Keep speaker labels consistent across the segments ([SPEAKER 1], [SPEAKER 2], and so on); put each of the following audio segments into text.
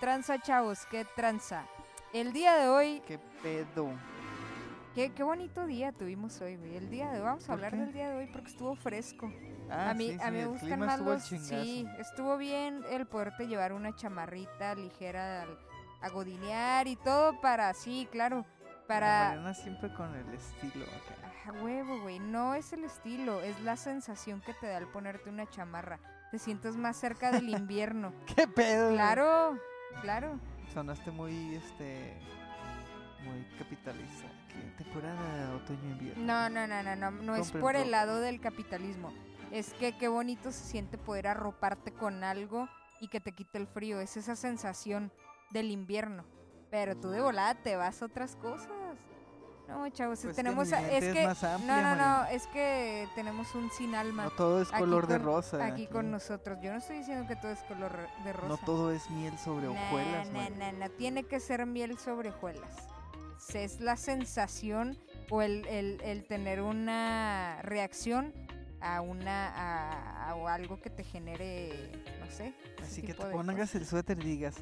[SPEAKER 1] tranza, chavos? ¿Qué tranza? El día de hoy,
[SPEAKER 2] ¿Qué pedo?
[SPEAKER 1] qué, qué bonito día tuvimos hoy, güey. El día de hoy, vamos a
[SPEAKER 2] ¿Por
[SPEAKER 1] hablar
[SPEAKER 2] qué?
[SPEAKER 1] del día de hoy porque estuvo fresco.
[SPEAKER 2] Ah,
[SPEAKER 1] a mí,
[SPEAKER 2] sí,
[SPEAKER 1] a
[SPEAKER 2] sí,
[SPEAKER 1] mí me
[SPEAKER 2] el
[SPEAKER 1] gustan
[SPEAKER 2] clima
[SPEAKER 1] más
[SPEAKER 2] estuvo al
[SPEAKER 1] los...
[SPEAKER 2] chingazo.
[SPEAKER 1] Sí, estuvo bien el poderte llevar una chamarrita ligera al- a godinear y todo para, sí, claro,
[SPEAKER 2] La
[SPEAKER 1] para... Ah,
[SPEAKER 2] Mariana siempre con el estilo acá.
[SPEAKER 1] A huevo, güey, no es el estilo, es la sensación que te da al ponerte una chamarra. Te sientes más cerca del invierno.
[SPEAKER 2] ¿Qué pedo?
[SPEAKER 1] claro, claro.
[SPEAKER 2] Sonaste muy, este, muy capitalista. ¿Qué temporada otoño-invierno?
[SPEAKER 1] No, no, no, no, no, no es
[SPEAKER 2] Compren
[SPEAKER 1] por el
[SPEAKER 2] ropa.
[SPEAKER 1] lado del capitalismo. Es que qué bonito se siente poder arroparte con algo y que te quite el frío. Es esa sensación del invierno. Pero tú de volada te vas a otras cosas. No, chavos,
[SPEAKER 2] Pues que
[SPEAKER 1] tenemos...
[SPEAKER 2] mi
[SPEAKER 1] a-
[SPEAKER 2] mente
[SPEAKER 1] es
[SPEAKER 2] es
[SPEAKER 1] que...
[SPEAKER 2] más
[SPEAKER 1] no,
[SPEAKER 2] amplia,
[SPEAKER 1] no, no,
[SPEAKER 2] Mariana.
[SPEAKER 1] es que tenemos un sin alma
[SPEAKER 2] No todo es
[SPEAKER 1] aquí
[SPEAKER 2] color de
[SPEAKER 1] con-
[SPEAKER 2] rosa.
[SPEAKER 1] aquí con nosotros. Yo no estoy diciendo que todo es color ro- de rosa.
[SPEAKER 2] No todo es miel sobre hojuelas,
[SPEAKER 1] No,
[SPEAKER 2] Mariana.
[SPEAKER 1] no, no, tiene que ser miel sobre hojuelas. Se- Es la sensación o el, el- el tener una reacción a una a, a algo que te genere, no sé. ese
[SPEAKER 2] Así que
[SPEAKER 1] tipo
[SPEAKER 2] te
[SPEAKER 1] de
[SPEAKER 2] pongas
[SPEAKER 1] cosas.
[SPEAKER 2] el suéter y digas,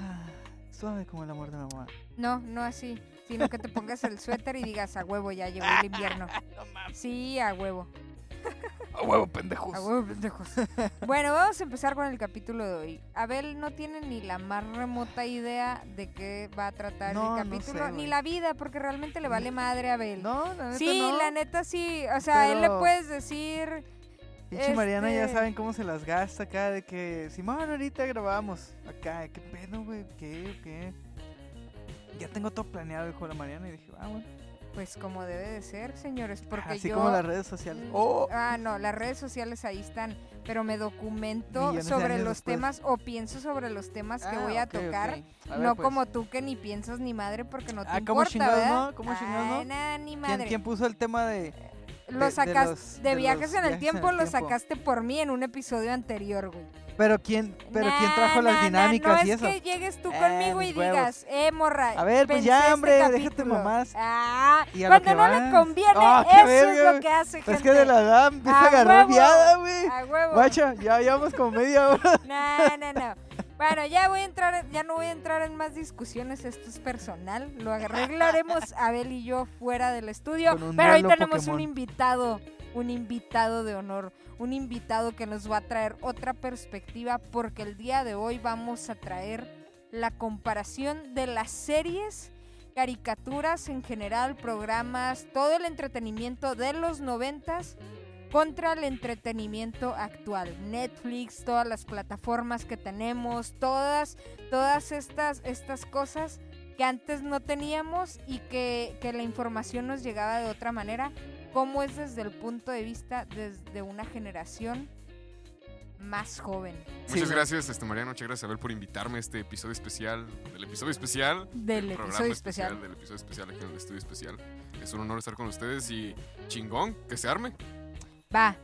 [SPEAKER 2] "Ah, suave como el amor de mamá.
[SPEAKER 1] No, no así, sino que te pongas el suéter y digas a huevo ya llegó el invierno. Sí, a huevo.
[SPEAKER 2] ¡A huevo, pendejos!
[SPEAKER 1] A huevo, pendejos. Bueno, vamos a empezar con el capítulo de hoy. Abel no tiene ni la más remota idea de qué va a tratar
[SPEAKER 2] No, no
[SPEAKER 1] el capítulo,
[SPEAKER 2] sé,
[SPEAKER 1] ni
[SPEAKER 2] güey.
[SPEAKER 1] la vida, porque realmente le vale madre a Abel.
[SPEAKER 2] No, la neta
[SPEAKER 1] sí,
[SPEAKER 2] no.
[SPEAKER 1] la neta sí. O sea, a él le
[SPEAKER 2] Pero-
[SPEAKER 1] puedes decir.
[SPEAKER 2] Pinche Mariana ya
[SPEAKER 1] este-
[SPEAKER 2] saben cómo se las gasta acá de que Simón ahorita grabamos acá, qué pedo, güey, qué, qué. Ya tengo todo planeado, dijo la Mariana y dije, ah, bueno.
[SPEAKER 1] Pues como debe de ser, señores, porque
[SPEAKER 2] Así
[SPEAKER 1] yo.
[SPEAKER 2] como las redes sociales.
[SPEAKER 1] Mm,
[SPEAKER 2] Oh,
[SPEAKER 1] Ah, no, las redes sociales ahí están, pero me documento
[SPEAKER 2] Millones de
[SPEAKER 1] sobre
[SPEAKER 2] años
[SPEAKER 1] los
[SPEAKER 2] después.
[SPEAKER 1] temas o pienso sobre los temas que
[SPEAKER 2] Ah,
[SPEAKER 1] voy a
[SPEAKER 2] ok, ok.
[SPEAKER 1] tocar.
[SPEAKER 2] A ver,
[SPEAKER 1] no
[SPEAKER 2] pues,
[SPEAKER 1] como tú que ni piensas ni madre porque no te
[SPEAKER 2] Ah, ¿cómo
[SPEAKER 1] importa,
[SPEAKER 2] chingados
[SPEAKER 1] ¿verdad?
[SPEAKER 2] no? ¿Cómo
[SPEAKER 1] Ah,
[SPEAKER 2] chingados no?
[SPEAKER 1] nah, ni
[SPEAKER 2] ¿quién,
[SPEAKER 1] madre.
[SPEAKER 2] quién puso el tema de
[SPEAKER 1] lo
[SPEAKER 2] de
[SPEAKER 1] sacas de,
[SPEAKER 2] los- de
[SPEAKER 1] viajes
[SPEAKER 2] los
[SPEAKER 1] en el
[SPEAKER 2] viajes en
[SPEAKER 1] tiempo
[SPEAKER 2] el
[SPEAKER 1] lo
[SPEAKER 2] tiempo?
[SPEAKER 1] sacaste por mí en un episodio anterior, güey.
[SPEAKER 2] pero quién pero quién
[SPEAKER 1] Nah,
[SPEAKER 2] trajo
[SPEAKER 1] nah,
[SPEAKER 2] las
[SPEAKER 1] nah,
[SPEAKER 2] dinámicas
[SPEAKER 1] no
[SPEAKER 2] y
[SPEAKER 1] es
[SPEAKER 2] eso?
[SPEAKER 1] que llegues tú
[SPEAKER 2] Eh,
[SPEAKER 1] conmigo y
[SPEAKER 2] mis huevos.
[SPEAKER 1] digas, eh, morra.
[SPEAKER 2] A ver, pues
[SPEAKER 1] pensé
[SPEAKER 2] ya,
[SPEAKER 1] este
[SPEAKER 2] hombre, déjate
[SPEAKER 1] capítulo".
[SPEAKER 2] mamás.
[SPEAKER 1] Ah,
[SPEAKER 2] Y a lo
[SPEAKER 1] cuando
[SPEAKER 2] que
[SPEAKER 1] no le
[SPEAKER 2] vas.
[SPEAKER 1] conviene,
[SPEAKER 2] Ah, qué
[SPEAKER 1] eso es
[SPEAKER 2] verga, Pues
[SPEAKER 1] lo que hace, gente.
[SPEAKER 2] Es que de la edad empieza
[SPEAKER 1] ¡A
[SPEAKER 2] a agarrar
[SPEAKER 1] huevo!
[SPEAKER 2] viada, güey.
[SPEAKER 1] A huevo.
[SPEAKER 2] Guacha, ya llevamos como media hora.
[SPEAKER 1] No, no, no. Bueno, ya voy a entrar, ya no voy a entrar en más discusiones, esto es personal. Lo arreglaremos Abel y yo fuera del estudio.
[SPEAKER 2] Con un
[SPEAKER 1] Pero hoy
[SPEAKER 2] diablo
[SPEAKER 1] tenemos un
[SPEAKER 2] Pokémon.
[SPEAKER 1] invitado, un invitado de honor, un invitado que nos va a traer otra perspectiva porque el día de hoy vamos a traer la comparación de las series, caricaturas en general, programas, todo el entretenimiento de los noventas contra el entretenimiento actual. Netflix, todas las plataformas que tenemos, todas, todas estas, estas cosas que antes no teníamos y que, que la información nos llegaba de otra manera. ¿Cómo es desde el punto de vista desde una generación más joven?
[SPEAKER 2] Sí,
[SPEAKER 3] Muchas
[SPEAKER 2] güey.
[SPEAKER 3] gracias, este Mariano. Muchas gracias, Abel, por invitarme a este episodio especial. Del episodio especial.
[SPEAKER 1] Del
[SPEAKER 3] programa
[SPEAKER 1] episodio especial.
[SPEAKER 3] Del episodio especial aquí en el estudio especial. Es un honor estar con ustedes y chingón, que se arme.
[SPEAKER 1] Este Va.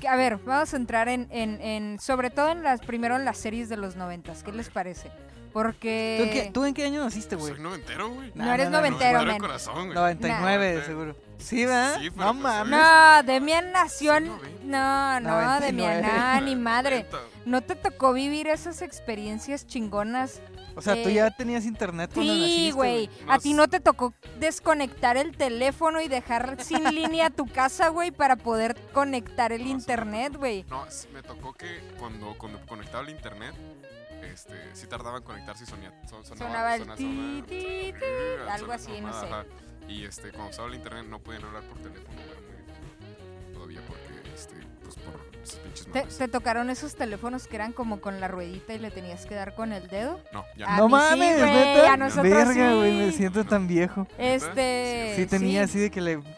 [SPEAKER 1] Que- A ver, vamos a entrar en, en, en- sobre todo en las, primero en las series de los noventas. ¿Qué les parece? Porque...
[SPEAKER 2] ¿Tú en qué, tú en qué año naciste, güey?
[SPEAKER 3] Soy noventero, güey.
[SPEAKER 1] Ah, No
[SPEAKER 2] Nah,
[SPEAKER 1] eres
[SPEAKER 2] nah, nah,
[SPEAKER 1] noventero,
[SPEAKER 3] de
[SPEAKER 1] men.
[SPEAKER 3] corazón, güey.
[SPEAKER 2] 99,
[SPEAKER 3] Nah.
[SPEAKER 2] seguro. Sí, ¿verdad?
[SPEAKER 3] Sí, pero
[SPEAKER 2] no
[SPEAKER 3] pues,
[SPEAKER 2] mames.
[SPEAKER 1] No, Demian nació.
[SPEAKER 3] Sí,
[SPEAKER 1] en-
[SPEAKER 3] no, güey.
[SPEAKER 1] No, no,
[SPEAKER 2] 99.
[SPEAKER 1] Demian, no, ni madre.
[SPEAKER 3] Neta.
[SPEAKER 1] No te tocó vivir esas experiencias chingonas.
[SPEAKER 2] O sea, tú
[SPEAKER 1] Eh,
[SPEAKER 2] ya tenías internet cuando
[SPEAKER 1] Sí,
[SPEAKER 2] naciste,
[SPEAKER 1] güey.
[SPEAKER 3] No
[SPEAKER 1] A ti
[SPEAKER 3] sé.
[SPEAKER 1] no te tocó desconectar el teléfono y dejar sin línea tu casa, güey, para poder conectar el
[SPEAKER 3] No, sí, no,
[SPEAKER 1] internet,
[SPEAKER 3] no.
[SPEAKER 1] güey.
[SPEAKER 3] No, s- me tocó que cuando, cuando conectaba el internet, este, sí tardaba en conectarse y sonía, son- sonaba,
[SPEAKER 1] Sonaba el
[SPEAKER 3] sona-
[SPEAKER 1] ti,
[SPEAKER 3] sona-
[SPEAKER 1] ti, ti.
[SPEAKER 3] Ah,
[SPEAKER 1] algo
[SPEAKER 3] suena
[SPEAKER 1] así, no
[SPEAKER 3] mamada,
[SPEAKER 1] sé.
[SPEAKER 3] ajá. Y este, cuando usaba el internet no podían hablar por teléfono, era muy difícil todavía porque, este, pues por esos pinches
[SPEAKER 1] ¿Te,
[SPEAKER 3] mames.
[SPEAKER 1] te tocaron esos teléfonos que eran como con la ruedita y le tenías que dar con el dedo?
[SPEAKER 3] No, ya
[SPEAKER 1] Ah,
[SPEAKER 3] no.
[SPEAKER 2] No
[SPEAKER 1] a mí sí,
[SPEAKER 2] mames,
[SPEAKER 1] güey,
[SPEAKER 2] neta.
[SPEAKER 1] a nosotros
[SPEAKER 2] Verga, güey, me
[SPEAKER 1] sí.
[SPEAKER 2] siento
[SPEAKER 3] No.
[SPEAKER 2] tan viejo.
[SPEAKER 1] Este.
[SPEAKER 2] Sí, tenía así de que le. se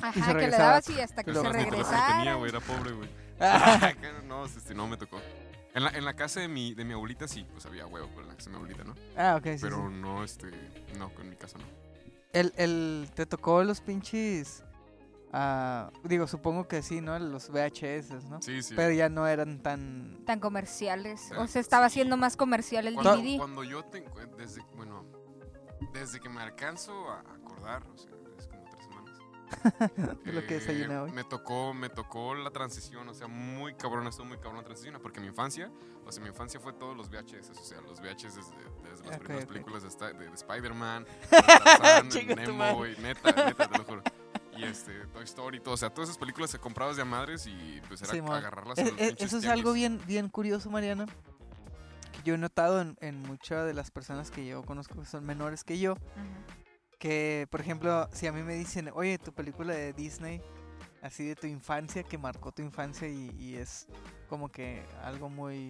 [SPEAKER 1] Ajá, que le
[SPEAKER 2] regresaba.
[SPEAKER 1] dabas y hasta que
[SPEAKER 3] Pero
[SPEAKER 1] se
[SPEAKER 3] no, mi teléfono tenía,
[SPEAKER 1] regresara.
[SPEAKER 3] güey, era pobre, güey.
[SPEAKER 2] Ah,
[SPEAKER 3] no, este, no me tocó. En la, en la casa de mi, de mi abuelita sí, pues había huevo con la casa de mi abuelita, ¿no?
[SPEAKER 2] Ah, ok, sí.
[SPEAKER 3] Pero
[SPEAKER 2] sí.
[SPEAKER 3] no, este, no, en mi casa no.
[SPEAKER 2] El, el, te tocó los pinches. ah, digo, supongo que sí, ¿no? Los VHS, ¿no?
[SPEAKER 3] Sí, sí.
[SPEAKER 2] Pero ya no eran tan.
[SPEAKER 1] tan comerciales.
[SPEAKER 3] Ah,
[SPEAKER 1] O se estaba
[SPEAKER 3] sí.
[SPEAKER 1] haciendo más comercial el
[SPEAKER 3] Cuando,
[SPEAKER 1] DVD.
[SPEAKER 3] cuando yo te encu- desde bueno, desde que me alcanzo a acordar, o sea, es como tres semanas.
[SPEAKER 2] de lo que
[SPEAKER 3] Eh,
[SPEAKER 2] desayuné hoy.
[SPEAKER 3] Me tocó, me tocó la transición, o sea, muy cabrón, estuvo muy cabrón la transición, porque mi infancia, o sea, mi infancia fue todos los VHS, o sea, los VHS desde, desde las
[SPEAKER 2] Ok,
[SPEAKER 3] primeras
[SPEAKER 2] ok.
[SPEAKER 3] películas de, Sta- de- de Spider-Man, de Tarzán,
[SPEAKER 2] Chinga
[SPEAKER 3] de
[SPEAKER 2] tu
[SPEAKER 3] Nemo,
[SPEAKER 2] madre.
[SPEAKER 3] güey, neta, neta, te lo juro. Y este, Toy Story, todo, o sea, todas esas películas que comprabas de a madres y pues era
[SPEAKER 2] Simón.
[SPEAKER 3] agarrarlas
[SPEAKER 2] Eh,
[SPEAKER 3] en los
[SPEAKER 2] eh,
[SPEAKER 3] pinches
[SPEAKER 2] eso es
[SPEAKER 3] tianguis.
[SPEAKER 2] algo bien, bien curioso, Mariana. Que yo he notado en, en muchas de las personas que yo conozco que son menores que yo.
[SPEAKER 1] Ujú.
[SPEAKER 2] Que, por ejemplo, si a mí me dicen, oye, tu película de Disney, así de tu infancia, que marcó tu infancia y, y es como que algo muy.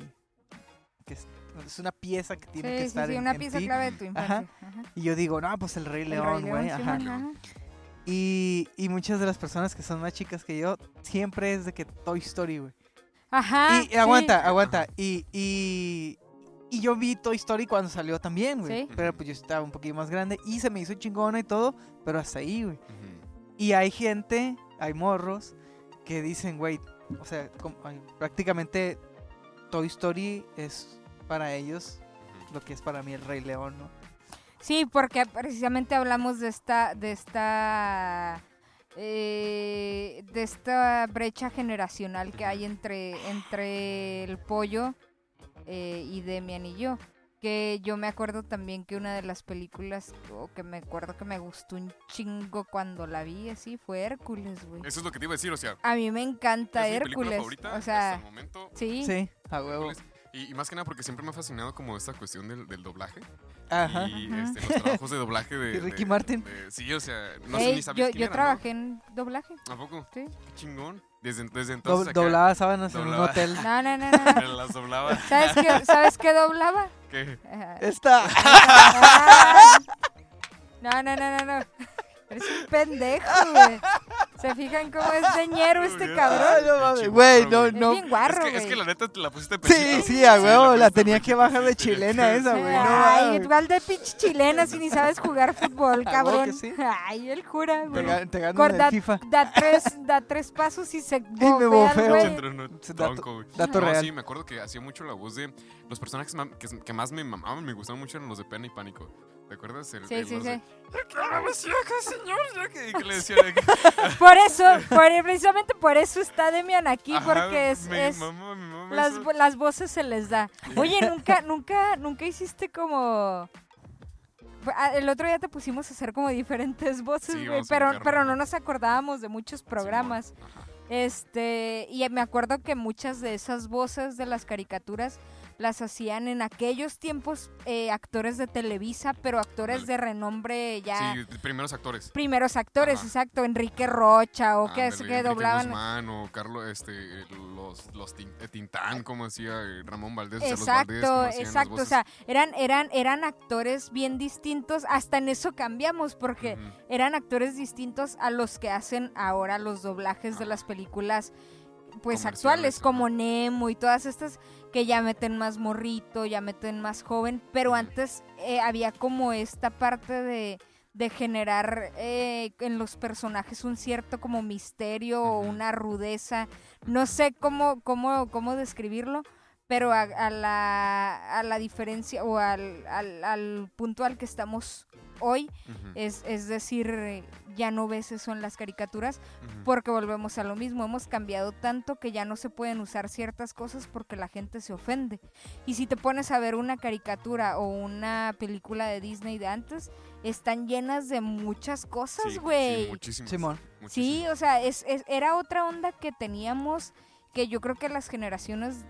[SPEAKER 2] que es, es una pieza que tiene que
[SPEAKER 1] Sí, sí,
[SPEAKER 2] estar
[SPEAKER 1] sí,
[SPEAKER 2] en-
[SPEAKER 1] una
[SPEAKER 2] en
[SPEAKER 1] pieza
[SPEAKER 2] ti".
[SPEAKER 1] clave de tu
[SPEAKER 2] Ajá.
[SPEAKER 1] infancia. Ajá.
[SPEAKER 2] Y yo digo, no, pues el Rey
[SPEAKER 1] El Rey
[SPEAKER 2] León, güey.
[SPEAKER 1] León, sí,
[SPEAKER 2] ajá.
[SPEAKER 1] man, ajá.
[SPEAKER 2] Y, y muchas de las personas que son más chicas que yo, siempre es de que Toy Story, güey.
[SPEAKER 1] Ajá.
[SPEAKER 2] y
[SPEAKER 1] Ah, sí.
[SPEAKER 2] aguanta, aguanta. Y, y, y yo vi Toy Story cuando salió también, güey.
[SPEAKER 1] Sí.
[SPEAKER 2] Pero pues yo estaba un poquito más grande y se me hizo chingona y todo, pero hasta ahí, güey.
[SPEAKER 3] Ujú.
[SPEAKER 2] Y hay gente, hay morros, que dicen, güey, o sea, com- ay, prácticamente Toy Story es para ellos lo que es para mí el Rey León, ¿no?
[SPEAKER 1] Sí, porque precisamente hablamos de esta, de esta, eh, de esta brecha generacional que hay entre, entre el pollo eh, y Demian y yo. Que yo me acuerdo también que una de las películas, o que me acuerdo que me gustó un chingo cuando la vi así, fue Hércules, güey.
[SPEAKER 3] Eso es lo que te iba a decir, o sea,
[SPEAKER 1] A mí me encanta
[SPEAKER 3] es mi película
[SPEAKER 1] Hércules.
[SPEAKER 3] favorita
[SPEAKER 1] o sea,
[SPEAKER 3] hasta el momento.
[SPEAKER 1] sí.
[SPEAKER 2] Sí, a huevo.
[SPEAKER 3] Hércules. Y, y más que nada porque siempre me ha fascinado como esta cuestión del, del doblaje.
[SPEAKER 2] Ajá.
[SPEAKER 3] Y
[SPEAKER 1] Ajá.
[SPEAKER 3] este, los trabajos de doblaje de...
[SPEAKER 2] De Ricky
[SPEAKER 3] de-
[SPEAKER 2] Martin.
[SPEAKER 3] de- sí, o sea, no sé
[SPEAKER 1] Ey,
[SPEAKER 3] ni sabía
[SPEAKER 1] yo
[SPEAKER 3] quién
[SPEAKER 1] yo
[SPEAKER 3] era, ¿no?
[SPEAKER 1] trabajé en doblaje,
[SPEAKER 3] ¿A poco?
[SPEAKER 1] sí.
[SPEAKER 3] Qué chingón. Desde, desde entonces
[SPEAKER 2] Dob-
[SPEAKER 3] acá,
[SPEAKER 2] doblaba sábanas en un
[SPEAKER 3] doblaba.
[SPEAKER 2] hotel.
[SPEAKER 1] No, no, no, no, no.
[SPEAKER 3] me las doblaba.
[SPEAKER 1] ¿Sabes qué, ¿sabes qué doblaba?
[SPEAKER 3] ¿Qué?
[SPEAKER 1] Ajá.
[SPEAKER 2] Esta.
[SPEAKER 1] Ah. No, no, no, no, no. Eres un pendejo, güey. ¿Se fijan cómo es deñero este
[SPEAKER 2] Ay,
[SPEAKER 1] cabrón?
[SPEAKER 2] no
[SPEAKER 3] Qué
[SPEAKER 2] mames,
[SPEAKER 3] chingón,
[SPEAKER 2] güey, no,
[SPEAKER 3] güey.
[SPEAKER 1] Es
[SPEAKER 2] no.
[SPEAKER 1] bien guarro,
[SPEAKER 3] es,
[SPEAKER 1] güey.
[SPEAKER 3] que, es que la neta te la pusiste
[SPEAKER 2] Sí,
[SPEAKER 3] pechito.
[SPEAKER 2] sí, a huevo, la
[SPEAKER 3] pusiste
[SPEAKER 2] tenía que
[SPEAKER 3] pechito,
[SPEAKER 2] bajar
[SPEAKER 3] sí,
[SPEAKER 2] de
[SPEAKER 3] sí, sí.
[SPEAKER 2] chilena esa, güey. No,
[SPEAKER 1] Ay,
[SPEAKER 2] mames.
[SPEAKER 1] igual de pinche chilena si ni sabes jugar fútbol,
[SPEAKER 2] Ah, ¿vos
[SPEAKER 1] cabrón.
[SPEAKER 2] que sí?
[SPEAKER 1] Ay, el cura,
[SPEAKER 2] Te
[SPEAKER 1] güey.
[SPEAKER 3] Pero-
[SPEAKER 2] ga- te ganan en
[SPEAKER 1] Corta-
[SPEAKER 2] el FIFA.
[SPEAKER 1] Da tres, da tres pasos y se bofea el
[SPEAKER 2] bofeo.
[SPEAKER 1] güey.
[SPEAKER 3] Entre uno
[SPEAKER 2] Dato-
[SPEAKER 3] tronco, güey.
[SPEAKER 2] dato
[SPEAKER 3] No,
[SPEAKER 2] real.
[SPEAKER 3] Sí, me acuerdo que hacía mucho la voz de los personajes ma- que, que más me mamaban, me gustaban mucho eran los de Pena y Pánico. ¿Te acuerdas? El,
[SPEAKER 1] Sí,
[SPEAKER 3] el
[SPEAKER 1] sí,
[SPEAKER 3] los de,
[SPEAKER 1] sí.
[SPEAKER 3] "Claro, me sigo, señor. ya que- que le decían acá.
[SPEAKER 1] Por eso, por- precisamente por eso está Demian aquí,
[SPEAKER 3] Ajá,
[SPEAKER 1] porque es,
[SPEAKER 3] me
[SPEAKER 1] es-
[SPEAKER 3] mama, me mama
[SPEAKER 1] las,
[SPEAKER 3] eso.
[SPEAKER 1] vo- las voces se les da. Oye, nunca, nunca, nunca hiciste como. Ah, El otro día te pusimos a hacer como diferentes voces,
[SPEAKER 3] Sí,
[SPEAKER 1] güey,
[SPEAKER 3] vamos a
[SPEAKER 1] pero,
[SPEAKER 3] brincar,
[SPEAKER 1] pero
[SPEAKER 3] ¿no?
[SPEAKER 1] no nos acordábamos de muchos programas.
[SPEAKER 3] Simón, ajá.
[SPEAKER 1] Este, y me acuerdo que muchas de esas voces de las caricaturas las hacían en aquellos tiempos eh, actores de Televisa, pero actores
[SPEAKER 3] Ándale.
[SPEAKER 1] de renombre ya.
[SPEAKER 3] Sí, primeros actores.
[SPEAKER 1] Primeros actores,
[SPEAKER 3] Ajá.
[SPEAKER 1] exacto, Enrique Rocha o que,
[SPEAKER 3] Ándale,
[SPEAKER 1] que
[SPEAKER 3] Enrique
[SPEAKER 1] doblaban.
[SPEAKER 3] Guzmán o Carlos, este, los, los Tin- eh, Tintán, como hacía eh, Ramón Valdés. o sea, los Valdés, como
[SPEAKER 1] Exacto,
[SPEAKER 3] hacían las
[SPEAKER 1] exacto. O
[SPEAKER 3] voces.
[SPEAKER 1] sea, eran, eran, eran actores bien distintos. Hasta en eso cambiamos, porque
[SPEAKER 3] Ujú.
[SPEAKER 1] eran actores distintos a los que hacen ahora los doblajes de las películas pues
[SPEAKER 3] Comerciales,
[SPEAKER 1] actuales,
[SPEAKER 3] ajá.
[SPEAKER 1] como Nemo y todas estas que ya meten más morrito, ya meten más joven. Pero
[SPEAKER 3] Ujú.
[SPEAKER 1] antes eh, había como esta parte de de generar eh, en los personajes un cierto como misterio o
[SPEAKER 3] Ujú.
[SPEAKER 1] una rudeza, no sé cómo, cómo, cómo describirlo, pero a, a la, a la diferencia o al, al, al punto al que estamos hoy,
[SPEAKER 3] Ujú,
[SPEAKER 1] es, es decir, eh, ya no ves eso en las caricaturas,
[SPEAKER 3] ujú.
[SPEAKER 1] porque volvemos a lo mismo, hemos cambiado tanto que ya no se pueden usar ciertas cosas porque la gente se ofende. Y si te pones a ver una caricatura o una película de Disney de antes, están llenas de muchas
[SPEAKER 3] Sí,
[SPEAKER 1] cosas,
[SPEAKER 3] sí,
[SPEAKER 1] güey.
[SPEAKER 3] muchísimas,
[SPEAKER 2] Simón.
[SPEAKER 1] Sí,
[SPEAKER 3] muchísimas.
[SPEAKER 1] o sea, es, es- era otra onda que teníamos que yo creo que las generaciones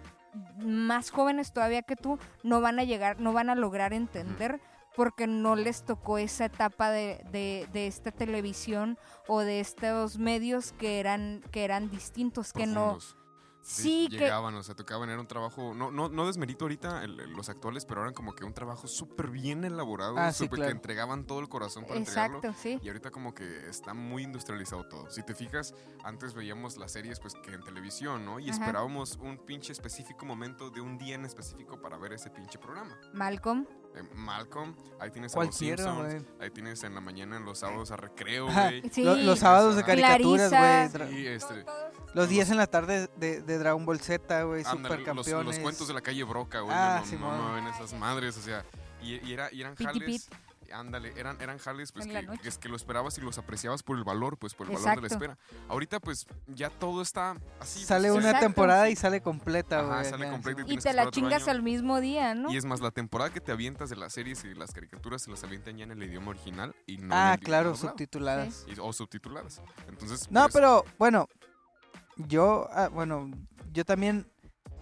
[SPEAKER 1] más jóvenes todavía que tú no van a llegar, no van a lograr entender porque no les tocó esa etapa de, de- de esta televisión o de estos medios que eran, que eran distintos, que no...
[SPEAKER 3] Profundos.
[SPEAKER 1] Sí, que...
[SPEAKER 3] llegaban, o sea, tocaban, era un trabajo, no, no, no desmerito ahorita el- el- los actuales, pero eran como que un trabajo súper bien elaborado,
[SPEAKER 2] Ah, sí,
[SPEAKER 3] súper
[SPEAKER 2] claro.
[SPEAKER 3] que entregaban todo el corazón para entregarlo.
[SPEAKER 1] Exacto, sí.
[SPEAKER 3] Y ahorita como que está muy industrializado todo. Si te fijas, antes veíamos las series pues que en televisión, ¿no? Y
[SPEAKER 1] Ajá.
[SPEAKER 3] esperábamos un pinche específico momento de un día en específico para ver ese pinche programa.
[SPEAKER 1] Malcolm.
[SPEAKER 3] Eh, Malcolm, ahí tienes a los
[SPEAKER 2] Cualquiera,
[SPEAKER 3] Simpsons,
[SPEAKER 2] güey.
[SPEAKER 3] ahí tienes en la mañana los sábados a recreo,
[SPEAKER 2] Ajá.
[SPEAKER 3] güey.
[SPEAKER 1] Sí.
[SPEAKER 2] Lo- Los sábados de
[SPEAKER 3] Clarisa.
[SPEAKER 2] caricaturas, güey.
[SPEAKER 1] Clarisa.
[SPEAKER 2] dra-
[SPEAKER 3] Y este,
[SPEAKER 1] Todos-
[SPEAKER 2] Los días en la tarde de, de Dragon Ball Z, güey.
[SPEAKER 3] ándale, los,
[SPEAKER 2] Supercampeones.
[SPEAKER 3] los cuentos de la calle Broca, güey.
[SPEAKER 2] Ah,
[SPEAKER 3] no, no,
[SPEAKER 2] Simón.
[SPEAKER 3] no, no, en esas madres, o sea, y, y era, y eran
[SPEAKER 1] Piti
[SPEAKER 3] jales. Ándale, eran, eran jales pues,
[SPEAKER 1] En la
[SPEAKER 3] que,
[SPEAKER 1] noche.
[SPEAKER 3] que es que lo esperabas y los apreciabas por el valor, pues por el valor de la
[SPEAKER 1] Exacto.
[SPEAKER 3] espera. Ahorita pues ya todo está así. pues,
[SPEAKER 2] sale
[SPEAKER 3] ya-
[SPEAKER 2] una
[SPEAKER 1] Exacto.
[SPEAKER 2] temporada y sale completa,
[SPEAKER 3] Ajá,
[SPEAKER 2] güey.
[SPEAKER 3] sale
[SPEAKER 2] acá,
[SPEAKER 3] completa
[SPEAKER 2] sí.
[SPEAKER 1] Y
[SPEAKER 3] tienes
[SPEAKER 1] te
[SPEAKER 3] que
[SPEAKER 1] la
[SPEAKER 3] esperar otro
[SPEAKER 1] chingas
[SPEAKER 3] año.
[SPEAKER 1] al mismo día, ¿no?
[SPEAKER 3] Y es más, la temporada que te avientas de las series y de las caricaturas se las avientan ya en el idioma original y no en
[SPEAKER 2] Ah,
[SPEAKER 3] el idioma
[SPEAKER 2] claro,
[SPEAKER 3] doblado.
[SPEAKER 2] subtituladas.
[SPEAKER 3] Y- o subtituladas. Entonces,
[SPEAKER 2] No,
[SPEAKER 3] pues,
[SPEAKER 2] pero bueno, yo, ah, bueno, yo también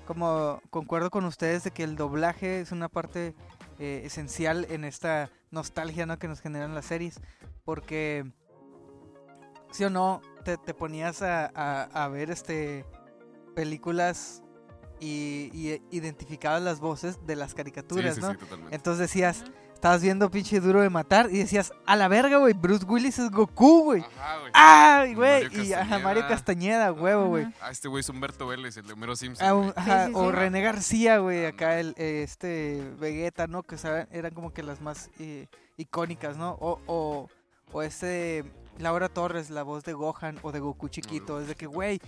[SPEAKER 2] como concuerdo con ustedes de que el doblaje es una parte eh, esencial en esta nostalgia ¿no? que nos generan las series, porque sí o no, te, te ponías a, a- a ver este películas y, y identificabas las voces de las
[SPEAKER 3] sí,
[SPEAKER 2] caricaturas,
[SPEAKER 3] sí,
[SPEAKER 2] ¿no?
[SPEAKER 3] sí, totalmente.
[SPEAKER 2] Entonces decías,
[SPEAKER 1] Ujú.
[SPEAKER 2] estabas viendo pinche duro de matar y decías, a la verga, güey, Bruce Willis es Goku, güey.
[SPEAKER 3] Ajá, güey.
[SPEAKER 2] ¡Ay, güey!
[SPEAKER 3] Mario
[SPEAKER 2] Y ajá, Mario
[SPEAKER 3] Castañeda.
[SPEAKER 2] Castañeda, huevo, güey.
[SPEAKER 1] Ajá.
[SPEAKER 3] Ah, este güey es Humberto Vélez, el de Homero Simpson.
[SPEAKER 2] Ah,
[SPEAKER 3] güey.
[SPEAKER 2] un- ajá,
[SPEAKER 1] sí,
[SPEAKER 2] O
[SPEAKER 1] sí.
[SPEAKER 2] René García, güey,
[SPEAKER 3] Ah,
[SPEAKER 2] acá el, eh, este Vegeta, ¿no? Que o sea, eran como que las más eh, icónicas, ¿no? O, o, o este Laura Torres, la voz de Gohan o de Goku chiquito. Es de que, güey,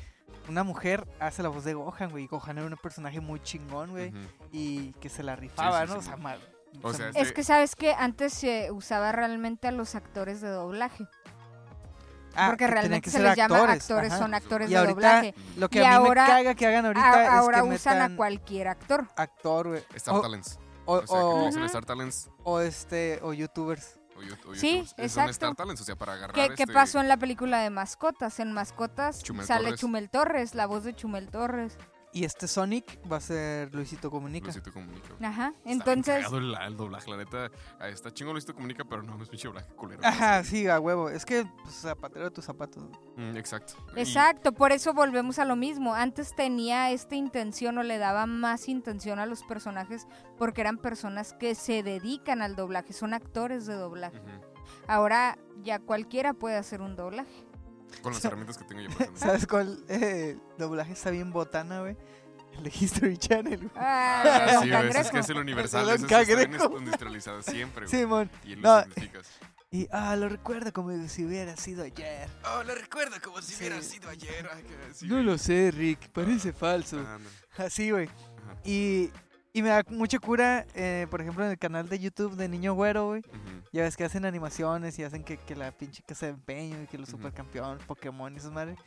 [SPEAKER 2] una mujer hace la voz de Gohan, güey. y Gohan era un personaje muy chingón, güey.
[SPEAKER 3] Ujú.
[SPEAKER 2] Y que se la rifaba,
[SPEAKER 3] sí,
[SPEAKER 2] ¿no? O
[SPEAKER 3] sí.
[SPEAKER 2] sea, mal.
[SPEAKER 3] O sea,
[SPEAKER 1] Es
[SPEAKER 3] Sí.
[SPEAKER 1] que sabes que antes se usaba realmente a los actores de doblaje.
[SPEAKER 2] ah, que
[SPEAKER 1] porque
[SPEAKER 2] tenían
[SPEAKER 1] realmente
[SPEAKER 2] que
[SPEAKER 1] se
[SPEAKER 2] ser
[SPEAKER 1] les llama actores,
[SPEAKER 2] ajá.
[SPEAKER 1] son actores
[SPEAKER 2] Y
[SPEAKER 1] de
[SPEAKER 2] ahorita,
[SPEAKER 1] doblaje.
[SPEAKER 3] Ujú.
[SPEAKER 2] Lo que
[SPEAKER 1] Y
[SPEAKER 2] a mí
[SPEAKER 1] ahorita-
[SPEAKER 2] me caga que hagan ahorita
[SPEAKER 1] A-
[SPEAKER 2] es
[SPEAKER 1] ahora
[SPEAKER 2] que
[SPEAKER 1] usan
[SPEAKER 2] metan
[SPEAKER 1] a cualquier actor.
[SPEAKER 2] actor, güey.
[SPEAKER 3] Star
[SPEAKER 2] O-
[SPEAKER 3] Talents.
[SPEAKER 2] o-
[SPEAKER 3] O sea, que
[SPEAKER 2] o-
[SPEAKER 3] utilizan
[SPEAKER 1] Ujú.
[SPEAKER 3] Star Talents
[SPEAKER 2] o este o youtubers.
[SPEAKER 3] o YouTube.
[SPEAKER 1] Sí,
[SPEAKER 3] Son
[SPEAKER 1] exacto.
[SPEAKER 3] Star Talents, o sea, para agarrar.
[SPEAKER 1] ¿Qué, qué
[SPEAKER 3] este,
[SPEAKER 1] pasó en la película de Mascotas? En Mascotas
[SPEAKER 3] Chumel
[SPEAKER 1] sale
[SPEAKER 3] Torres.
[SPEAKER 1] Chumel Torres, la voz de Chumel Torres.
[SPEAKER 2] Y este Sonic va a ser Luisito Comunica.
[SPEAKER 3] Luisito Comunica. güey.
[SPEAKER 1] Ajá.
[SPEAKER 3] Está bien
[SPEAKER 1] Entonces,
[SPEAKER 3] cagado el, el doblaje, la neta. ah, Está chingo Luisito Comunica, pero no, es pinche doblaje culero.
[SPEAKER 2] Ajá, sí, a huevo. Es que pues, zapatero de tus zapatos.
[SPEAKER 3] Mm, exacto. Y-
[SPEAKER 1] exacto, por eso volvemos a lo mismo. Antes tenía esta intención o le daba más intención a los personajes porque eran personas que se dedican al doblaje, son actores de doblaje.
[SPEAKER 3] Ujú.
[SPEAKER 1] Ahora ya cualquiera puede hacer un doblaje.
[SPEAKER 3] Con las herramientas que tengo yo. por
[SPEAKER 1] Ah.
[SPEAKER 3] ejemplo.
[SPEAKER 2] ¿Sabes cuál eh, doblaje está bien botana, güey? El de History Channel, güey.
[SPEAKER 1] Ah,
[SPEAKER 3] Ah,
[SPEAKER 1] don
[SPEAKER 3] sí, güey, ese es
[SPEAKER 1] Cangrejo.
[SPEAKER 3] que es el universal.
[SPEAKER 2] Don
[SPEAKER 3] Ese es el
[SPEAKER 2] Cangrejo.
[SPEAKER 3] industrializado siempre, güey.
[SPEAKER 2] Simón.
[SPEAKER 3] Y lo
[SPEAKER 2] No.
[SPEAKER 3] identificas.
[SPEAKER 2] Y ah, lo recuerdo como si hubiera sido ayer.
[SPEAKER 3] Oh, lo recuerdo como si hubiera
[SPEAKER 2] Sí.
[SPEAKER 3] sido ayer. ay, que- sí,
[SPEAKER 2] No
[SPEAKER 3] güey.
[SPEAKER 2] lo sé, Rick. Parece falso.
[SPEAKER 3] Ah, ándale.
[SPEAKER 2] Así, güey.
[SPEAKER 3] Ajá.
[SPEAKER 2] Y, y me da mucha cura, eh, por ejemplo, en el canal de YouTube de Niño Güero, güey.
[SPEAKER 3] Ujú.
[SPEAKER 2] Ya ves que hacen animaciones y hacen que, que la pinche casa de empeño y que los
[SPEAKER 3] Ujú.
[SPEAKER 2] supercampeones, Pokémon y sus madres.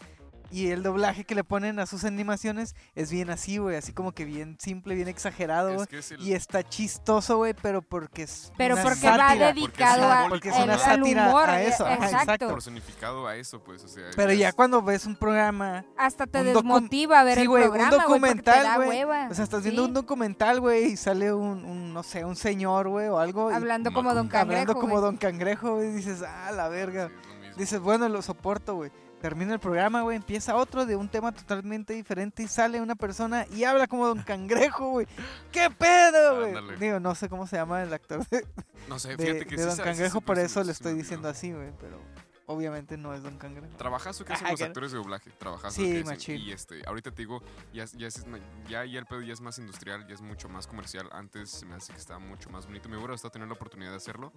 [SPEAKER 2] Y el doblaje que le ponen a sus animaciones es bien así, güey. Así como que bien simple, bien exagerado,
[SPEAKER 3] Es
[SPEAKER 2] güey.
[SPEAKER 3] que es el-
[SPEAKER 2] Y está chistoso, güey, pero porque es.
[SPEAKER 1] Pero
[SPEAKER 2] una
[SPEAKER 1] porque
[SPEAKER 2] sátira.
[SPEAKER 1] va
[SPEAKER 3] Porque es
[SPEAKER 1] dedicado
[SPEAKER 3] una-
[SPEAKER 1] a-
[SPEAKER 3] porque es
[SPEAKER 1] al-
[SPEAKER 3] una
[SPEAKER 1] al
[SPEAKER 2] sátira
[SPEAKER 1] humor.
[SPEAKER 2] a
[SPEAKER 1] eh,
[SPEAKER 2] eso, ajá,
[SPEAKER 1] Exacto.
[SPEAKER 2] exacto.
[SPEAKER 3] personificado a eso, pues, o sea.
[SPEAKER 2] Pero ya
[SPEAKER 3] es-
[SPEAKER 2] cuando ves un programa.
[SPEAKER 1] Hasta te
[SPEAKER 2] Un docu-
[SPEAKER 1] desmotiva ver
[SPEAKER 2] Sí,
[SPEAKER 1] el
[SPEAKER 2] güey, un
[SPEAKER 1] programa, güey, porque
[SPEAKER 2] documental,
[SPEAKER 1] te da
[SPEAKER 2] güey.
[SPEAKER 1] hueva.
[SPEAKER 2] O sea, estás viendo
[SPEAKER 1] Sí,
[SPEAKER 2] un documental, güey, y sale un, un, no sé, un señor, güey, o algo. y
[SPEAKER 1] Hablando como Don
[SPEAKER 3] Hablando
[SPEAKER 1] Cangrejo.
[SPEAKER 2] hablando como
[SPEAKER 1] güey.
[SPEAKER 2] Don Cangrejo, güey. y Dices, ah, la verga.
[SPEAKER 3] sí, es lo mismo.
[SPEAKER 2] Dices, bueno, lo soporto, güey. Termina el programa, güey, empieza otro de un tema totalmente diferente y sale una persona y habla como Don Cangrejo, güey. ¡Qué pedo, güey!
[SPEAKER 3] Ándale.
[SPEAKER 2] Digo, no sé cómo se llama el actor de,
[SPEAKER 3] No sé,
[SPEAKER 2] de-
[SPEAKER 3] fíjate que
[SPEAKER 2] de
[SPEAKER 3] sí
[SPEAKER 2] Don
[SPEAKER 3] sa- sí
[SPEAKER 2] Cangrejo,
[SPEAKER 3] supe
[SPEAKER 2] por
[SPEAKER 3] su-
[SPEAKER 2] eso
[SPEAKER 3] su
[SPEAKER 2] le estoy
[SPEAKER 3] apellido.
[SPEAKER 2] diciendo así, güey, pero obviamente no es Don Cangrejo.
[SPEAKER 3] Trabajazo que hacen
[SPEAKER 2] Ajá,
[SPEAKER 3] los
[SPEAKER 2] que-
[SPEAKER 3] actores de doblaje. Trabajazo
[SPEAKER 2] Sí,
[SPEAKER 3] que hacen.
[SPEAKER 2] machín.
[SPEAKER 3] Y este, ahorita te digo, ya, es- ya, es- ya, ya el pedo ya es más industrial, ya es mucho más comercial. Antes se me hace que estaba mucho más bonito. Me hubiera gustado tener la oportunidad de hacerlo,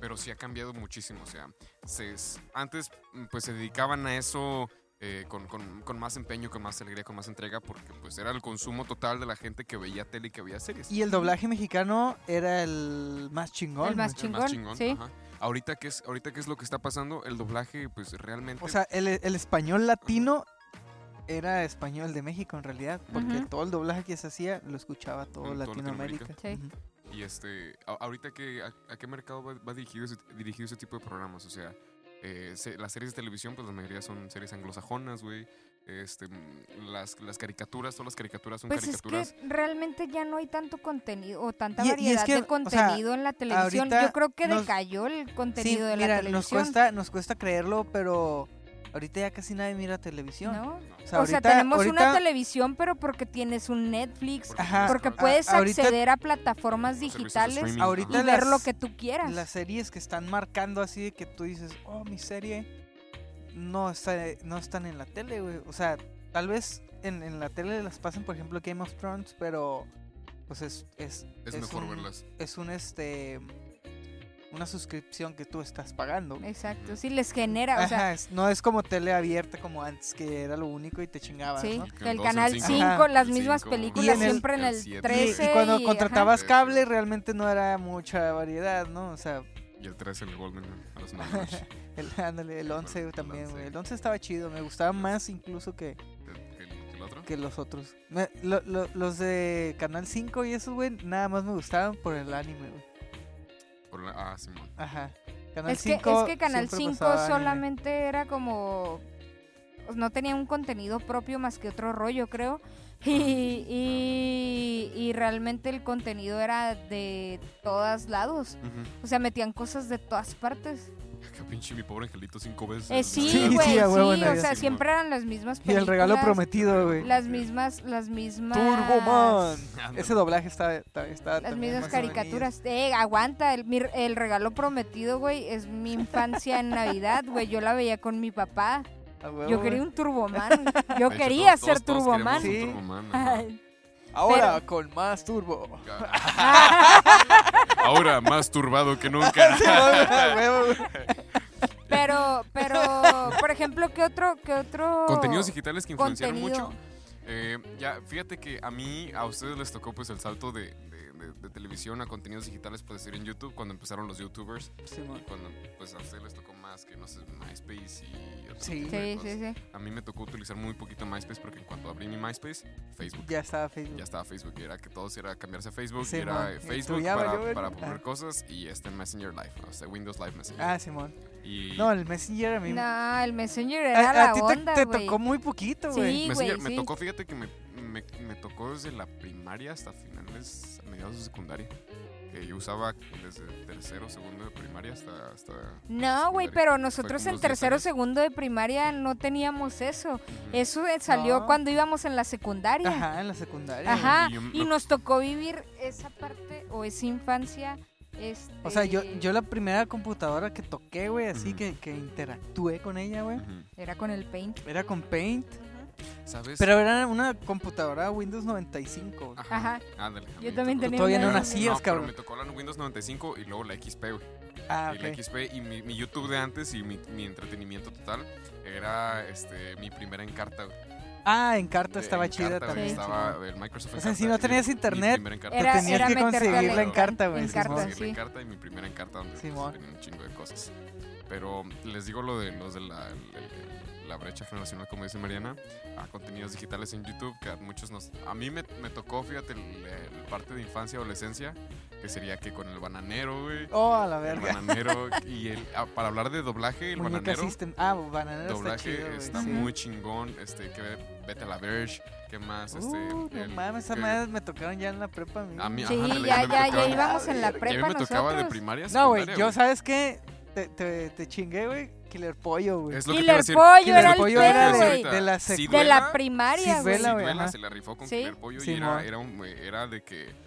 [SPEAKER 3] pero sí ha cambiado muchísimo. O sea, se, es- antes mm, pues se dedicaban a eso. eh, con, con- con más empeño, con más alegría, con más entrega, porque pues era el consumo total de la gente que veía tele y que veía series.
[SPEAKER 2] Y el doblaje mexicano era el más chingón.
[SPEAKER 1] El más
[SPEAKER 2] güey.
[SPEAKER 3] El más
[SPEAKER 1] Chingón,
[SPEAKER 3] chingón.
[SPEAKER 1] sí.
[SPEAKER 3] ajá. Ahorita que es, ahorita que es lo que está pasando, el doblaje, pues realmente.
[SPEAKER 2] O sea, el, el español latino era español de México en realidad, porque
[SPEAKER 1] Ujú.
[SPEAKER 2] todo el doblaje que se hacía lo escuchaba todo
[SPEAKER 3] En todo
[SPEAKER 2] Latinoamérica.
[SPEAKER 1] Latinoamérica.
[SPEAKER 2] Ujú.
[SPEAKER 3] y este, a- ahorita que a, a qué mercado va, va dirigido ese, dirigido ese tipo de programas, o sea, eh, se- las series de televisión, pues la mayoría son series anglosajonas, güey. Este, mm, las, las caricaturas, todas las caricaturas son
[SPEAKER 1] Pues es que
[SPEAKER 3] caricaturas.
[SPEAKER 1] realmente ya no hay tanto contenido o tanta
[SPEAKER 2] Y- y es
[SPEAKER 1] variedad
[SPEAKER 2] que, o
[SPEAKER 1] de
[SPEAKER 2] sea,
[SPEAKER 1] contenido en la televisión.
[SPEAKER 2] ahorita
[SPEAKER 1] Yo creo que
[SPEAKER 2] nos-
[SPEAKER 1] decayó el
[SPEAKER 2] Sí,
[SPEAKER 1] contenido de la
[SPEAKER 2] mira, nos
[SPEAKER 1] televisión.
[SPEAKER 2] cuesta, nos cuesta creerlo, pero ahorita ya casi nadie mira televisión.
[SPEAKER 1] ¿no?
[SPEAKER 2] O
[SPEAKER 1] O sea,
[SPEAKER 2] ahorita-
[SPEAKER 1] tenemos una
[SPEAKER 2] ahorita-
[SPEAKER 1] televisión, pero porque tienes un Netflix,
[SPEAKER 2] Ajá.
[SPEAKER 1] porque
[SPEAKER 3] tienes-
[SPEAKER 2] puede-
[SPEAKER 1] puedes
[SPEAKER 2] a- ahorita-
[SPEAKER 1] acceder a plataformas
[SPEAKER 3] servicios de
[SPEAKER 1] digitales
[SPEAKER 3] streaming,
[SPEAKER 2] ahorita
[SPEAKER 1] y
[SPEAKER 3] ajá.
[SPEAKER 1] ver
[SPEAKER 2] las-
[SPEAKER 1] lo que tú quieras.
[SPEAKER 2] Las series que están marcando así de que tú dices, oh, mi serie no, está, no están en la tele, güey. O sea, tal vez en, en la tele las pasan, por ejemplo, Game of Thrones, pero pues es... Es,
[SPEAKER 3] es, mejor
[SPEAKER 2] un-
[SPEAKER 3] verlas.
[SPEAKER 2] Es un, este... Una suscripción que tú estás pagando.
[SPEAKER 1] Exacto, sí les genera, Eh, o sea,
[SPEAKER 2] Ajá, es- no es como tele abierta como antes, que era lo único y te chingabas,
[SPEAKER 1] Sí,
[SPEAKER 2] ¿no?
[SPEAKER 3] Y que
[SPEAKER 1] que el
[SPEAKER 3] el dos, el
[SPEAKER 1] canal
[SPEAKER 3] cinco,
[SPEAKER 1] 5, las
[SPEAKER 3] el
[SPEAKER 1] mismas
[SPEAKER 3] cinco,
[SPEAKER 1] películas
[SPEAKER 2] y en el-
[SPEAKER 1] siempre en
[SPEAKER 3] el
[SPEAKER 1] el
[SPEAKER 3] siete.
[SPEAKER 2] Y-
[SPEAKER 1] 13.
[SPEAKER 2] Y cuando
[SPEAKER 1] y- ajá.
[SPEAKER 2] contratabas
[SPEAKER 3] Sí, sí.
[SPEAKER 2] cable realmente no era mucha variedad, ¿no? O sea,
[SPEAKER 3] Y el 3 el Golden a las 9 de la noche.
[SPEAKER 2] El, ándale, el 11
[SPEAKER 3] el
[SPEAKER 2] también, güey.
[SPEAKER 3] 11.
[SPEAKER 2] El 11 estaba chido, me gustaba más incluso que,
[SPEAKER 3] ¿El- el- el otro?
[SPEAKER 2] que los otros. Me- lo- lo- los de Canal 5 y esos, güey, nada más me gustaban por el anime, güey.
[SPEAKER 3] Por la- ah, Simón.
[SPEAKER 2] Ajá. Canal
[SPEAKER 1] Es que, es
[SPEAKER 2] 5
[SPEAKER 1] que Canal
[SPEAKER 2] siempre
[SPEAKER 1] 5
[SPEAKER 2] pasaba anime.
[SPEAKER 1] solamente era como... pues, No tenía un contenido propio más que otro rollo, creo. Y, y- y realmente el contenido era de todos lados.
[SPEAKER 3] Ujú.
[SPEAKER 1] O sea, metían cosas de todas partes.
[SPEAKER 3] Qué pinche mi pobre angelito cinco veces.
[SPEAKER 1] Eh,
[SPEAKER 3] en
[SPEAKER 1] sí,
[SPEAKER 3] Navidad.
[SPEAKER 2] sí,
[SPEAKER 1] güey, sí,
[SPEAKER 2] a huevo, en
[SPEAKER 1] o
[SPEAKER 2] Navidad,
[SPEAKER 1] sea,
[SPEAKER 3] sí,
[SPEAKER 1] siempre eran las mismas
[SPEAKER 2] Y
[SPEAKER 1] películas.
[SPEAKER 2] el regalo prometido, güey.
[SPEAKER 1] Las mismas, las mismas...
[SPEAKER 2] Turbo Man.
[SPEAKER 3] Ándale.
[SPEAKER 2] Ese doblaje está, está, está
[SPEAKER 1] Las
[SPEAKER 2] también
[SPEAKER 1] mismas
[SPEAKER 2] más o menos.
[SPEAKER 1] caricaturas. Eh, aguanta, el, mi- el regalo prometido, güey, es mi infancia en Navidad, güey. Yo la veía con mi papá.
[SPEAKER 2] A huevo,
[SPEAKER 1] Yo
[SPEAKER 2] güey.
[SPEAKER 1] quería un Turboman. Yo
[SPEAKER 3] De hecho,
[SPEAKER 1] quería
[SPEAKER 3] todos-
[SPEAKER 1] ser
[SPEAKER 3] todos- todos
[SPEAKER 1] Turboman.
[SPEAKER 2] Sí.
[SPEAKER 3] queremos un Turboman, ajá.
[SPEAKER 2] Ahora con más turbo.
[SPEAKER 3] Ahora más turbado que nunca.
[SPEAKER 2] Sí, güey, a huevo, güey.
[SPEAKER 1] Pero, pero, por ejemplo, ¿qué otro, qué otro
[SPEAKER 3] Contenidos digitales que influenciaron
[SPEAKER 1] contenido?
[SPEAKER 3] mucho. Eh, ya, fíjate que a mí, a ustedes les tocó pues el salto de, de- de- de televisión a contenidos digitales, por decir, en YouTube, cuando empezaron los YouTubers. Y cuando pues a ustedes les tocó más que, no sé, MySpace y otro
[SPEAKER 2] Sí.
[SPEAKER 3] tipo de
[SPEAKER 1] Sí,
[SPEAKER 3] cosas.
[SPEAKER 1] sí, sí.
[SPEAKER 2] pues,
[SPEAKER 3] A mí me tocó utilizar muy poquito MySpace porque en cuanto abrí mi MySpace, Facebook.
[SPEAKER 2] Ya estaba Facebook.
[SPEAKER 3] Ya estaba Facebook y era que todos era cambiarse a Facebook
[SPEAKER 2] Sí,
[SPEAKER 3] y era
[SPEAKER 2] man.
[SPEAKER 3] eh,
[SPEAKER 2] Y tú
[SPEAKER 3] Facebook
[SPEAKER 2] ya
[SPEAKER 3] para,
[SPEAKER 2] valió verga.
[SPEAKER 3] para publicar
[SPEAKER 2] Ah.
[SPEAKER 3] cosas y este Messenger Live, o sea, Windows Live Messenger.
[SPEAKER 2] Ah, Simón.
[SPEAKER 3] y
[SPEAKER 2] No, el Messenger a mí.
[SPEAKER 1] No, el Messenger
[SPEAKER 2] a-
[SPEAKER 1] era
[SPEAKER 2] a,
[SPEAKER 1] la
[SPEAKER 2] ti te-
[SPEAKER 1] onda,
[SPEAKER 2] te,
[SPEAKER 1] güey.
[SPEAKER 2] tocó muy poquito, güey.
[SPEAKER 1] Sí,
[SPEAKER 3] Messenger
[SPEAKER 1] güey,
[SPEAKER 3] me
[SPEAKER 1] sí.
[SPEAKER 3] tocó, fíjate que me, me- me tocó desde la primaria hasta finales, a mediados de secundaria. Que yo usaba desde tercero, segundo de primaria hasta... hasta
[SPEAKER 1] No, güey,
[SPEAKER 3] secundaria.
[SPEAKER 1] pero nosotros
[SPEAKER 3] como
[SPEAKER 1] en
[SPEAKER 3] unos diez
[SPEAKER 1] tercero,
[SPEAKER 3] años.
[SPEAKER 1] segundo de primaria no teníamos eso.
[SPEAKER 3] Ujú.
[SPEAKER 1] Eso eh, salió
[SPEAKER 2] No.
[SPEAKER 1] cuando íbamos en la secundaria.
[SPEAKER 2] Ajá, en la secundaria. güey.
[SPEAKER 1] Ajá,
[SPEAKER 3] Y yo me-
[SPEAKER 1] y nos tocó vivir esa parte o esa infancia. Este...
[SPEAKER 2] O sea, yo, yo la primera computadora que toqué, güey, así
[SPEAKER 3] Ujú.
[SPEAKER 2] que, que interactué con ella, güey,
[SPEAKER 3] Ujú.
[SPEAKER 1] Era con el paint.
[SPEAKER 2] era con Paint.
[SPEAKER 3] ¿Sabes?
[SPEAKER 2] Pero era una computadora Windows 95.
[SPEAKER 3] Ah,
[SPEAKER 2] güey.
[SPEAKER 1] Ajá.
[SPEAKER 3] Ándale, a mí
[SPEAKER 1] Yo
[SPEAKER 3] me
[SPEAKER 1] también
[SPEAKER 3] tocó.
[SPEAKER 2] Tú
[SPEAKER 1] tenía
[SPEAKER 2] todavía
[SPEAKER 1] una
[SPEAKER 2] no
[SPEAKER 1] de
[SPEAKER 2] nacías,
[SPEAKER 1] esas.
[SPEAKER 3] No, pero
[SPEAKER 2] cabrón.
[SPEAKER 3] me tocó la Windows 95 y luego la XP, güey.
[SPEAKER 2] Ah,
[SPEAKER 3] Y la
[SPEAKER 2] ok.
[SPEAKER 3] XP y mi, mi YouTube de antes y mi, mi entretenimiento total era este, mi primera encarta. güey.
[SPEAKER 2] Ah, en carta
[SPEAKER 3] Eh,
[SPEAKER 2] estaba chida
[SPEAKER 3] Encarta, güey,
[SPEAKER 2] también.
[SPEAKER 1] Sí.
[SPEAKER 3] Estaba
[SPEAKER 2] Simón.
[SPEAKER 3] el Microsoft
[SPEAKER 2] O sea, si
[SPEAKER 3] Encarta
[SPEAKER 2] no
[SPEAKER 3] y
[SPEAKER 2] tenías
[SPEAKER 3] mi- mi
[SPEAKER 2] internet,
[SPEAKER 3] primera encarta.
[SPEAKER 1] Era-
[SPEAKER 2] Te tenías
[SPEAKER 1] era
[SPEAKER 2] que
[SPEAKER 1] meterte
[SPEAKER 3] a
[SPEAKER 2] conseguirla
[SPEAKER 3] la
[SPEAKER 2] en carta, güey.
[SPEAKER 1] Encarta,
[SPEAKER 2] Simón.
[SPEAKER 3] conseguir
[SPEAKER 1] sí.
[SPEAKER 3] la encarta y mi primera encarta donde se
[SPEAKER 2] Simón.
[SPEAKER 3] ponían un chingo de cosas. Pero les digo lo de los de la, el- el- la brecha generacional, como dice Mariana, a contenidos digitales en YouTube, que a muchos nos... A mí me, me tocó, fíjate, el, el parte de infancia, adolescencia, que sería que con el bananero, güey.
[SPEAKER 2] Oh, a la
[SPEAKER 3] El
[SPEAKER 2] verga.
[SPEAKER 3] bananero y el... ah, para hablar de doblaje, el
[SPEAKER 2] Muñeca
[SPEAKER 3] bananero...
[SPEAKER 2] System. Ah, bananero está
[SPEAKER 3] doblaje
[SPEAKER 2] chido,
[SPEAKER 3] está,
[SPEAKER 2] güey. sí.
[SPEAKER 3] muy chingón, este, que vete a la Verge, que más, este...
[SPEAKER 2] Uh, no
[SPEAKER 3] el-
[SPEAKER 2] mames, esa
[SPEAKER 3] que-
[SPEAKER 2] madre me tocaron ya en la prepa.
[SPEAKER 3] A mí,
[SPEAKER 1] Sí,
[SPEAKER 3] ajá, ándale,
[SPEAKER 1] ya,
[SPEAKER 3] me
[SPEAKER 1] ya,
[SPEAKER 3] tocaba-
[SPEAKER 1] ya íbamos en la
[SPEAKER 2] Ya
[SPEAKER 3] ya a mí
[SPEAKER 1] prepa
[SPEAKER 3] me tocaba de
[SPEAKER 1] nosotros.
[SPEAKER 3] primaria.
[SPEAKER 2] No, güey,
[SPEAKER 3] secundaria,
[SPEAKER 2] yo sabes qué, te, te, te chingué, güey. Killer Pollo, güey.
[SPEAKER 3] Es lo que te iba a
[SPEAKER 1] Killer
[SPEAKER 3] decir.
[SPEAKER 1] Pollo
[SPEAKER 2] Killer
[SPEAKER 1] era el
[SPEAKER 2] Pollo
[SPEAKER 1] pedo,
[SPEAKER 2] era de-
[SPEAKER 1] güey.
[SPEAKER 2] de la
[SPEAKER 3] Sí,
[SPEAKER 1] De
[SPEAKER 3] duela,
[SPEAKER 1] la primaria,
[SPEAKER 2] sí,
[SPEAKER 1] güey.
[SPEAKER 2] duela,
[SPEAKER 3] sí,
[SPEAKER 2] güey,
[SPEAKER 3] duela,
[SPEAKER 2] ajá.
[SPEAKER 3] se la rifó con
[SPEAKER 1] Sí.
[SPEAKER 3] Killer Pollo y
[SPEAKER 2] Simón.
[SPEAKER 3] era, era, un- era de que...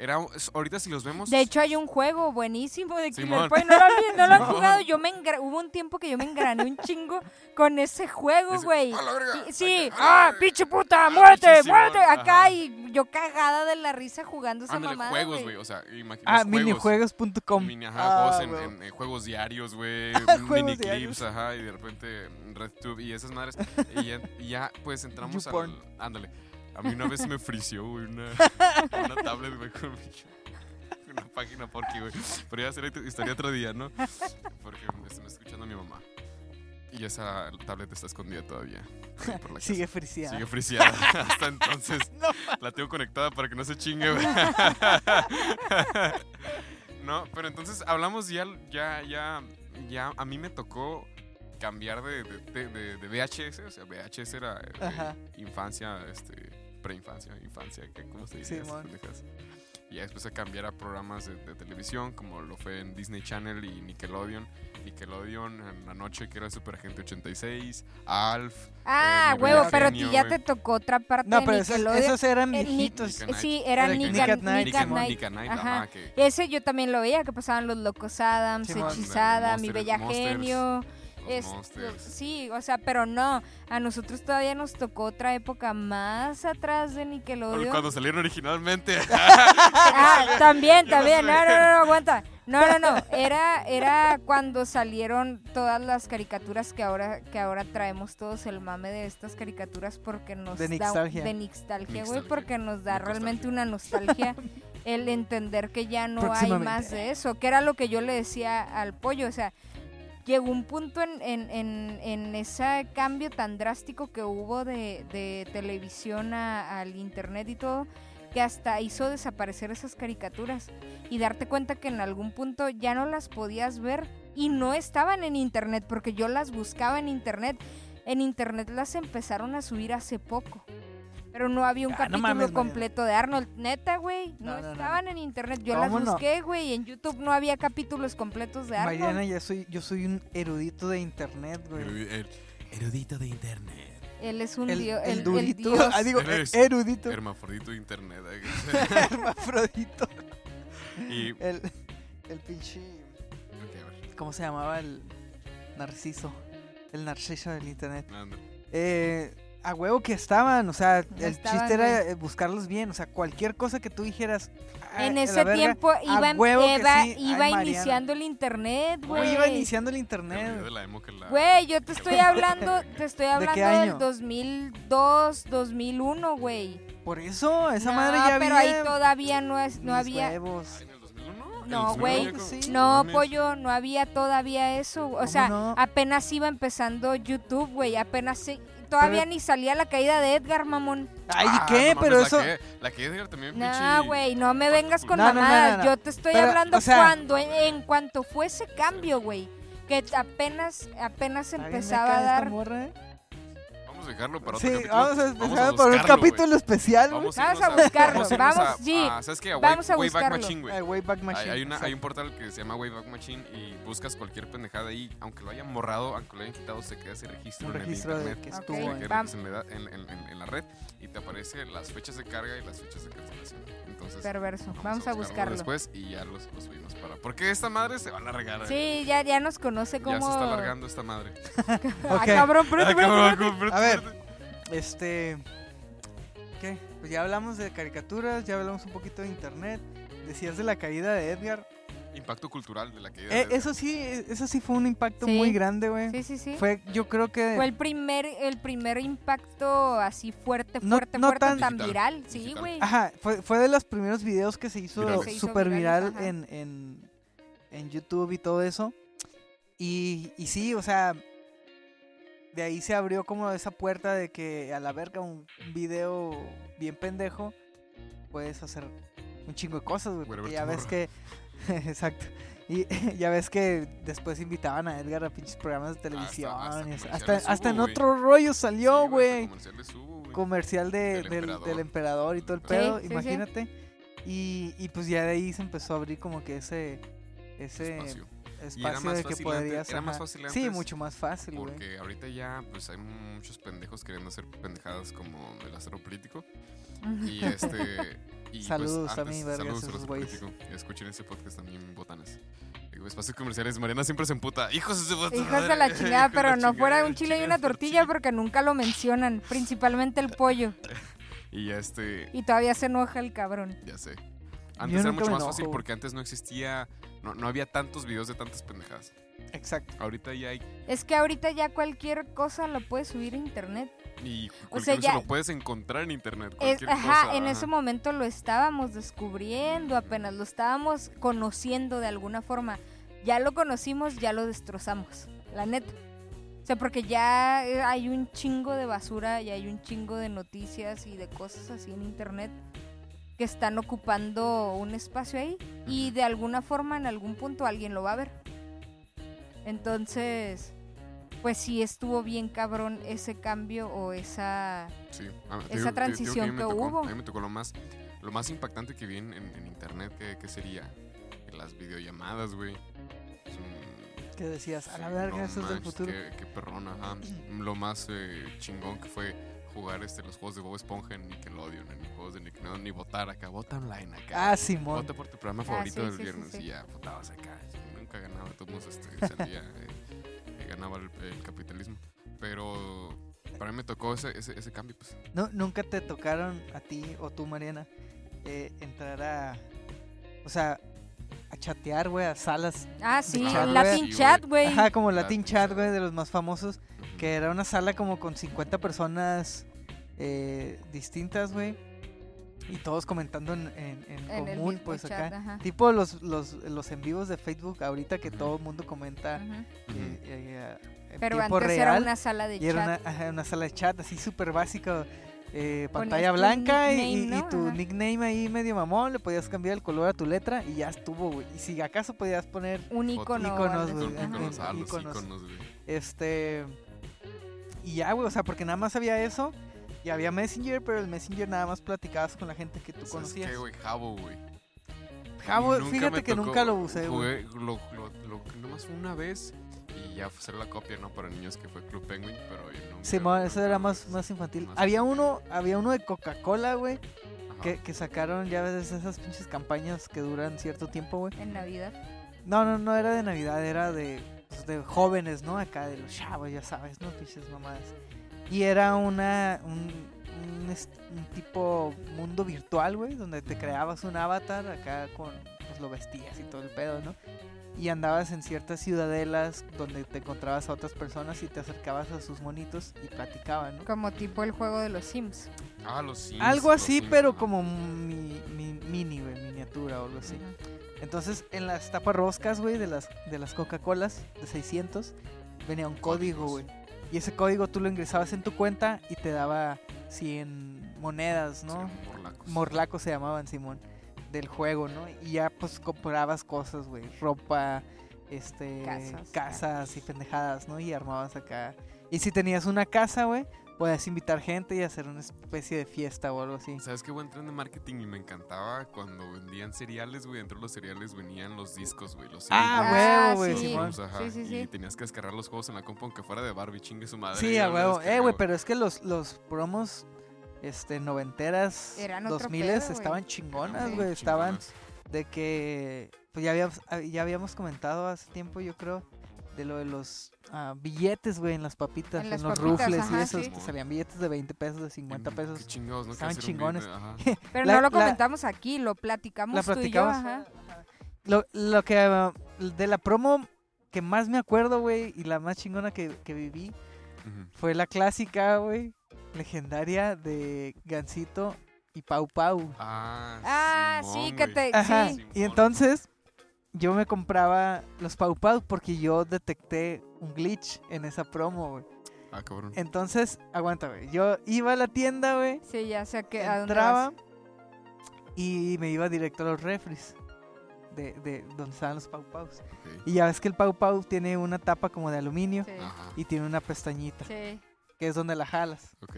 [SPEAKER 3] Era, es- ahorita si los vemos...
[SPEAKER 1] De hecho, hay un juego buenísimo de Killer
[SPEAKER 3] Simón.
[SPEAKER 1] Pollo. No lo, han- no lo han
[SPEAKER 3] Simón.
[SPEAKER 1] jugado. Yo me engra- Hubo un tiempo que yo me engrané un chingo con ese juego,
[SPEAKER 3] Ese-
[SPEAKER 1] güey.
[SPEAKER 3] ¡A la verga!
[SPEAKER 1] Y- Sí,
[SPEAKER 3] Acá,
[SPEAKER 1] ah,
[SPEAKER 3] ah,
[SPEAKER 1] pinche puta,
[SPEAKER 3] ah,
[SPEAKER 1] muerte,
[SPEAKER 3] pinche Simón,
[SPEAKER 1] muerte. Acá
[SPEAKER 3] ajá.
[SPEAKER 1] y yo cagada de la risa jugando esa
[SPEAKER 3] ándale,
[SPEAKER 1] mamada.
[SPEAKER 3] juegos,
[SPEAKER 1] güey.
[SPEAKER 3] güey, o sea, imagínate.
[SPEAKER 2] Ah,
[SPEAKER 3] juegos.
[SPEAKER 2] minijuegos.com.
[SPEAKER 3] Mini, ajá,
[SPEAKER 2] Ah,
[SPEAKER 3] juegos en-
[SPEAKER 2] güey.
[SPEAKER 3] en, eh, juegos diarios, güey,
[SPEAKER 2] Juegos
[SPEAKER 3] mini
[SPEAKER 2] diarios.
[SPEAKER 3] clips, ajá, y de repente mm, RedTube y esas madres. Y ya, y ya, pues entramos al...
[SPEAKER 2] YouPorn.
[SPEAKER 3] Ándale. A mí una vez me frició, güey, una, una tablet, güey, con mi- una página porque, güey. Pero ya será historia otro día, ¿no? Porque me está escuchando mi mamá. Y esa tablet está escondida todavía. ahí por la casa.
[SPEAKER 2] Sigue friseada.
[SPEAKER 3] Sigue friseada hasta entonces. La tengo conectada para que no se chingue. güey. no, pero entonces hablamos ya, ya, ya, ya. A mí me tocó cambiar de, de, de- de- de VHS. O sea, VHS era eh,
[SPEAKER 2] Ajá.
[SPEAKER 3] infancia, este, preinfancia, infancia, que- ¿cómo se dice? esas
[SPEAKER 2] Simón.
[SPEAKER 3] pendejadas? Y ya después a cambiar a programas de, de televisión, como lo fue en Disney Channel y Nickelodeon. Nickelodeon en la noche, que era Super Agente 86, Alf.
[SPEAKER 1] Ah,
[SPEAKER 3] Eh, mi
[SPEAKER 1] huevo,
[SPEAKER 2] primer
[SPEAKER 1] pero a
[SPEAKER 3] genio,
[SPEAKER 1] ti ya te
[SPEAKER 3] güey.
[SPEAKER 1] tocó otra parte
[SPEAKER 2] No,
[SPEAKER 1] de
[SPEAKER 2] pero esos,
[SPEAKER 1] Nickelodeon.
[SPEAKER 2] esos eran
[SPEAKER 1] Eh, Nick-
[SPEAKER 2] viejitos.
[SPEAKER 3] Nick-
[SPEAKER 1] Sí, era
[SPEAKER 2] Era
[SPEAKER 1] Nick,
[SPEAKER 2] Nick
[SPEAKER 1] and-
[SPEAKER 2] at Night,
[SPEAKER 1] Nick at
[SPEAKER 2] Simon.
[SPEAKER 1] Night.
[SPEAKER 3] Nick and Night,
[SPEAKER 1] Ajá.
[SPEAKER 3] ajá, que
[SPEAKER 1] Ese yo también lo veía, que pasaban los Locos Adams,
[SPEAKER 2] Simón.
[SPEAKER 1] Hechizada, Mi
[SPEAKER 3] Monsters,
[SPEAKER 1] Bella
[SPEAKER 3] Monsters.
[SPEAKER 1] Genio.
[SPEAKER 3] los
[SPEAKER 1] es-
[SPEAKER 3] monsters.
[SPEAKER 1] sí, o sea, pero no, a nosotros todavía nos tocó otra época más atrás de Nickelodeon.
[SPEAKER 3] Cuando salieron originalmente.
[SPEAKER 1] Ah, también,
[SPEAKER 3] Yo no
[SPEAKER 1] también, no,
[SPEAKER 3] sé.
[SPEAKER 1] no, no, no, aguanta. No, no, no, era, era cuando salieron todas las caricaturas que ahora, que ahora traemos todos el mame de estas caricaturas porque nos
[SPEAKER 2] De
[SPEAKER 1] da
[SPEAKER 2] nixtalgia.
[SPEAKER 1] de nixtalgia, güey,
[SPEAKER 3] Nixtalgia.
[SPEAKER 1] porque nos da
[SPEAKER 3] Nixtalgia.
[SPEAKER 1] realmente una nostalgia el entender que ya no hay más de eso, que era lo que yo le decía al pollo, o sea, llegó un punto en, en, en, en ese cambio tan drástico que hubo de, de televisión a- al internet y todo, que hasta hizo desaparecer esas caricaturas y darte cuenta que en algún punto ya no las podías ver y no estaban en internet, porque yo las buscaba en internet. En internet las empezaron a subir hace poco. Pero no había
[SPEAKER 2] Ah,
[SPEAKER 1] un
[SPEAKER 2] no
[SPEAKER 1] capítulo
[SPEAKER 2] mames, Mariana.
[SPEAKER 1] completo de Arnold. Neta, güey.
[SPEAKER 2] No,
[SPEAKER 1] No,
[SPEAKER 2] no, no,
[SPEAKER 1] estaban en internet. Yo las
[SPEAKER 2] ¿Cómo no?
[SPEAKER 1] busqué, güey. y En YouTube no había capítulos completos de Arnold.
[SPEAKER 2] Mariana, ya soy, yo soy un erudito de internet, güey.
[SPEAKER 3] El erudito de internet.
[SPEAKER 1] Él es un
[SPEAKER 2] El,
[SPEAKER 1] dio-
[SPEAKER 2] el
[SPEAKER 1] el- el
[SPEAKER 2] durito.
[SPEAKER 1] dios.
[SPEAKER 2] ah, digo,
[SPEAKER 3] Eres-
[SPEAKER 2] erudito.
[SPEAKER 3] Hermafrodito de internet. ¿eh?
[SPEAKER 2] Hermafrodito.
[SPEAKER 3] y.
[SPEAKER 2] El, el pinche.
[SPEAKER 3] ok, a ver,
[SPEAKER 2] ¿Cómo se llamaba el narciso? El narciso del internet.
[SPEAKER 3] anda.
[SPEAKER 2] Eh, a huevo que estaban, o sea,
[SPEAKER 1] No
[SPEAKER 2] el
[SPEAKER 1] estaban,
[SPEAKER 2] chiste era eh, buscarlos bien, o sea, cualquier cosa que tú dijeras. "Ah,
[SPEAKER 1] En
[SPEAKER 2] la
[SPEAKER 1] ese
[SPEAKER 2] verga".
[SPEAKER 1] tiempo iba,
[SPEAKER 2] huevo que
[SPEAKER 1] iba-
[SPEAKER 2] sí. Ay,
[SPEAKER 1] iba
[SPEAKER 2] Mariana.
[SPEAKER 1] iniciando el internet,
[SPEAKER 2] Güey,
[SPEAKER 1] güey.
[SPEAKER 2] iba iniciando el
[SPEAKER 3] Me olvidé de
[SPEAKER 2] internet.
[SPEAKER 3] la emo que la.
[SPEAKER 1] Güey, yo te estoy hablando, te estoy hablando
[SPEAKER 2] año?
[SPEAKER 1] del 2002, 2001, güey.
[SPEAKER 2] Por eso, esa
[SPEAKER 1] No,
[SPEAKER 2] madre ya
[SPEAKER 1] pero
[SPEAKER 2] había
[SPEAKER 1] ahí todavía no es, no
[SPEAKER 2] mis
[SPEAKER 1] había,
[SPEAKER 2] huevos.
[SPEAKER 3] ¿En el 2001?
[SPEAKER 1] No,
[SPEAKER 3] ¿El
[SPEAKER 1] güey,
[SPEAKER 3] 2001?
[SPEAKER 2] pues sí.
[SPEAKER 1] no
[SPEAKER 3] mames.
[SPEAKER 1] pollo, no había todavía eso, o
[SPEAKER 2] ¿Cómo
[SPEAKER 1] sea,
[SPEAKER 2] no?
[SPEAKER 1] apenas iba empezando YouTube, güey, apenas se- todavía ni salía la caída de Edgar, mamón.
[SPEAKER 2] Ay, ¿y
[SPEAKER 3] Ah,
[SPEAKER 2] qué?
[SPEAKER 3] no mames,
[SPEAKER 2] pero
[SPEAKER 3] la
[SPEAKER 2] eso.
[SPEAKER 3] que- La que Edgar también,
[SPEAKER 1] No,
[SPEAKER 3] Ah, pinche-
[SPEAKER 1] güey, no me vengas con
[SPEAKER 2] No, no, no,
[SPEAKER 1] mamadas.
[SPEAKER 2] no, no.
[SPEAKER 1] Yo te estoy
[SPEAKER 2] Pero,
[SPEAKER 1] hablando
[SPEAKER 2] o sea-
[SPEAKER 1] cuando, en, en cuanto fue ese cambio, güey. Que apenas, apenas
[SPEAKER 2] Está bien
[SPEAKER 1] empezaba
[SPEAKER 2] acá
[SPEAKER 1] a
[SPEAKER 2] esta
[SPEAKER 1] dar.
[SPEAKER 2] morra, ¿eh?
[SPEAKER 3] Vamos a dejarlo para
[SPEAKER 2] Sí,
[SPEAKER 3] otro capítulo.
[SPEAKER 2] vamos a empezar por un
[SPEAKER 3] buscarlo, güey.
[SPEAKER 2] capítulo especial, güey.
[SPEAKER 3] Vamos
[SPEAKER 1] Vamos
[SPEAKER 3] irnos
[SPEAKER 1] a buscarlo,
[SPEAKER 3] irnos
[SPEAKER 1] vamos,
[SPEAKER 3] a-
[SPEAKER 1] sí,
[SPEAKER 3] a- ¿Sabes qué? A
[SPEAKER 1] vamos
[SPEAKER 3] Way-
[SPEAKER 1] a
[SPEAKER 3] Wayback
[SPEAKER 1] buscarlo.
[SPEAKER 3] Machine, güey.
[SPEAKER 2] Ay, Wayback
[SPEAKER 3] Hay,
[SPEAKER 2] Machine.
[SPEAKER 3] hay una-
[SPEAKER 2] exacto.
[SPEAKER 3] hay un portal que se llama Wayback Machine y buscas cualquier pendejada ahí, aunque lo hayan borrado, aunque lo hayan quitado, se queda ese registro
[SPEAKER 2] un
[SPEAKER 3] en
[SPEAKER 2] registro
[SPEAKER 3] el
[SPEAKER 2] de
[SPEAKER 3] internet.
[SPEAKER 2] que
[SPEAKER 1] Ok.
[SPEAKER 2] estuvo.
[SPEAKER 3] Se
[SPEAKER 1] Bueno.
[SPEAKER 2] en-
[SPEAKER 3] queda
[SPEAKER 1] Vam-
[SPEAKER 3] en la, en- en- en- en la red y te aparecen las fechas de carga y las fechas de cancelación. Entonces,
[SPEAKER 1] Perverso. Vamos a buscarlo.
[SPEAKER 3] después y ya los, los subimos para. Porque esta madre se va a largar. eh.
[SPEAKER 1] Sí, ya, ya nos conoce como.
[SPEAKER 3] Ya se está alargando esta madre.
[SPEAKER 1] Ah,
[SPEAKER 2] Ok.
[SPEAKER 1] cabrón, espérate,
[SPEAKER 3] Ah,
[SPEAKER 1] espérate,
[SPEAKER 3] cabrón,
[SPEAKER 1] espérate.
[SPEAKER 3] espérate,
[SPEAKER 2] A ver.
[SPEAKER 3] espérate.
[SPEAKER 2] Este. ¿Qué? Pues ya hablamos de caricaturas, ya hablamos un poquito de internet. Decías de la caída de Edgar.
[SPEAKER 3] Impacto cultural de la caída.
[SPEAKER 2] Eh,
[SPEAKER 3] de-
[SPEAKER 2] eso sí, eh, eso sí fue un impacto
[SPEAKER 1] Sí.
[SPEAKER 2] muy grande, güey.
[SPEAKER 1] Sí, sí, sí. Fue,
[SPEAKER 2] Fue, yo creo que.
[SPEAKER 1] el primer, el primer impacto así fuerte,
[SPEAKER 2] No-
[SPEAKER 1] fuerte,
[SPEAKER 2] no
[SPEAKER 1] fuerte,
[SPEAKER 2] tan-
[SPEAKER 1] tan,
[SPEAKER 3] Digital,
[SPEAKER 1] viral. Sí,
[SPEAKER 3] digital.
[SPEAKER 1] güey.
[SPEAKER 2] Ajá, fue, fue de los primeros videos que se hizo
[SPEAKER 3] Virales. Se
[SPEAKER 1] hizo
[SPEAKER 2] súper
[SPEAKER 1] virales,
[SPEAKER 2] viral
[SPEAKER 1] ajá.
[SPEAKER 2] en, en, en YouTube y todo eso. Y, y sí, o sea, de ahí se abrió como esa puerta de que a la verga un video bien pendejo puedes hacer un chingo de cosas, güey.
[SPEAKER 3] Güero
[SPEAKER 2] porque
[SPEAKER 3] ver
[SPEAKER 2] ya
[SPEAKER 3] tu
[SPEAKER 2] ves
[SPEAKER 3] morra.
[SPEAKER 2] que. Exacto. Y ya ves que después invitaban a Edgar a pinches programas de televisión.
[SPEAKER 3] Ah, hasta
[SPEAKER 2] y así. Hasta,
[SPEAKER 3] comerciales
[SPEAKER 2] hasta en
[SPEAKER 3] hubo, güey.
[SPEAKER 2] otro rollo
[SPEAKER 3] Sí,
[SPEAKER 2] salió,
[SPEAKER 3] hasta
[SPEAKER 2] güey
[SPEAKER 3] comerciales hubo, güey.
[SPEAKER 2] comercial de-
[SPEAKER 3] Del
[SPEAKER 2] del, del
[SPEAKER 3] emperador.
[SPEAKER 2] emperador y todo el
[SPEAKER 3] Sí,
[SPEAKER 2] pedo,
[SPEAKER 1] sí, sí.
[SPEAKER 2] imagínate. Y, y pues ya de ahí se empezó a abrir como que ese ese espacio,
[SPEAKER 3] Espacio. Y era más
[SPEAKER 2] de que
[SPEAKER 3] fácil
[SPEAKER 2] podrías
[SPEAKER 3] antes- era más
[SPEAKER 2] ajá.
[SPEAKER 3] fácil
[SPEAKER 2] Sí,
[SPEAKER 3] antes
[SPEAKER 2] mucho más fácil, güey.
[SPEAKER 3] Porque ahorita ya pues hay muchos pendejos queriendo hacer pendejadas como el acero político. Y este. Y pues,
[SPEAKER 2] Saludos a
[SPEAKER 3] antes-
[SPEAKER 2] mi vergas
[SPEAKER 3] Saludos
[SPEAKER 2] esos
[SPEAKER 3] al acero
[SPEAKER 2] güeyes.
[SPEAKER 3] político. Escuchen ese podcast también, botanes. Digo, espacios comerciales. Mariana siempre se emputa. Hijos de su puta
[SPEAKER 1] Hijos de
[SPEAKER 3] madre,
[SPEAKER 1] la
[SPEAKER 3] hijos
[SPEAKER 1] chingada,
[SPEAKER 3] de
[SPEAKER 1] pero
[SPEAKER 3] la
[SPEAKER 1] no fuera
[SPEAKER 3] chingada,
[SPEAKER 1] un chile y
[SPEAKER 3] chingada
[SPEAKER 1] una
[SPEAKER 3] de su
[SPEAKER 1] tortilla
[SPEAKER 3] chingada.
[SPEAKER 1] porque nunca lo mencionan, principalmente el pollo.
[SPEAKER 3] Y ya este.
[SPEAKER 1] Y todavía se enoja el cabrón.
[SPEAKER 3] Ya sé. Antes era
[SPEAKER 2] nunca
[SPEAKER 3] mucho
[SPEAKER 2] me
[SPEAKER 3] más
[SPEAKER 2] enojo,
[SPEAKER 3] fácil
[SPEAKER 2] güey.
[SPEAKER 3] porque antes no existía. No, no había tantos videos de tantas pendejadas.
[SPEAKER 2] Exacto.
[SPEAKER 3] Ahorita ya hay.
[SPEAKER 1] Es que ahorita ya cualquier cosa lo puedes subir a internet.
[SPEAKER 3] Y
[SPEAKER 1] O
[SPEAKER 3] cualquier
[SPEAKER 1] sea,
[SPEAKER 3] cosa
[SPEAKER 1] ya-
[SPEAKER 3] lo puedes encontrar en internet.
[SPEAKER 1] Es-
[SPEAKER 3] Cualquier
[SPEAKER 1] ajá,
[SPEAKER 3] cosa,
[SPEAKER 1] en ese momento lo estábamos descubriendo, apenas lo estábamos conociendo de alguna forma. Ya lo conocimos, ya lo destrozamos, la neta. O sea, porque ya eh, hay un chingo de basura y hay un chingo de noticias y de cosas así en internet que están ocupando un espacio ahí y de alguna forma en algún punto alguien lo va a ver. Entonces, pues sí estuvo bien cabrón ese cambio o esa
[SPEAKER 3] Sí,
[SPEAKER 1] Esa
[SPEAKER 3] a- te digo- te- digo
[SPEAKER 1] transición
[SPEAKER 3] a mí me
[SPEAKER 1] que
[SPEAKER 3] tocó-
[SPEAKER 1] hubo.
[SPEAKER 3] A mí me tocó lo más, lo más impactante que vi en, en- en internet, que, que sería las videollamadas, güey. Es un-
[SPEAKER 2] Que decías, a la
[SPEAKER 3] sí,
[SPEAKER 2] verga,
[SPEAKER 3] no
[SPEAKER 2] eso es del
[SPEAKER 3] manches,
[SPEAKER 2] futuro.
[SPEAKER 3] Qué, qué perrón, ajá. Lo más eh, chingón que fue jugar este, los juegos de Bob Esponja en Nickelodeon, en juegos de Nickelodeon, ni votar acá, vota online acá.
[SPEAKER 2] Ah, Simón.
[SPEAKER 3] Vota por tu programa
[SPEAKER 1] Ah,
[SPEAKER 3] favorito
[SPEAKER 1] sí,
[SPEAKER 3] del
[SPEAKER 1] sí, sí,
[SPEAKER 3] viernes
[SPEAKER 1] sí.
[SPEAKER 3] y ya votabas acá. y Nunca ganaba, de todos modos este, salía, eh, eh, ganaba el, el capitalismo. Pero para mí me tocó ese, ese, ese cambio, pues.
[SPEAKER 2] No, nunca te tocaron a ti o tú, Mariana, eh, entrar a. O sea, a chatear, güey, a salas.
[SPEAKER 1] Ah, sí,
[SPEAKER 2] chat, güey.
[SPEAKER 1] el Latin
[SPEAKER 3] Sí,
[SPEAKER 1] Chat, güey.
[SPEAKER 2] Ajá, como Latin
[SPEAKER 3] Latin
[SPEAKER 2] Chat,
[SPEAKER 3] Chat.
[SPEAKER 2] güey, de los más famosos.
[SPEAKER 3] Ujú.
[SPEAKER 2] que era una sala como con 50 personas eh, distintas, güey. y todos comentando en, en- en
[SPEAKER 1] En el
[SPEAKER 2] común,
[SPEAKER 1] mismo
[SPEAKER 2] pues
[SPEAKER 1] chat,
[SPEAKER 2] acá.
[SPEAKER 1] ajá.
[SPEAKER 2] Tipo los, los, los en vivos de Facebook ahorita que
[SPEAKER 3] Ujú.
[SPEAKER 2] todo el mundo comenta
[SPEAKER 1] Ujú.
[SPEAKER 2] eh,
[SPEAKER 3] Ujú.
[SPEAKER 2] eh, eh, en
[SPEAKER 1] Pero
[SPEAKER 2] tiempo
[SPEAKER 1] antes
[SPEAKER 2] real.
[SPEAKER 1] era una sala de
[SPEAKER 2] y era una,
[SPEAKER 1] chat.
[SPEAKER 2] ajá, una sala de chat así súper básica. eh,
[SPEAKER 1] Ponías
[SPEAKER 2] pantalla
[SPEAKER 1] tu
[SPEAKER 2] blanca y- y,
[SPEAKER 1] nickname,
[SPEAKER 2] y
[SPEAKER 1] ¿no?
[SPEAKER 2] tu
[SPEAKER 1] Ajá.
[SPEAKER 2] nickname ahí medio mamón, le podías cambiar el color a tu letra y ya estuvo, güey. Y si acaso podías poner
[SPEAKER 1] Un icono. o
[SPEAKER 2] Iconos,
[SPEAKER 1] algo
[SPEAKER 2] güey,
[SPEAKER 1] así.
[SPEAKER 3] Son
[SPEAKER 1] Ajá.
[SPEAKER 3] íconos, ah, los
[SPEAKER 2] Íconos.
[SPEAKER 3] íconos, güey.
[SPEAKER 2] Este. Y ya, güey, o sea, porque nada más había eso. Y había Messenger, pero el Messenger nada más platicabas con la gente que tú
[SPEAKER 3] ¿Sabes
[SPEAKER 2] conocías.
[SPEAKER 3] qué, güey? Jabo, güey.
[SPEAKER 2] Jabo,
[SPEAKER 3] Nunca
[SPEAKER 2] fíjate
[SPEAKER 3] me
[SPEAKER 2] que
[SPEAKER 3] tocó,
[SPEAKER 2] nunca lo usé, güey.
[SPEAKER 3] jugué- lo, lo, lo- nomás fue una vez y ya fue hacer la copia, no para niños, que fue Club Penguin, pero yo nunca...
[SPEAKER 2] Simón, eso
[SPEAKER 3] nunca
[SPEAKER 2] era
[SPEAKER 3] lo
[SPEAKER 2] más,
[SPEAKER 3] usé.
[SPEAKER 2] más infantil.
[SPEAKER 3] Más
[SPEAKER 2] Había
[SPEAKER 3] infantil.
[SPEAKER 2] uno, había uno de Coca-Cola, güey,
[SPEAKER 3] Ajá.
[SPEAKER 2] que, que sacaron ya ves esas pinches campañas que duran cierto tiempo, güey.
[SPEAKER 1] En Navidad.
[SPEAKER 2] No, no, no era de Navidad, era de, pues, de jóvenes, ¿no? Acá de los chavos, ya sabes, ¿no? Pinches mamadas. Y era una, un, un est- un tipo mundo virtual, güey, donde te creabas un avatar acá con, pues lo vestías y todo el pedo, ¿no? Y andabas en ciertas ciudadelas donde te encontrabas a otras personas y te acercabas a sus monitos y platicaban, ¿no?
[SPEAKER 1] Como tipo el juego de los Sims.
[SPEAKER 3] Ah, los Sims,
[SPEAKER 2] Algo
[SPEAKER 3] los
[SPEAKER 2] así,
[SPEAKER 3] Sims,
[SPEAKER 2] pero
[SPEAKER 3] ajá.
[SPEAKER 2] como mi- mi- mini, güey, miniatura o algo así. Entonces, en las tapas roscas, güey, de las, de las Coca-Colas de 600, venía un código, güey.
[SPEAKER 3] Códigos.
[SPEAKER 2] Y ese código tú lo ingresabas en tu cuenta y te daba 100 monedas,
[SPEAKER 3] Sí,
[SPEAKER 2] ¿no?
[SPEAKER 3] morlacos.
[SPEAKER 2] Morlacos se llamaban, Simón, del juego, ¿no? Y ya, pues, comprabas cosas, güey. Ropa, este...
[SPEAKER 1] Casas.
[SPEAKER 2] casas y pendejadas, ¿no? Y armabas acá. Y si tenías una casa, güey, podías invitar gente y hacer una especie de fiesta o algo así.
[SPEAKER 3] ¿Sabes qué buen tren de marketing? Y me encantaba cuando vendían cereales, güey. Dentro de los cereales venían los discos, güey. Los
[SPEAKER 2] Ah,
[SPEAKER 3] CDs,
[SPEAKER 2] huevo, güey,
[SPEAKER 1] sí.
[SPEAKER 2] Simón.
[SPEAKER 3] CDs, ajá,
[SPEAKER 1] Sí, sí,
[SPEAKER 3] Y
[SPEAKER 1] sí.
[SPEAKER 3] tenías que descargar los juegos en la compu aunque fuera de Barbie, chingue su madre.
[SPEAKER 2] Sí,
[SPEAKER 3] ya
[SPEAKER 2] a
[SPEAKER 3] me
[SPEAKER 2] huevo.
[SPEAKER 3] descargué,
[SPEAKER 2] Eh, güey, pero es que los, los promos este, noventeras,
[SPEAKER 1] Eran otro
[SPEAKER 2] dos miles,
[SPEAKER 1] pedo, güey.
[SPEAKER 2] estaban
[SPEAKER 3] Eran
[SPEAKER 2] chingonas,
[SPEAKER 3] muy
[SPEAKER 2] güey. Estaban
[SPEAKER 3] chingonas.
[SPEAKER 2] de que... Pues ya habíamos, ya habíamos comentado hace tiempo, yo creo, de lo de los ah, billetes, güey, en las papitas,
[SPEAKER 1] En
[SPEAKER 2] en,
[SPEAKER 1] las
[SPEAKER 2] los
[SPEAKER 1] papitas,
[SPEAKER 2] rufles y
[SPEAKER 1] ajá,
[SPEAKER 2] esos,
[SPEAKER 1] sí.
[SPEAKER 2] que salían billetes de 20 pesos, de 50
[SPEAKER 3] Mm,
[SPEAKER 2] pesos.
[SPEAKER 3] Qué chingados, ¿no? Que
[SPEAKER 2] Estaban
[SPEAKER 3] hacer un
[SPEAKER 2] chingones.
[SPEAKER 3] video, ajá.
[SPEAKER 1] Pero
[SPEAKER 2] La-
[SPEAKER 1] no lo
[SPEAKER 2] la-
[SPEAKER 1] comentamos aquí, lo platicamos
[SPEAKER 2] La
[SPEAKER 1] tú y yo.
[SPEAKER 2] platicamos.
[SPEAKER 1] ajá.
[SPEAKER 2] Lo, lo que... ah, de la promo que más me acuerdo, güey, y la más chingona que, que viví,
[SPEAKER 3] Ujú.
[SPEAKER 2] fue la clásica, güey, legendaria de Gansito y Pau Pau.
[SPEAKER 3] Ah,
[SPEAKER 1] Ah, sí,
[SPEAKER 3] Simón,
[SPEAKER 1] que
[SPEAKER 3] güey.
[SPEAKER 1] te...
[SPEAKER 2] Ajá.
[SPEAKER 1] Sí.
[SPEAKER 2] Y entonces yo me compraba los Pau Pau porque yo detecté un glitch en esa promo, güey.
[SPEAKER 3] Ah, cabrón.
[SPEAKER 2] Eh, Entonces, aguanta, güey. Yo iba a la tienda, güey,
[SPEAKER 1] Sí, ya sé que... ¿a dónde
[SPEAKER 2] entraba
[SPEAKER 1] vas?
[SPEAKER 2] y me iba directo a los refres de, de donde estaban los Pau Paus.
[SPEAKER 3] ok.
[SPEAKER 2] Y ya ves que el Pau Pau tiene una tapa como de aluminio
[SPEAKER 1] Sí,
[SPEAKER 3] Ajá,
[SPEAKER 2] y tiene una pestañita,
[SPEAKER 1] sí.
[SPEAKER 2] que es donde la jalas.
[SPEAKER 3] ok.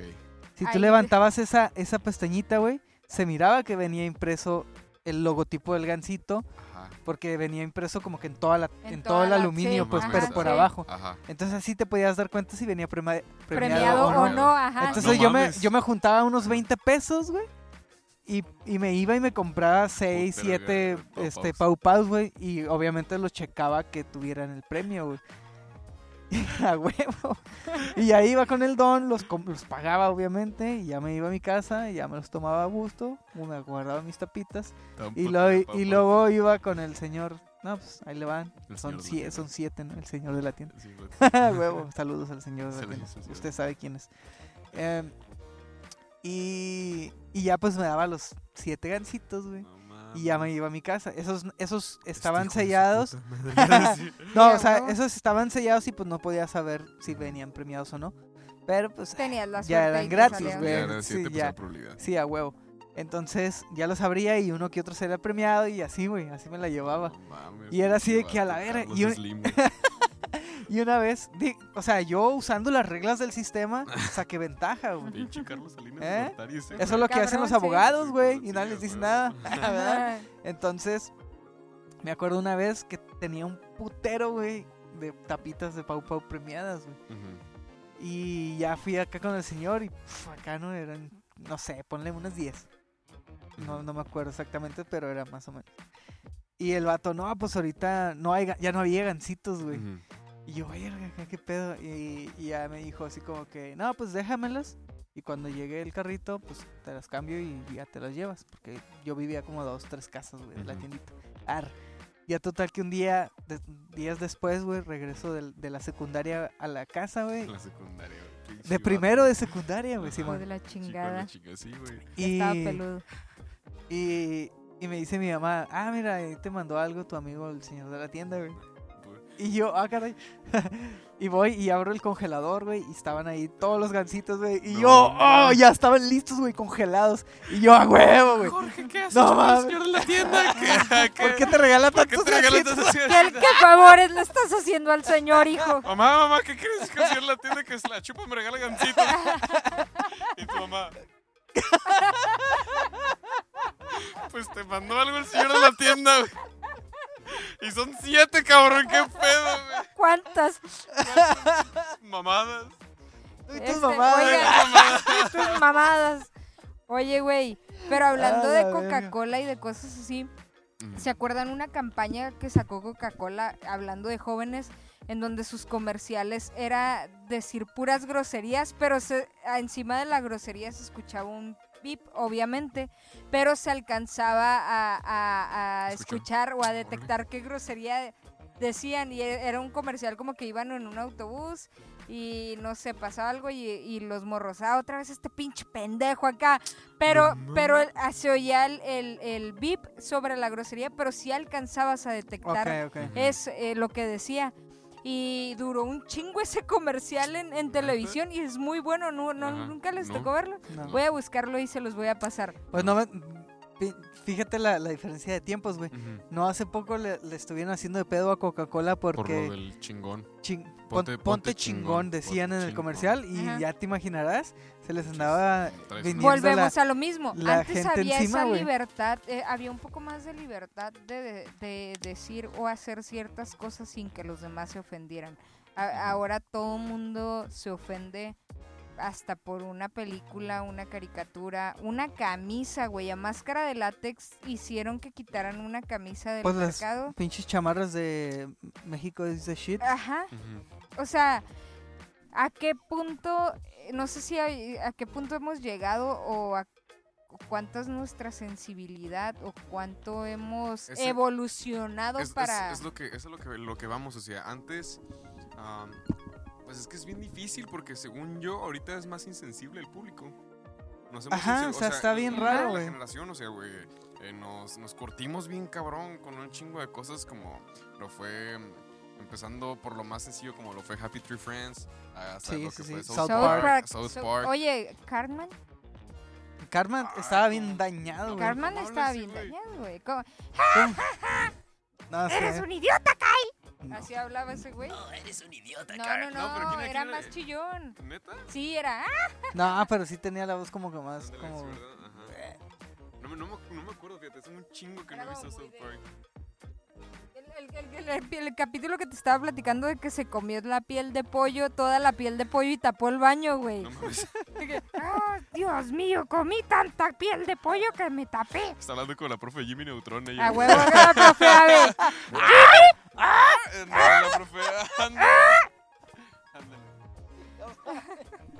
[SPEAKER 2] Si
[SPEAKER 1] Ahí
[SPEAKER 2] tú
[SPEAKER 1] te-
[SPEAKER 2] levantabas esa, esa pestañita, güey, se miraba que venía impreso el logotipo del gancito,
[SPEAKER 3] Ajá.
[SPEAKER 2] porque venía impreso como que en, toda la, en,
[SPEAKER 1] En
[SPEAKER 2] todo
[SPEAKER 1] toda
[SPEAKER 2] el
[SPEAKER 1] la-
[SPEAKER 2] aluminio,
[SPEAKER 1] sí,
[SPEAKER 2] pues,
[SPEAKER 1] ajá,
[SPEAKER 2] pero por
[SPEAKER 1] sí.
[SPEAKER 2] abajo.
[SPEAKER 3] Ajá.
[SPEAKER 2] Entonces así te podías dar cuenta si venía prema- premiado,
[SPEAKER 1] Premiado
[SPEAKER 2] o no.
[SPEAKER 1] o no, ajá.
[SPEAKER 2] Entonces
[SPEAKER 3] No
[SPEAKER 2] yo, me,
[SPEAKER 3] mames.
[SPEAKER 2] yo me juntaba unos 20 pesos, güey. Y, y me iba y me compraba 6,
[SPEAKER 3] Puta la
[SPEAKER 2] 7
[SPEAKER 3] verga, Pau
[SPEAKER 2] este,
[SPEAKER 3] Paus.
[SPEAKER 2] Pau Paus, güey. Y obviamente los checaba que tuvieran el premio, güey. A huevo. Y ya iba con el don, los, com- los pagaba, obviamente. Y ya me iba a mi casa y ya me los tomaba a gusto. Me guardaba mis tapitas.
[SPEAKER 3] Tan
[SPEAKER 2] Y,
[SPEAKER 3] puta
[SPEAKER 2] lo-
[SPEAKER 3] la
[SPEAKER 2] y,
[SPEAKER 3] papa.
[SPEAKER 2] luego iba con el señor. No, pues ahí le van. Son,
[SPEAKER 3] El señor de la
[SPEAKER 2] sie-
[SPEAKER 3] tienda.
[SPEAKER 2] son siete, ¿no? El señor de la tienda.
[SPEAKER 3] Sí, güey.
[SPEAKER 2] A huevo, saludos al señor. de la
[SPEAKER 3] Saludos
[SPEAKER 2] tienda.
[SPEAKER 3] al señor.
[SPEAKER 2] Usted sabe quién es. Em, y, y ya pues me daba los siete gancitos, güey.
[SPEAKER 3] No mames.
[SPEAKER 2] Y ya me iba a mi casa. Esos, esos
[SPEAKER 3] Ah. Este
[SPEAKER 2] estaban
[SPEAKER 3] hijo de su
[SPEAKER 2] sellados.
[SPEAKER 3] puta madre. Era así.
[SPEAKER 2] No,
[SPEAKER 1] Sí,
[SPEAKER 2] o
[SPEAKER 1] a
[SPEAKER 2] sea,
[SPEAKER 1] huevo.
[SPEAKER 2] esos estaban sellados y pues no podía saber si venían premiados o no. Pero pues
[SPEAKER 1] Tenías la suerte
[SPEAKER 2] ya
[SPEAKER 1] y
[SPEAKER 2] eran
[SPEAKER 1] te
[SPEAKER 2] gratis,
[SPEAKER 1] salió.
[SPEAKER 3] Ya
[SPEAKER 2] güey.
[SPEAKER 3] era
[SPEAKER 2] Sí,
[SPEAKER 3] 7%
[SPEAKER 2] ya.
[SPEAKER 3] de probabilidad.
[SPEAKER 2] sí, a huevo. Entonces ya los abría y uno que otro sería premiado y así, güey. Así me la llevaba.
[SPEAKER 3] No mames,
[SPEAKER 2] Y era así de
[SPEAKER 3] qué
[SPEAKER 2] que a la
[SPEAKER 3] vato,
[SPEAKER 2] verga,
[SPEAKER 3] Carlos
[SPEAKER 2] y un-
[SPEAKER 3] Slim, güey.
[SPEAKER 2] Y una vez, di- o sea, yo usando las reglas del sistema, saqué ventaja, güey.
[SPEAKER 3] Pinche Carlos Salinas de
[SPEAKER 2] ¿Eh?
[SPEAKER 3] Gortari ese,
[SPEAKER 2] Eso
[SPEAKER 3] güey.
[SPEAKER 2] es lo que
[SPEAKER 1] Cabrón,
[SPEAKER 2] hacen los
[SPEAKER 1] sí.
[SPEAKER 2] abogados, güey.
[SPEAKER 3] Sí,
[SPEAKER 2] Y nadie les
[SPEAKER 3] sí,
[SPEAKER 2] dice
[SPEAKER 3] güey.
[SPEAKER 2] nada, ¿verdad?
[SPEAKER 1] Ajá.
[SPEAKER 2] Entonces, me acuerdo una vez que tenía un putero, güey, de tapitas de Pau Pau premiadas, güey.
[SPEAKER 3] Ujú.
[SPEAKER 2] Y ya fui acá con el señor y pf, acá no eran, no sé, ponle unas 10. No, no me acuerdo exactamente, pero era más o menos. Y el vato, no, pues ahorita no hay, ga- ya no había gancitos, güey.
[SPEAKER 3] Ujú.
[SPEAKER 2] Y yo, verga, ¿qué- qué pedo. Y, y ya me dijo así como que, no, pues déjamelas. Y cuando llegue el carrito, pues te las cambio y ya te las llevas. Porque yo vivía como a dos, tres casas, güey, de la
[SPEAKER 3] Ujú.
[SPEAKER 2] tiendita. Ar. Ya total que un día, de- días después, güey, regreso del- de, la secundaria a la casa, güey.
[SPEAKER 3] La secundaria, güey. Pinche
[SPEAKER 2] De
[SPEAKER 3] vato.
[SPEAKER 2] primero de secundaria, güey,
[SPEAKER 3] Ajá.
[SPEAKER 1] Hijo
[SPEAKER 2] Simón.
[SPEAKER 1] de la
[SPEAKER 3] Sí, con la
[SPEAKER 1] chingada.
[SPEAKER 3] chica, sí, güey.
[SPEAKER 1] Ya Estaba
[SPEAKER 2] Y,
[SPEAKER 1] peludo.
[SPEAKER 2] Y, y me dice mi mamá, ah, mira, ahí te mandó algo tu amigo, el señor de la tienda, güey. Y yo, ah, caray. y voy y abro el congelador, güey. Y estaban ahí todos los gansitos, güey. Y
[SPEAKER 3] No
[SPEAKER 2] yo, oh,
[SPEAKER 3] mames.
[SPEAKER 2] ya estaban listos, güey, congelados. Y yo, a huevo, güey.
[SPEAKER 3] Jorge, ¿qué haces
[SPEAKER 2] No
[SPEAKER 3] con el
[SPEAKER 2] mames.
[SPEAKER 3] señor de la tienda? ¿Qué,
[SPEAKER 2] ¿Por qué te regala
[SPEAKER 3] ¿Por qué
[SPEAKER 2] tantos
[SPEAKER 3] te regalas
[SPEAKER 2] gansitos?
[SPEAKER 3] esas
[SPEAKER 1] ¿Qué,
[SPEAKER 3] ciudades?
[SPEAKER 1] qué favores le estás haciendo al señor, hijo?
[SPEAKER 3] Mamá, mamá, ¿qué quieres que el señor de la tienda que se la chupa me regala gancitos? y tu mamá. Pues te mandó algo el señor de la tienda, güey. Y son siete, cabrón, qué pedo, güey.
[SPEAKER 1] ¿Cuántas?
[SPEAKER 3] Mamadas.
[SPEAKER 2] Tú y tus
[SPEAKER 1] Este,
[SPEAKER 2] mamadas.
[SPEAKER 1] oiga.
[SPEAKER 3] mamadas.
[SPEAKER 1] Tus mamadas. Oye, güey, pero hablando
[SPEAKER 2] A
[SPEAKER 1] de
[SPEAKER 2] Ah, la
[SPEAKER 1] Coca-Cola y de cosas así, ¿se acuerdan una campaña que sacó Coca-Cola hablando de jóvenes en donde sus comerciales era decir puras groserías, pero se- a- encima de la grosería se escuchaba un pip, obviamente, pero se alcanzaba a, a- a
[SPEAKER 3] Escuchó.
[SPEAKER 1] escuchar o a detectar qué grosería decían y e- era un comercial como que iban en un autobús y no sé, pasaba algo y, y los morros, ah, otra vez este pinche pendejo acá. Pero,
[SPEAKER 3] No
[SPEAKER 1] pero el- ah, se oía el, el, el bip sobre la grosería, pero sí alcanzabas a detectar
[SPEAKER 2] Ok, ok.
[SPEAKER 1] es eh, lo que decía. Y duró un chingo ese comercial en, en televisión y es muy bueno, no, no,
[SPEAKER 3] Ajá,
[SPEAKER 1] nunca les
[SPEAKER 3] no.
[SPEAKER 1] tocó verlo.
[SPEAKER 2] No.
[SPEAKER 1] Voy a buscarlo y se los voy a pasar.
[SPEAKER 2] Pues no me- fí- Fíjate la, la diferencia de tiempos, güey. No, hace poco le, le estuvieron haciendo de pedo a Coca-Cola
[SPEAKER 3] Por lo
[SPEAKER 2] porque
[SPEAKER 3] del chingón.
[SPEAKER 2] chin- pon- ponte,
[SPEAKER 3] ponte- ponte
[SPEAKER 2] chingón,
[SPEAKER 3] chingón,
[SPEAKER 2] decían
[SPEAKER 3] ponte
[SPEAKER 2] en el
[SPEAKER 3] chingón.
[SPEAKER 2] comercial y
[SPEAKER 1] Ajá.
[SPEAKER 2] ya te imaginarás, se les andaba
[SPEAKER 3] Traes
[SPEAKER 2] viniendo
[SPEAKER 3] una-
[SPEAKER 1] Volvemos a lo mismo.
[SPEAKER 2] la
[SPEAKER 1] Antes
[SPEAKER 2] gente
[SPEAKER 1] había
[SPEAKER 2] encima,
[SPEAKER 1] esa
[SPEAKER 2] güey.
[SPEAKER 1] libertad, eh, había un poco más de libertad de, de- de decir o hacer ciertas cosas sin que los demás se ofendieran. A- ahora todo mundo se ofende hasta por una película, una caricatura, una camisa, güey. A máscara de látex hicieron que quitaran una camisa del
[SPEAKER 2] Pues las-
[SPEAKER 1] mercado.
[SPEAKER 2] pinches chamarras de México is the shit.
[SPEAKER 1] Ajá,
[SPEAKER 3] Ujú.
[SPEAKER 1] o sea, ¿a qué punto, eh, no sé si hay- a, qué punto hemos llegado o a o cuánto es nuestra sensibilidad o cuánto hemos
[SPEAKER 3] Es el-
[SPEAKER 1] evolucionado
[SPEAKER 3] Es, es-
[SPEAKER 1] para...
[SPEAKER 3] es lo que es a lo que lo que vamos, o sea, antes am, pues es que es bien difícil porque según yo ahorita es más insensible el público. Nos hemos
[SPEAKER 2] Ajá,
[SPEAKER 3] insen-
[SPEAKER 2] o sea, está bien
[SPEAKER 3] la-
[SPEAKER 2] raro,
[SPEAKER 3] La
[SPEAKER 2] güey.
[SPEAKER 3] generación, o sea, güey, eh, nos, nos curtimos bien cabrón con un chingo de cosas como lo fue mm, empezando por lo más sencillo como lo fue Happy Tree Friends, hasta
[SPEAKER 2] Sí,
[SPEAKER 3] lo que
[SPEAKER 2] sí,
[SPEAKER 3] fue
[SPEAKER 2] sí. South
[SPEAKER 3] South, Park,
[SPEAKER 1] Park,
[SPEAKER 3] South
[SPEAKER 1] so-
[SPEAKER 3] Park.
[SPEAKER 1] Oye, Cartman,
[SPEAKER 2] Carmen
[SPEAKER 3] Ay,
[SPEAKER 2] estaba
[SPEAKER 3] no.
[SPEAKER 2] bien dañado, güey.
[SPEAKER 1] Cartman
[SPEAKER 3] ¿cómo
[SPEAKER 1] estaba
[SPEAKER 3] hablas,
[SPEAKER 1] bien
[SPEAKER 3] güey? Ah,
[SPEAKER 1] dañado, güey. ¿Cómo?
[SPEAKER 2] No
[SPEAKER 1] ¡Eres
[SPEAKER 2] sé.
[SPEAKER 1] un idiota!
[SPEAKER 2] no.
[SPEAKER 1] Así hablaba ese güey.
[SPEAKER 3] No, eres un idiota,
[SPEAKER 1] No, no,
[SPEAKER 3] Karen. Ah, pero
[SPEAKER 1] no,
[SPEAKER 3] ¿quién-
[SPEAKER 1] era
[SPEAKER 3] quién
[SPEAKER 1] más chillón.
[SPEAKER 3] ¿Neta?
[SPEAKER 1] Sí, era... "Ah".
[SPEAKER 2] No, pero sí tenía la voz como que más
[SPEAKER 3] Ándale,
[SPEAKER 2] como
[SPEAKER 3] sí, ¿verdad? Ajá. No, me- no me- no me acuerdo, fíjate, es un chingo que no he
[SPEAKER 1] Era
[SPEAKER 3] visto
[SPEAKER 1] como muy
[SPEAKER 3] South
[SPEAKER 1] de-
[SPEAKER 3] Park.
[SPEAKER 1] El, el- el- el- el- el capítulo que te estaba platicando de que se comió la piel de pollo, toda la piel de pollo y tapó el baño, güey.
[SPEAKER 3] No mames,
[SPEAKER 1] De que, "Ah, Dios mío, comí tanta piel de pollo que me tapé.
[SPEAKER 3] está hablando con la profe Jimmy Neutron. Ella, Ah,
[SPEAKER 1] A huevo, no, profe, a ver.
[SPEAKER 2] Ah,
[SPEAKER 3] Eh, no, la profe, ándale. Ándale.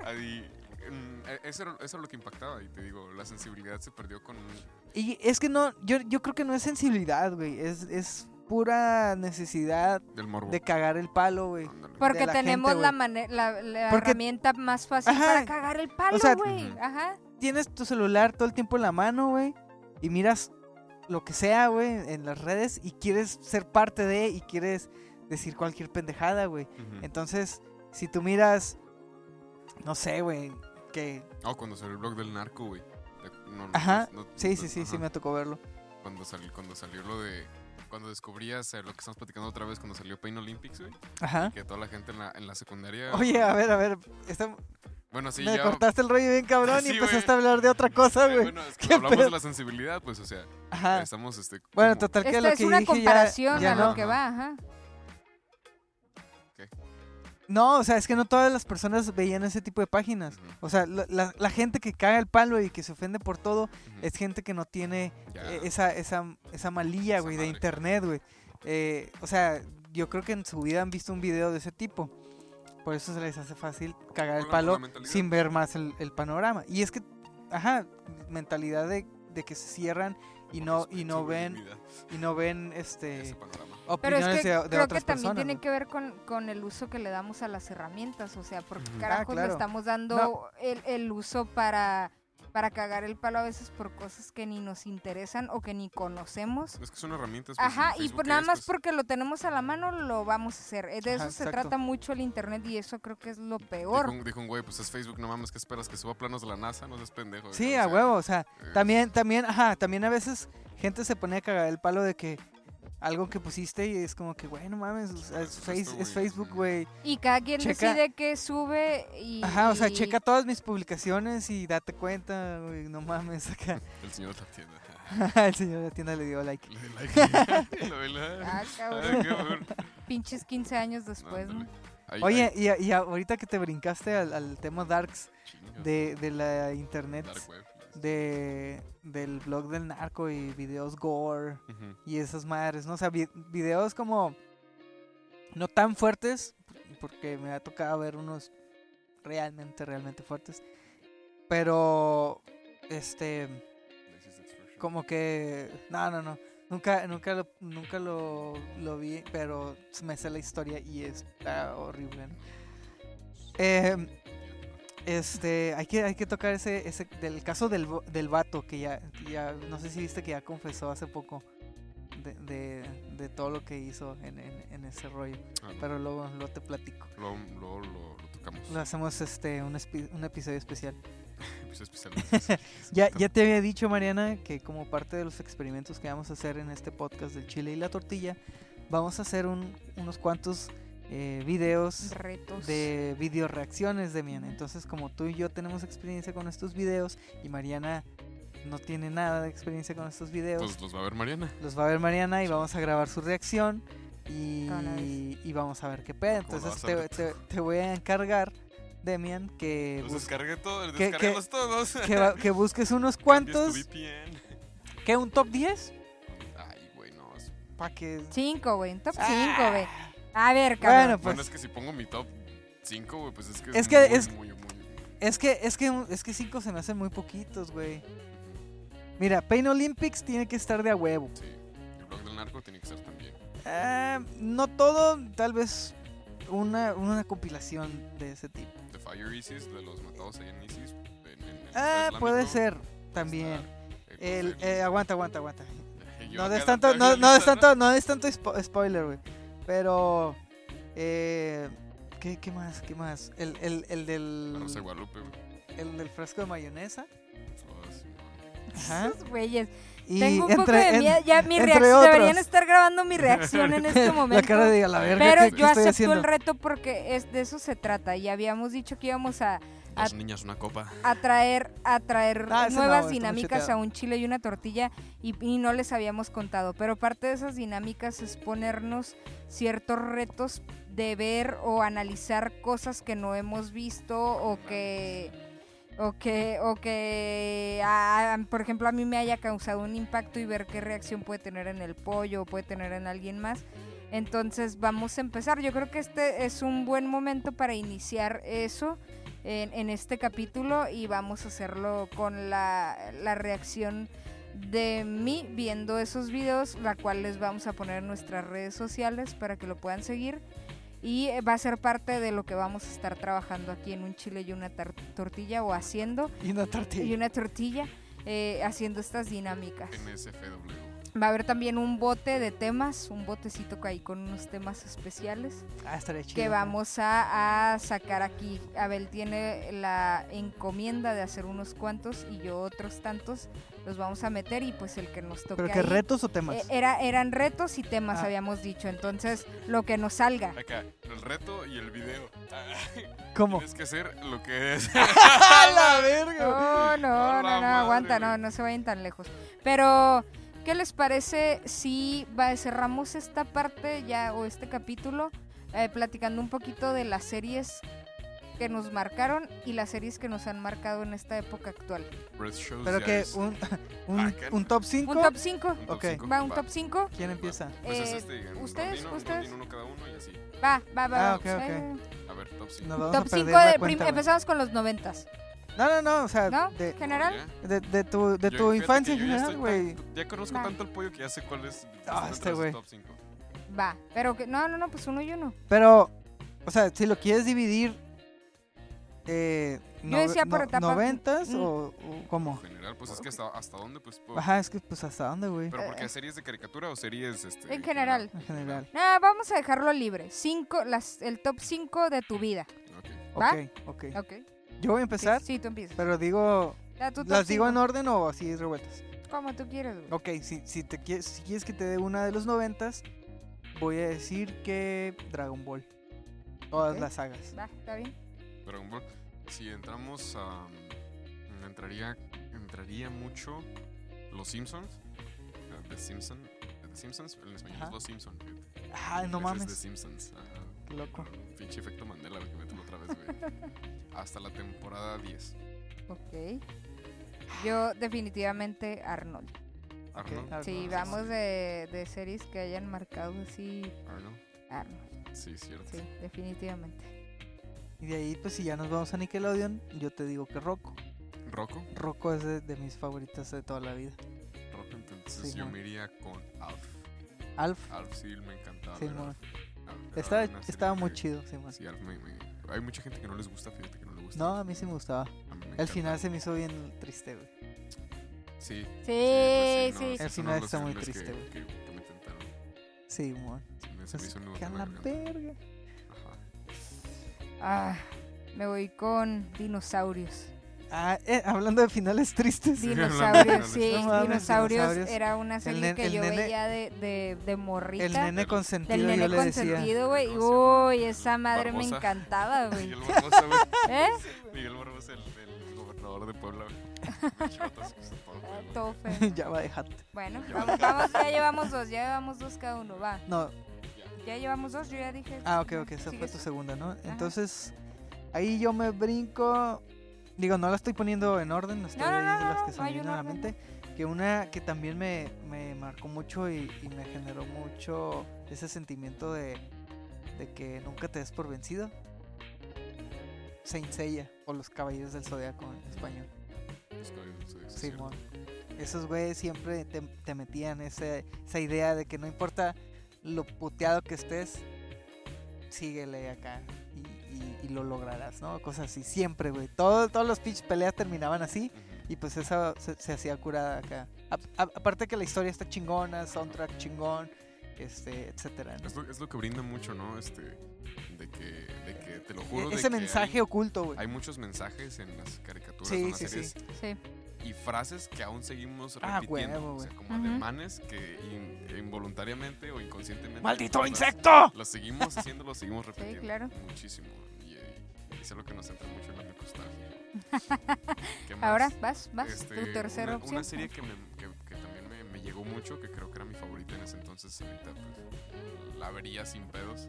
[SPEAKER 3] Ahí, mm, eh, Eso, era- eso es lo que impactaba y te digo, la sensibilidad se perdió con...
[SPEAKER 2] Y es que no, yo, yo creo que no es sensibilidad, güey. Es, es pura necesidad
[SPEAKER 3] del morbo.
[SPEAKER 2] de cagar el palo, güey.
[SPEAKER 3] Ándale.
[SPEAKER 1] Porque
[SPEAKER 2] la
[SPEAKER 1] tenemos
[SPEAKER 2] gente,
[SPEAKER 1] la,
[SPEAKER 2] güey.
[SPEAKER 1] mane- la, la
[SPEAKER 2] Porque-
[SPEAKER 1] herramienta más fácil
[SPEAKER 2] Ajá.
[SPEAKER 1] para cagar el palo,
[SPEAKER 2] O sea,
[SPEAKER 1] güey.
[SPEAKER 3] Ujú.
[SPEAKER 1] Ajá.
[SPEAKER 2] Tienes tu celular todo el tiempo en la mano, güey. Y miras lo que sea, güey, en las redes. Y quieres ser parte de y quieres decir cualquier pendejada, güey.
[SPEAKER 3] Ujú.
[SPEAKER 2] Entonces, si tú miras, no sé, güey, que...
[SPEAKER 3] Oh, cuando salió el blog del narco, güey. De- no, no,
[SPEAKER 2] Ajá.
[SPEAKER 3] no-
[SPEAKER 2] Sí, sí, sí, sí,
[SPEAKER 3] ajá.
[SPEAKER 2] me tocó verlo.
[SPEAKER 3] Cuando, salió, cuando salió lo de... Cuando descubrías eh, lo que estamos platicando otra vez, cuando salió Pain Olympics, güey.
[SPEAKER 2] Ajá.
[SPEAKER 3] Que toda la gente en la, en la secundaria...
[SPEAKER 2] Oye, a ver, a ver, esta-
[SPEAKER 3] Bueno, sí,
[SPEAKER 2] me
[SPEAKER 3] ya...
[SPEAKER 2] cortaste el rollo bien cabrón
[SPEAKER 3] Sí,
[SPEAKER 2] y
[SPEAKER 3] güey.
[SPEAKER 2] empezaste a hablar de otra cosa,
[SPEAKER 3] eh,
[SPEAKER 2] güey.
[SPEAKER 3] bueno, es que
[SPEAKER 2] ¿Qué
[SPEAKER 3] hablamos
[SPEAKER 2] pedo?
[SPEAKER 3] de la sensibilidad, pues, o sea,
[SPEAKER 2] Ajá.
[SPEAKER 3] estamos, este...
[SPEAKER 2] Bueno,
[SPEAKER 3] como-
[SPEAKER 2] total que
[SPEAKER 1] Esto
[SPEAKER 2] lo
[SPEAKER 1] es
[SPEAKER 2] que
[SPEAKER 1] una
[SPEAKER 2] dije ya-
[SPEAKER 1] comparación
[SPEAKER 2] ya
[SPEAKER 1] a
[SPEAKER 2] no.
[SPEAKER 1] lo que va, ajá.
[SPEAKER 2] No, o sea, es que no todas las personas veían ese tipo de páginas.
[SPEAKER 3] Ujú,
[SPEAKER 2] O sea, la, la- la gente que caga el palo y que se ofende por todo
[SPEAKER 3] ujú,
[SPEAKER 2] es gente que no tiene
[SPEAKER 3] ya.
[SPEAKER 2] eh, esa, esa, esa malilla,
[SPEAKER 3] Esa
[SPEAKER 2] güey, de
[SPEAKER 3] madre.
[SPEAKER 2] internet, güey. Eh, o sea, yo creo que en su vida han visto un video de ese tipo. Por eso se les hace fácil cagar el
[SPEAKER 3] Por la- por
[SPEAKER 2] palo
[SPEAKER 3] la mentalidad.
[SPEAKER 2] sin ver más el, el panorama. Y es que, ajá, mentalidad de, de que se cierran y
[SPEAKER 3] Por
[SPEAKER 2] no,
[SPEAKER 3] respeto,
[SPEAKER 2] y no
[SPEAKER 3] güey,
[SPEAKER 2] ven,
[SPEAKER 3] mi vida,
[SPEAKER 2] y no ven
[SPEAKER 3] ese
[SPEAKER 2] este
[SPEAKER 3] panorama.
[SPEAKER 1] Pero es
[SPEAKER 2] opiniones
[SPEAKER 1] que
[SPEAKER 2] de, de
[SPEAKER 1] creo que
[SPEAKER 2] otras
[SPEAKER 1] también
[SPEAKER 2] personas.
[SPEAKER 1] tiene
[SPEAKER 2] ¿no?
[SPEAKER 1] que ver con, con el uso que le damos a las herramientas, o sea, porque
[SPEAKER 3] Ujú. Ah,
[SPEAKER 1] carajos le
[SPEAKER 2] claro.
[SPEAKER 1] estamos dando
[SPEAKER 2] No.
[SPEAKER 1] el, el uso para para cagar el palo a veces por cosas que ni nos interesan o que ni conocemos.
[SPEAKER 3] Es que son herramientas. pues,
[SPEAKER 1] Ajá,
[SPEAKER 3] en
[SPEAKER 1] y
[SPEAKER 3] Facebook
[SPEAKER 1] por,
[SPEAKER 3] hay
[SPEAKER 1] nada más
[SPEAKER 3] estas-
[SPEAKER 1] porque lo tenemos a la mano lo vamos a hacer. Eh, De
[SPEAKER 2] Ajá,
[SPEAKER 1] eso se
[SPEAKER 2] exacto.
[SPEAKER 1] trata mucho el internet y eso creo que es lo
[SPEAKER 3] Dijo,
[SPEAKER 1] peor.
[SPEAKER 3] un- dijo un güey, pues es Facebook, no mames, ¿qué esperas? ¿Que suba planos de la NASA? No seas pendejo.
[SPEAKER 2] Sí,
[SPEAKER 3] o
[SPEAKER 2] a
[SPEAKER 3] sea,
[SPEAKER 2] huevo, o sea,
[SPEAKER 3] eh,
[SPEAKER 2] también, también, ajá, también a veces gente se pone a cagar el palo de que algo que pusiste y es como que, güey, no mames, o sea,
[SPEAKER 3] por
[SPEAKER 2] es,
[SPEAKER 3] supuesto,
[SPEAKER 2] face- es
[SPEAKER 3] pues güey,
[SPEAKER 2] Facebook,
[SPEAKER 3] mm.
[SPEAKER 2] güey.
[SPEAKER 1] Y cada quien
[SPEAKER 2] Checa-
[SPEAKER 1] decide que sube y...
[SPEAKER 2] Ajá, o sea,
[SPEAKER 1] y-
[SPEAKER 2] checa todas mis publicaciones y date cuenta, güey, no mames, acá.
[SPEAKER 3] El señor de la tienda.
[SPEAKER 2] El señor de la tienda le dio like.
[SPEAKER 3] Le di like. Lo vi, la-
[SPEAKER 1] Ah,
[SPEAKER 3] Ah,
[SPEAKER 1] cabrón.
[SPEAKER 3] qué bueno.
[SPEAKER 1] Pinches 15 años después, ¿no?
[SPEAKER 3] Ándale. Ahí-
[SPEAKER 2] Oye,
[SPEAKER 3] ahí,
[SPEAKER 2] y, a- y a- ahorita que te brincaste al, al tema darks
[SPEAKER 3] chinga,
[SPEAKER 2] de, de la internet,
[SPEAKER 3] dark web.
[SPEAKER 2] de, del blog del narco y videos gore
[SPEAKER 3] Ujú.
[SPEAKER 2] y esas madres, ¿no? O sea, vi- videos como no tan fuertes, porque me ha tocado ver unos realmente, realmente fuertes, pero este, como que, no, no, no. Nunca, nunca, lo, nunca lo, lo vi, pero me sé la historia y está horrible. ¿no? Em, este, hay que, hay que tocar ese, ese del caso del, vo- del vato que ya, que ya, no sé si viste que ya confesó hace poco de, de, de todo lo que hizo en, en, en ese rollo,
[SPEAKER 3] Ah, no.
[SPEAKER 2] pero luego, luego te platico.
[SPEAKER 3] Luego luego lo, lo tocamos.
[SPEAKER 2] Lo hacemos este un, espi- un episodio especial.
[SPEAKER 3] Pues especial. especial.
[SPEAKER 2] Ya, ya te había dicho, Mariana, que como parte de los experimentos que vamos a hacer en este podcast del chile y la tortilla, vamos a hacer un- unos cuantos eh, videos
[SPEAKER 1] Retos.
[SPEAKER 2] de video reacciones, Demian. Entonces, como tú y yo tenemos experiencia con estos videos y Mariana no tiene nada de experiencia con estos videos,
[SPEAKER 3] Pues los va a ver Mariana.
[SPEAKER 2] los va a ver Mariana y vamos a grabar su reacción y,
[SPEAKER 1] ¿Cómo la ves?
[SPEAKER 2] y vamos a ver qué pedo.
[SPEAKER 3] ¿Cómo la
[SPEAKER 2] Entonces,
[SPEAKER 3] vas a
[SPEAKER 2] te,
[SPEAKER 3] ver
[SPEAKER 2] te- te voy a encargar, Demian, que,
[SPEAKER 3] Los
[SPEAKER 2] bus-
[SPEAKER 3] descargué todos, los
[SPEAKER 2] ¿Qué-
[SPEAKER 3] descargué
[SPEAKER 2] qué-
[SPEAKER 3] los todos.
[SPEAKER 2] que, va- que busques unos
[SPEAKER 3] Cambias tu
[SPEAKER 2] cuantos,
[SPEAKER 3] VPN.
[SPEAKER 2] que un top 10
[SPEAKER 3] Ay, güey, no. es-
[SPEAKER 2] para que...
[SPEAKER 1] 5, güey. Top 5,
[SPEAKER 2] Ah.
[SPEAKER 1] güey. A ver,
[SPEAKER 2] Bueno,
[SPEAKER 1] cabrón.
[SPEAKER 3] Bueno,
[SPEAKER 2] pues
[SPEAKER 3] es que si pongo mi top 5, güey, pues es que
[SPEAKER 2] Es que
[SPEAKER 3] muy,
[SPEAKER 2] es-
[SPEAKER 3] muy, muy-
[SPEAKER 2] es que es que un- es que cinco se me hacen muy poquitos, güey. Mira, Pain Olympics tiene que estar de a huevo.
[SPEAKER 3] Sí. El blog del narco tiene que ser también.
[SPEAKER 2] Ah, no todo, tal vez una, una compilación de ese tipo.
[SPEAKER 3] The Fire Isis, de los matados ahí en Isis. en- en el
[SPEAKER 2] Ah,
[SPEAKER 3] Islámico,
[SPEAKER 2] puede
[SPEAKER 3] está
[SPEAKER 2] ser también. El,
[SPEAKER 3] el-
[SPEAKER 2] eh, aguanta, aguanta, aguanta.
[SPEAKER 3] Yo
[SPEAKER 2] No
[SPEAKER 3] acá
[SPEAKER 2] des tanto, no,
[SPEAKER 3] dándole
[SPEAKER 2] no des
[SPEAKER 3] lista,
[SPEAKER 2] tanto, no des tanto spo- spoiler, güey. Pero eh, ¿qué, qué más? ¿Qué más? El, el, el
[SPEAKER 3] La Rosa de
[SPEAKER 2] del
[SPEAKER 3] Guadalupe, güey.
[SPEAKER 2] el del frasco de mayonesa.
[SPEAKER 3] Oh, sí, no.
[SPEAKER 2] Ajá.
[SPEAKER 1] Esos güeyes.
[SPEAKER 2] Y
[SPEAKER 1] Tengo un poco
[SPEAKER 2] entre-
[SPEAKER 1] de
[SPEAKER 2] en-
[SPEAKER 1] miedo. Ya mi
[SPEAKER 2] entre
[SPEAKER 1] reacción. Deberían
[SPEAKER 2] otros.
[SPEAKER 1] estar grabando mi reacción en este momento.
[SPEAKER 2] La cara de a la verga.
[SPEAKER 1] Pero
[SPEAKER 2] ¿qué- qué
[SPEAKER 1] yo
[SPEAKER 2] estoy
[SPEAKER 1] acepto
[SPEAKER 2] haciendo?
[SPEAKER 1] el reto porque es de eso se trata. Y habíamos dicho que íbamos a, Ah.
[SPEAKER 3] Dos niñas, una copa.
[SPEAKER 1] a traer, a traer
[SPEAKER 2] Ah, ese no,
[SPEAKER 1] nuevas
[SPEAKER 2] está muy
[SPEAKER 1] dinámicas a
[SPEAKER 2] choteado.
[SPEAKER 1] un chile y una tortilla y, y no les habíamos contado. Pero parte de esas dinámicas es ponernos ciertos retos de ver o analizar cosas que no hemos visto o que... O que, o que ah, por ejemplo, a mí me haya causado un impacto y ver qué reacción puede tener en el pollo o puede tener en alguien más. Entonces vamos a empezar. Yo creo que este es un buen momento para iniciar eso en, en este capítulo y vamos a hacerlo con la, la reacción de mí viendo esos videos, la cual les vamos a poner en nuestras redes sociales para que lo puedan seguir. Y eh, va a ser parte de lo que vamos a estar trabajando aquí en un chile y una tar- tortilla o haciendo
[SPEAKER 2] Y una tortilla.
[SPEAKER 1] y una tortilla eh, haciendo estas dinámicas.
[SPEAKER 3] NSFW.
[SPEAKER 1] Va a haber también un bote de temas, un botecito que hay con unos temas especiales
[SPEAKER 2] Ah, estaría chido.
[SPEAKER 1] que
[SPEAKER 2] ¿no?
[SPEAKER 1] vamos a, a sacar aquí. Abel tiene la encomienda de hacer unos cuantos y yo otros tantos. Los vamos a meter y pues el que nos toque.
[SPEAKER 2] ¿Pero qué
[SPEAKER 1] ahí,
[SPEAKER 2] retos o temas?
[SPEAKER 1] eh, era, eran retos y temas,
[SPEAKER 2] Ah.
[SPEAKER 1] habíamos dicho. Entonces, lo que nos salga.
[SPEAKER 3] Acá, el reto y el video. Ah,
[SPEAKER 1] eh,
[SPEAKER 2] ¿Cómo?
[SPEAKER 3] Tienes que hacer lo que es.
[SPEAKER 2] ¡A la verga!
[SPEAKER 1] No, no,
[SPEAKER 3] A
[SPEAKER 1] no,
[SPEAKER 3] la
[SPEAKER 1] no,
[SPEAKER 3] madre,
[SPEAKER 1] aguanta, no,
[SPEAKER 3] güey.
[SPEAKER 1] no se vayan tan lejos. Pero, ¿qué les parece si va- cerramos esta parte ya o este capítulo eh, platicando un poquito de las series que nos marcaron y las series que nos han marcado en esta época actual?
[SPEAKER 3] Red shows
[SPEAKER 2] Pero
[SPEAKER 3] ya
[SPEAKER 2] que
[SPEAKER 3] es-
[SPEAKER 2] un,
[SPEAKER 3] Ah,
[SPEAKER 2] un,
[SPEAKER 3] ¿qué?
[SPEAKER 2] un top 5.
[SPEAKER 1] Un top 5.
[SPEAKER 3] un
[SPEAKER 2] ok.
[SPEAKER 3] cinco.
[SPEAKER 1] Va un top 5.
[SPEAKER 2] ¿Quién
[SPEAKER 3] Va.
[SPEAKER 2] empieza?
[SPEAKER 3] Pues es
[SPEAKER 1] Eh,
[SPEAKER 3] este, en
[SPEAKER 1] ¿ustedes?
[SPEAKER 3] rondino, en
[SPEAKER 1] ¿Ustedes?
[SPEAKER 3] rondino, uno cada uno y así.
[SPEAKER 1] Va, va, va.
[SPEAKER 2] Ah,
[SPEAKER 1] va.
[SPEAKER 2] ok, ok.
[SPEAKER 1] Eh,
[SPEAKER 3] A ver, top 5.
[SPEAKER 2] Nos vamos
[SPEAKER 1] Top
[SPEAKER 2] a perder
[SPEAKER 1] 5
[SPEAKER 2] la
[SPEAKER 1] de prim-
[SPEAKER 2] cuenta, güey. Eh,
[SPEAKER 1] empezamos con los noventas,
[SPEAKER 2] No, no, no, o sea,
[SPEAKER 1] ¿no?
[SPEAKER 2] de,
[SPEAKER 1] General.
[SPEAKER 2] de, de tu, de
[SPEAKER 3] Yo-
[SPEAKER 2] tu
[SPEAKER 3] fíjate
[SPEAKER 2] infancia
[SPEAKER 3] que
[SPEAKER 2] en
[SPEAKER 3] yo ya
[SPEAKER 2] general,
[SPEAKER 3] estoy tan-
[SPEAKER 2] güey.
[SPEAKER 3] Ya conozco
[SPEAKER 1] Va.
[SPEAKER 3] tanto el pollo que ya sé cuál es.
[SPEAKER 2] Ah,
[SPEAKER 3] están
[SPEAKER 2] este
[SPEAKER 3] entre los
[SPEAKER 2] güey.
[SPEAKER 3] top cinco.
[SPEAKER 1] Va. Pero que no, no, no, pues uno y uno.
[SPEAKER 2] Pero, o sea, si lo quieres dividir, eh,
[SPEAKER 1] Yo decía por etapas.
[SPEAKER 2] ¿Noventas
[SPEAKER 1] Mm.
[SPEAKER 2] o, o cómo?
[SPEAKER 3] En general, pues es que hasta, hasta dónde, pues. po-
[SPEAKER 2] Ajá, es que pues hasta dónde, güey,
[SPEAKER 3] Pero porque series de caricatura o series. Este,
[SPEAKER 1] En general.
[SPEAKER 2] en general.
[SPEAKER 1] Nah, vamos a dejarlo libre. Cinco, las, el top 5 de tu vida.
[SPEAKER 3] Ok.
[SPEAKER 1] ¿Va?
[SPEAKER 2] Ok, ok.
[SPEAKER 1] ¿Ok? sí,
[SPEAKER 2] Yo voy a empezar,
[SPEAKER 1] Sí, tú empiezas.
[SPEAKER 2] pero digo,
[SPEAKER 1] Da tu top
[SPEAKER 2] ¿las digo en
[SPEAKER 1] cinco,
[SPEAKER 2] orden o así revueltas?
[SPEAKER 1] Como tú quieres, güey.
[SPEAKER 2] Ok, si, si, te quieres, si quieres que te dé una de los noventas, voy a decir que Dragon Ball. Todas
[SPEAKER 1] Ok.
[SPEAKER 2] las sagas.
[SPEAKER 1] Va, está bien.
[SPEAKER 3] Dragon Ball. Si entramos a. mm, Entraría, entraría mucho Los Simpsons. eh, The Simpsons. The Simpsons. En español
[SPEAKER 2] Ajá.
[SPEAKER 3] es Los Simpsons.
[SPEAKER 2] Ah, no
[SPEAKER 3] The
[SPEAKER 2] mames. Ah.
[SPEAKER 3] Simpsons. Ajá.
[SPEAKER 2] Qué loco.
[SPEAKER 3] Pinche efecto Mandela, güey, que mételo otra vez, güey. Hasta la temporada 10.
[SPEAKER 1] Ok. Yo definitivamente Arnold.
[SPEAKER 3] Arnold.
[SPEAKER 2] Arnold.
[SPEAKER 1] Sí,
[SPEAKER 3] sí,
[SPEAKER 1] vamos
[SPEAKER 3] sí.
[SPEAKER 1] de, de series que hayan marcado así
[SPEAKER 3] Arnold.
[SPEAKER 1] Arnold.
[SPEAKER 3] Sí, cierto.
[SPEAKER 1] Sí, definitivamente.
[SPEAKER 2] Y de ahí, pues si ya nos vamos a Nickelodeon, yo te digo que Rocco.
[SPEAKER 3] Rocco.
[SPEAKER 2] Rocco es de, de mis favoritas de toda la vida.
[SPEAKER 3] Rocco, entonces
[SPEAKER 2] Sí,
[SPEAKER 3] yo
[SPEAKER 2] mon.
[SPEAKER 3] me iría con Alf.
[SPEAKER 2] Alf,
[SPEAKER 3] Alf sí me encantaba. Ah,
[SPEAKER 2] Sí,
[SPEAKER 3] ver
[SPEAKER 2] mon.
[SPEAKER 3] Alf. Alf era
[SPEAKER 2] estaba,
[SPEAKER 3] una serie
[SPEAKER 2] estaba muy
[SPEAKER 3] que-
[SPEAKER 2] chido, sí, más.
[SPEAKER 3] Sí, Alf me, me- Hay mucha gente que no les gusta, fíjate que no le gusta.
[SPEAKER 2] No, a mí sí me gustaba.
[SPEAKER 3] A mí me
[SPEAKER 2] El
[SPEAKER 3] encanta.
[SPEAKER 2] final se me hizo bien triste, güey.
[SPEAKER 3] Sí.
[SPEAKER 1] Eh, Sí,
[SPEAKER 3] pues
[SPEAKER 1] sí.
[SPEAKER 3] no,
[SPEAKER 2] El
[SPEAKER 3] son
[SPEAKER 2] final
[SPEAKER 3] los
[SPEAKER 2] está muy
[SPEAKER 3] finales
[SPEAKER 2] triste,
[SPEAKER 3] que-
[SPEAKER 2] güey.
[SPEAKER 3] Que, que me tentaron.
[SPEAKER 2] Sí, mon.
[SPEAKER 3] Se me, se me
[SPEAKER 2] Pues,
[SPEAKER 3] hizo un nudo
[SPEAKER 2] que a
[SPEAKER 3] en la
[SPEAKER 2] la
[SPEAKER 3] garganta.
[SPEAKER 2] verga.
[SPEAKER 3] Ajá.
[SPEAKER 1] Ah, me voy con dinosaurios.
[SPEAKER 2] Ah, eh, hablando de finales tristes.
[SPEAKER 3] Sí,
[SPEAKER 1] Dinosaurios,
[SPEAKER 3] hablando
[SPEAKER 1] sí.
[SPEAKER 3] de
[SPEAKER 2] dinosaurios. No mames,
[SPEAKER 1] Dinosaurios
[SPEAKER 2] dinosaurios.
[SPEAKER 1] era una serie
[SPEAKER 2] nen-
[SPEAKER 1] que
[SPEAKER 2] el
[SPEAKER 1] yo
[SPEAKER 2] nene-
[SPEAKER 1] veía de, de, de morrita.
[SPEAKER 2] El nene
[SPEAKER 3] Del
[SPEAKER 2] consentido,
[SPEAKER 1] del
[SPEAKER 2] yo
[SPEAKER 1] nene
[SPEAKER 2] le decía.
[SPEAKER 1] consentido, güey. Y,
[SPEAKER 3] Barbosa.
[SPEAKER 1] Uy, esa madre me
[SPEAKER 3] Barbosa.
[SPEAKER 1] encantaba, güey.
[SPEAKER 3] Miguel Barbosa, güey.
[SPEAKER 1] ¿Eh?
[SPEAKER 3] Miguel Barbosa, el, el gobernador de Puebla. güey. Chivatas, pues, todo,
[SPEAKER 1] Ah,
[SPEAKER 3] güey.
[SPEAKER 1] Todo feo.
[SPEAKER 2] ya va, déjate.
[SPEAKER 1] Bueno, vamos, vamos, ya llevamos dos, ya llevamos dos cada uno, va.
[SPEAKER 2] No,
[SPEAKER 1] Ya llevamos dos, yo ya dije.
[SPEAKER 2] ah, ok, ok, esa
[SPEAKER 1] Sigue
[SPEAKER 2] fue tu
[SPEAKER 1] tú.
[SPEAKER 2] segunda, ¿no? Entonces, ahí yo me brinco. Digo, no la estoy poniendo en orden, no estoy
[SPEAKER 1] no, no,
[SPEAKER 2] diciendo
[SPEAKER 1] no,
[SPEAKER 2] las que
[SPEAKER 1] no
[SPEAKER 2] se me
[SPEAKER 1] hay un
[SPEAKER 2] vienen a la
[SPEAKER 1] orden.
[SPEAKER 2] mente. Que una que también me, me marcó mucho y, y me generó mucho ese sentimiento de, de que nunca te des por vencido. Saint Seiya, o los Caballeros del Zodiaco en español.
[SPEAKER 3] Pues, no, sí, sí,
[SPEAKER 2] Simón. Esos güeyes siempre te, te metían ese- esa idea de que no importa lo puteado que estés, síguele acá y, y- y lo lograrás, ¿no? Cosas así, siempre, güey. Todo, todos los pitch peleas terminaban así
[SPEAKER 3] cierto.
[SPEAKER 2] y pues esa se, se hacía curada acá. A- a- aparte que la historia está chingona, soundtrack chingón, este, etcétera. ¿no?
[SPEAKER 3] Es lo, es lo que brinda mucho, ¿no? Este, de que, de que te lo
[SPEAKER 2] E-
[SPEAKER 3] juro. de
[SPEAKER 2] ese
[SPEAKER 3] que
[SPEAKER 2] mensaje
[SPEAKER 3] Hay,
[SPEAKER 2] oculto, güey.
[SPEAKER 3] hay muchos mensajes en las caricaturas,
[SPEAKER 2] Sí,
[SPEAKER 3] en las
[SPEAKER 2] sí, sí.
[SPEAKER 3] series,
[SPEAKER 1] Sí.
[SPEAKER 3] y frases que aún seguimos
[SPEAKER 2] Ah,
[SPEAKER 3] repitiendo.
[SPEAKER 2] huevo,
[SPEAKER 3] o sea,
[SPEAKER 2] güey.
[SPEAKER 3] como
[SPEAKER 1] Ujú.
[SPEAKER 3] alemanes que in- involuntariamente o inconscientemente.
[SPEAKER 2] ¡Maldito
[SPEAKER 3] las-
[SPEAKER 2] insecto!
[SPEAKER 3] Las seguimos haciendo, las seguimos repitiendo.
[SPEAKER 1] claro.
[SPEAKER 3] Muchísimo. Y, y es algo que nos entra mucho en la nostalgia. ¿Qué más?
[SPEAKER 1] Ahora, vas, vas.
[SPEAKER 3] Este,
[SPEAKER 1] tu tercera
[SPEAKER 3] una,
[SPEAKER 1] opción.
[SPEAKER 3] Una serie que, me- que- que también me, me llegó mucho, que creo que era mi favorita en ese entonces, ahorita pues, la vería sin pedos.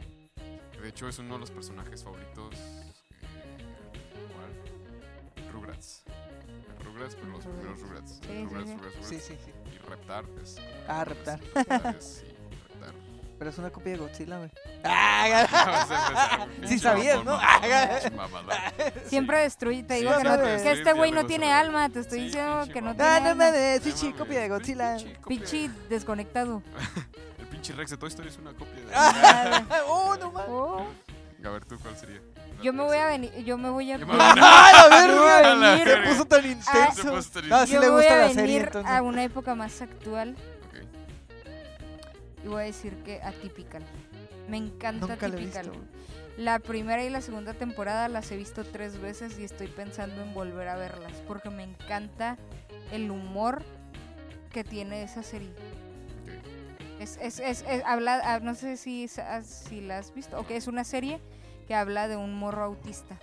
[SPEAKER 3] De hecho, es uno de los personajes favoritos. eh, ¿Cuál? Rugrats. Rugrats, pero los primeros Rugrats.
[SPEAKER 1] sí,
[SPEAKER 3] Rugrats,
[SPEAKER 1] sí.
[SPEAKER 3] Rugrats,
[SPEAKER 2] Sí,
[SPEAKER 3] Rugrats.
[SPEAKER 2] sí, sí.
[SPEAKER 3] Y Reptar es.
[SPEAKER 2] Ah,
[SPEAKER 3] es-
[SPEAKER 2] Reptar.
[SPEAKER 3] Reptar es- sí, Reptar.
[SPEAKER 2] Pero es una copia de Godzilla, güey. ¡Ah,
[SPEAKER 3] Vamos a empezar, pinche
[SPEAKER 2] sabías,
[SPEAKER 3] mamón,
[SPEAKER 2] ¿no?
[SPEAKER 3] mamón, mamador.
[SPEAKER 1] Siempre destruye, te digo
[SPEAKER 2] Sí,
[SPEAKER 1] que, no,
[SPEAKER 2] siempre
[SPEAKER 1] que
[SPEAKER 2] destruye,
[SPEAKER 1] este güey no
[SPEAKER 3] diálogos
[SPEAKER 1] tiene
[SPEAKER 3] horribles.
[SPEAKER 1] alma, te estoy
[SPEAKER 3] Sí,
[SPEAKER 1] diciendo
[SPEAKER 3] pinche
[SPEAKER 1] que no
[SPEAKER 3] mamón.
[SPEAKER 1] tiene
[SPEAKER 2] Ah, No, no
[SPEAKER 1] alma.
[SPEAKER 2] mames, sí,
[SPEAKER 3] No
[SPEAKER 2] sí,
[SPEAKER 3] mames,
[SPEAKER 2] copia de Godzilla.
[SPEAKER 3] pinche copia.
[SPEAKER 1] Pichi desconectado.
[SPEAKER 3] El pinche Rex de Toy Story es una copia
[SPEAKER 2] Oh,
[SPEAKER 3] de.
[SPEAKER 2] no
[SPEAKER 3] Ah.
[SPEAKER 2] mames.
[SPEAKER 1] Oh,
[SPEAKER 3] A ver, ¿tú cuál sería?
[SPEAKER 1] yo me voy a venir, yo me voy a
[SPEAKER 3] Yo me voy a
[SPEAKER 1] venir,
[SPEAKER 2] ¡Ah, la
[SPEAKER 1] verga!
[SPEAKER 2] verga!
[SPEAKER 1] A la
[SPEAKER 2] Se
[SPEAKER 1] verga.
[SPEAKER 2] puso tan
[SPEAKER 1] Ah,
[SPEAKER 2] intenso.
[SPEAKER 3] Se puso tan
[SPEAKER 2] No, sí
[SPEAKER 1] yo
[SPEAKER 2] le
[SPEAKER 1] voy
[SPEAKER 2] gusta
[SPEAKER 1] a,
[SPEAKER 2] la
[SPEAKER 1] venir
[SPEAKER 2] serie, entonces.
[SPEAKER 1] a una época más actual
[SPEAKER 3] Ok.
[SPEAKER 1] y voy a decir que atypical. Me encanta
[SPEAKER 2] Nunca la he
[SPEAKER 1] atypical.
[SPEAKER 2] visto. güey.
[SPEAKER 1] La primera y la segunda temporada las he visto tres veces y estoy pensando en volver a verlas porque me encanta el humor que tiene esa serie. Es, es, es, es- habla, ah, no sé si, sa- si la has visto, o que es una serie que habla de un morro autista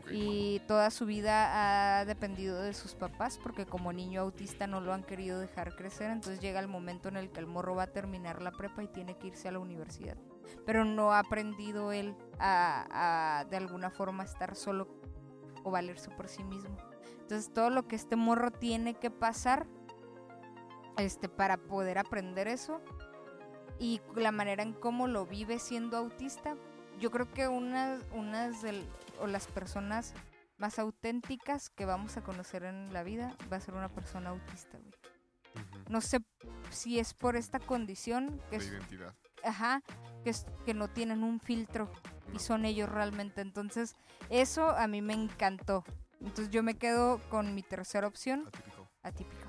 [SPEAKER 3] Ok,
[SPEAKER 1] y toda su vida ha dependido de sus papás porque como niño autista no lo han querido dejar crecer, entonces llega el momento en el que el morro va a terminar la prepa y tiene que irse a la universidad. Pero no ha aprendido él a, a, de alguna forma estar solo o valerse por sí mismo. Entonces todo lo que este morro tiene que pasar este, para poder aprender eso y la manera en cómo lo vive siendo autista, yo creo que unas, unas del, o las personas más auténticas que vamos a conocer en la vida va a ser una persona autista, güey.
[SPEAKER 3] ujú,
[SPEAKER 1] No sé si es por esta condición que
[SPEAKER 3] De
[SPEAKER 1] es,
[SPEAKER 3] identidad.
[SPEAKER 1] ajá, que, es- que no tienen un filtro
[SPEAKER 3] No.
[SPEAKER 1] y son ellos realmente. Entonces, eso a mí me encantó. Entonces yo me quedo con mi tercera opción,
[SPEAKER 3] Atípico.
[SPEAKER 1] atípico.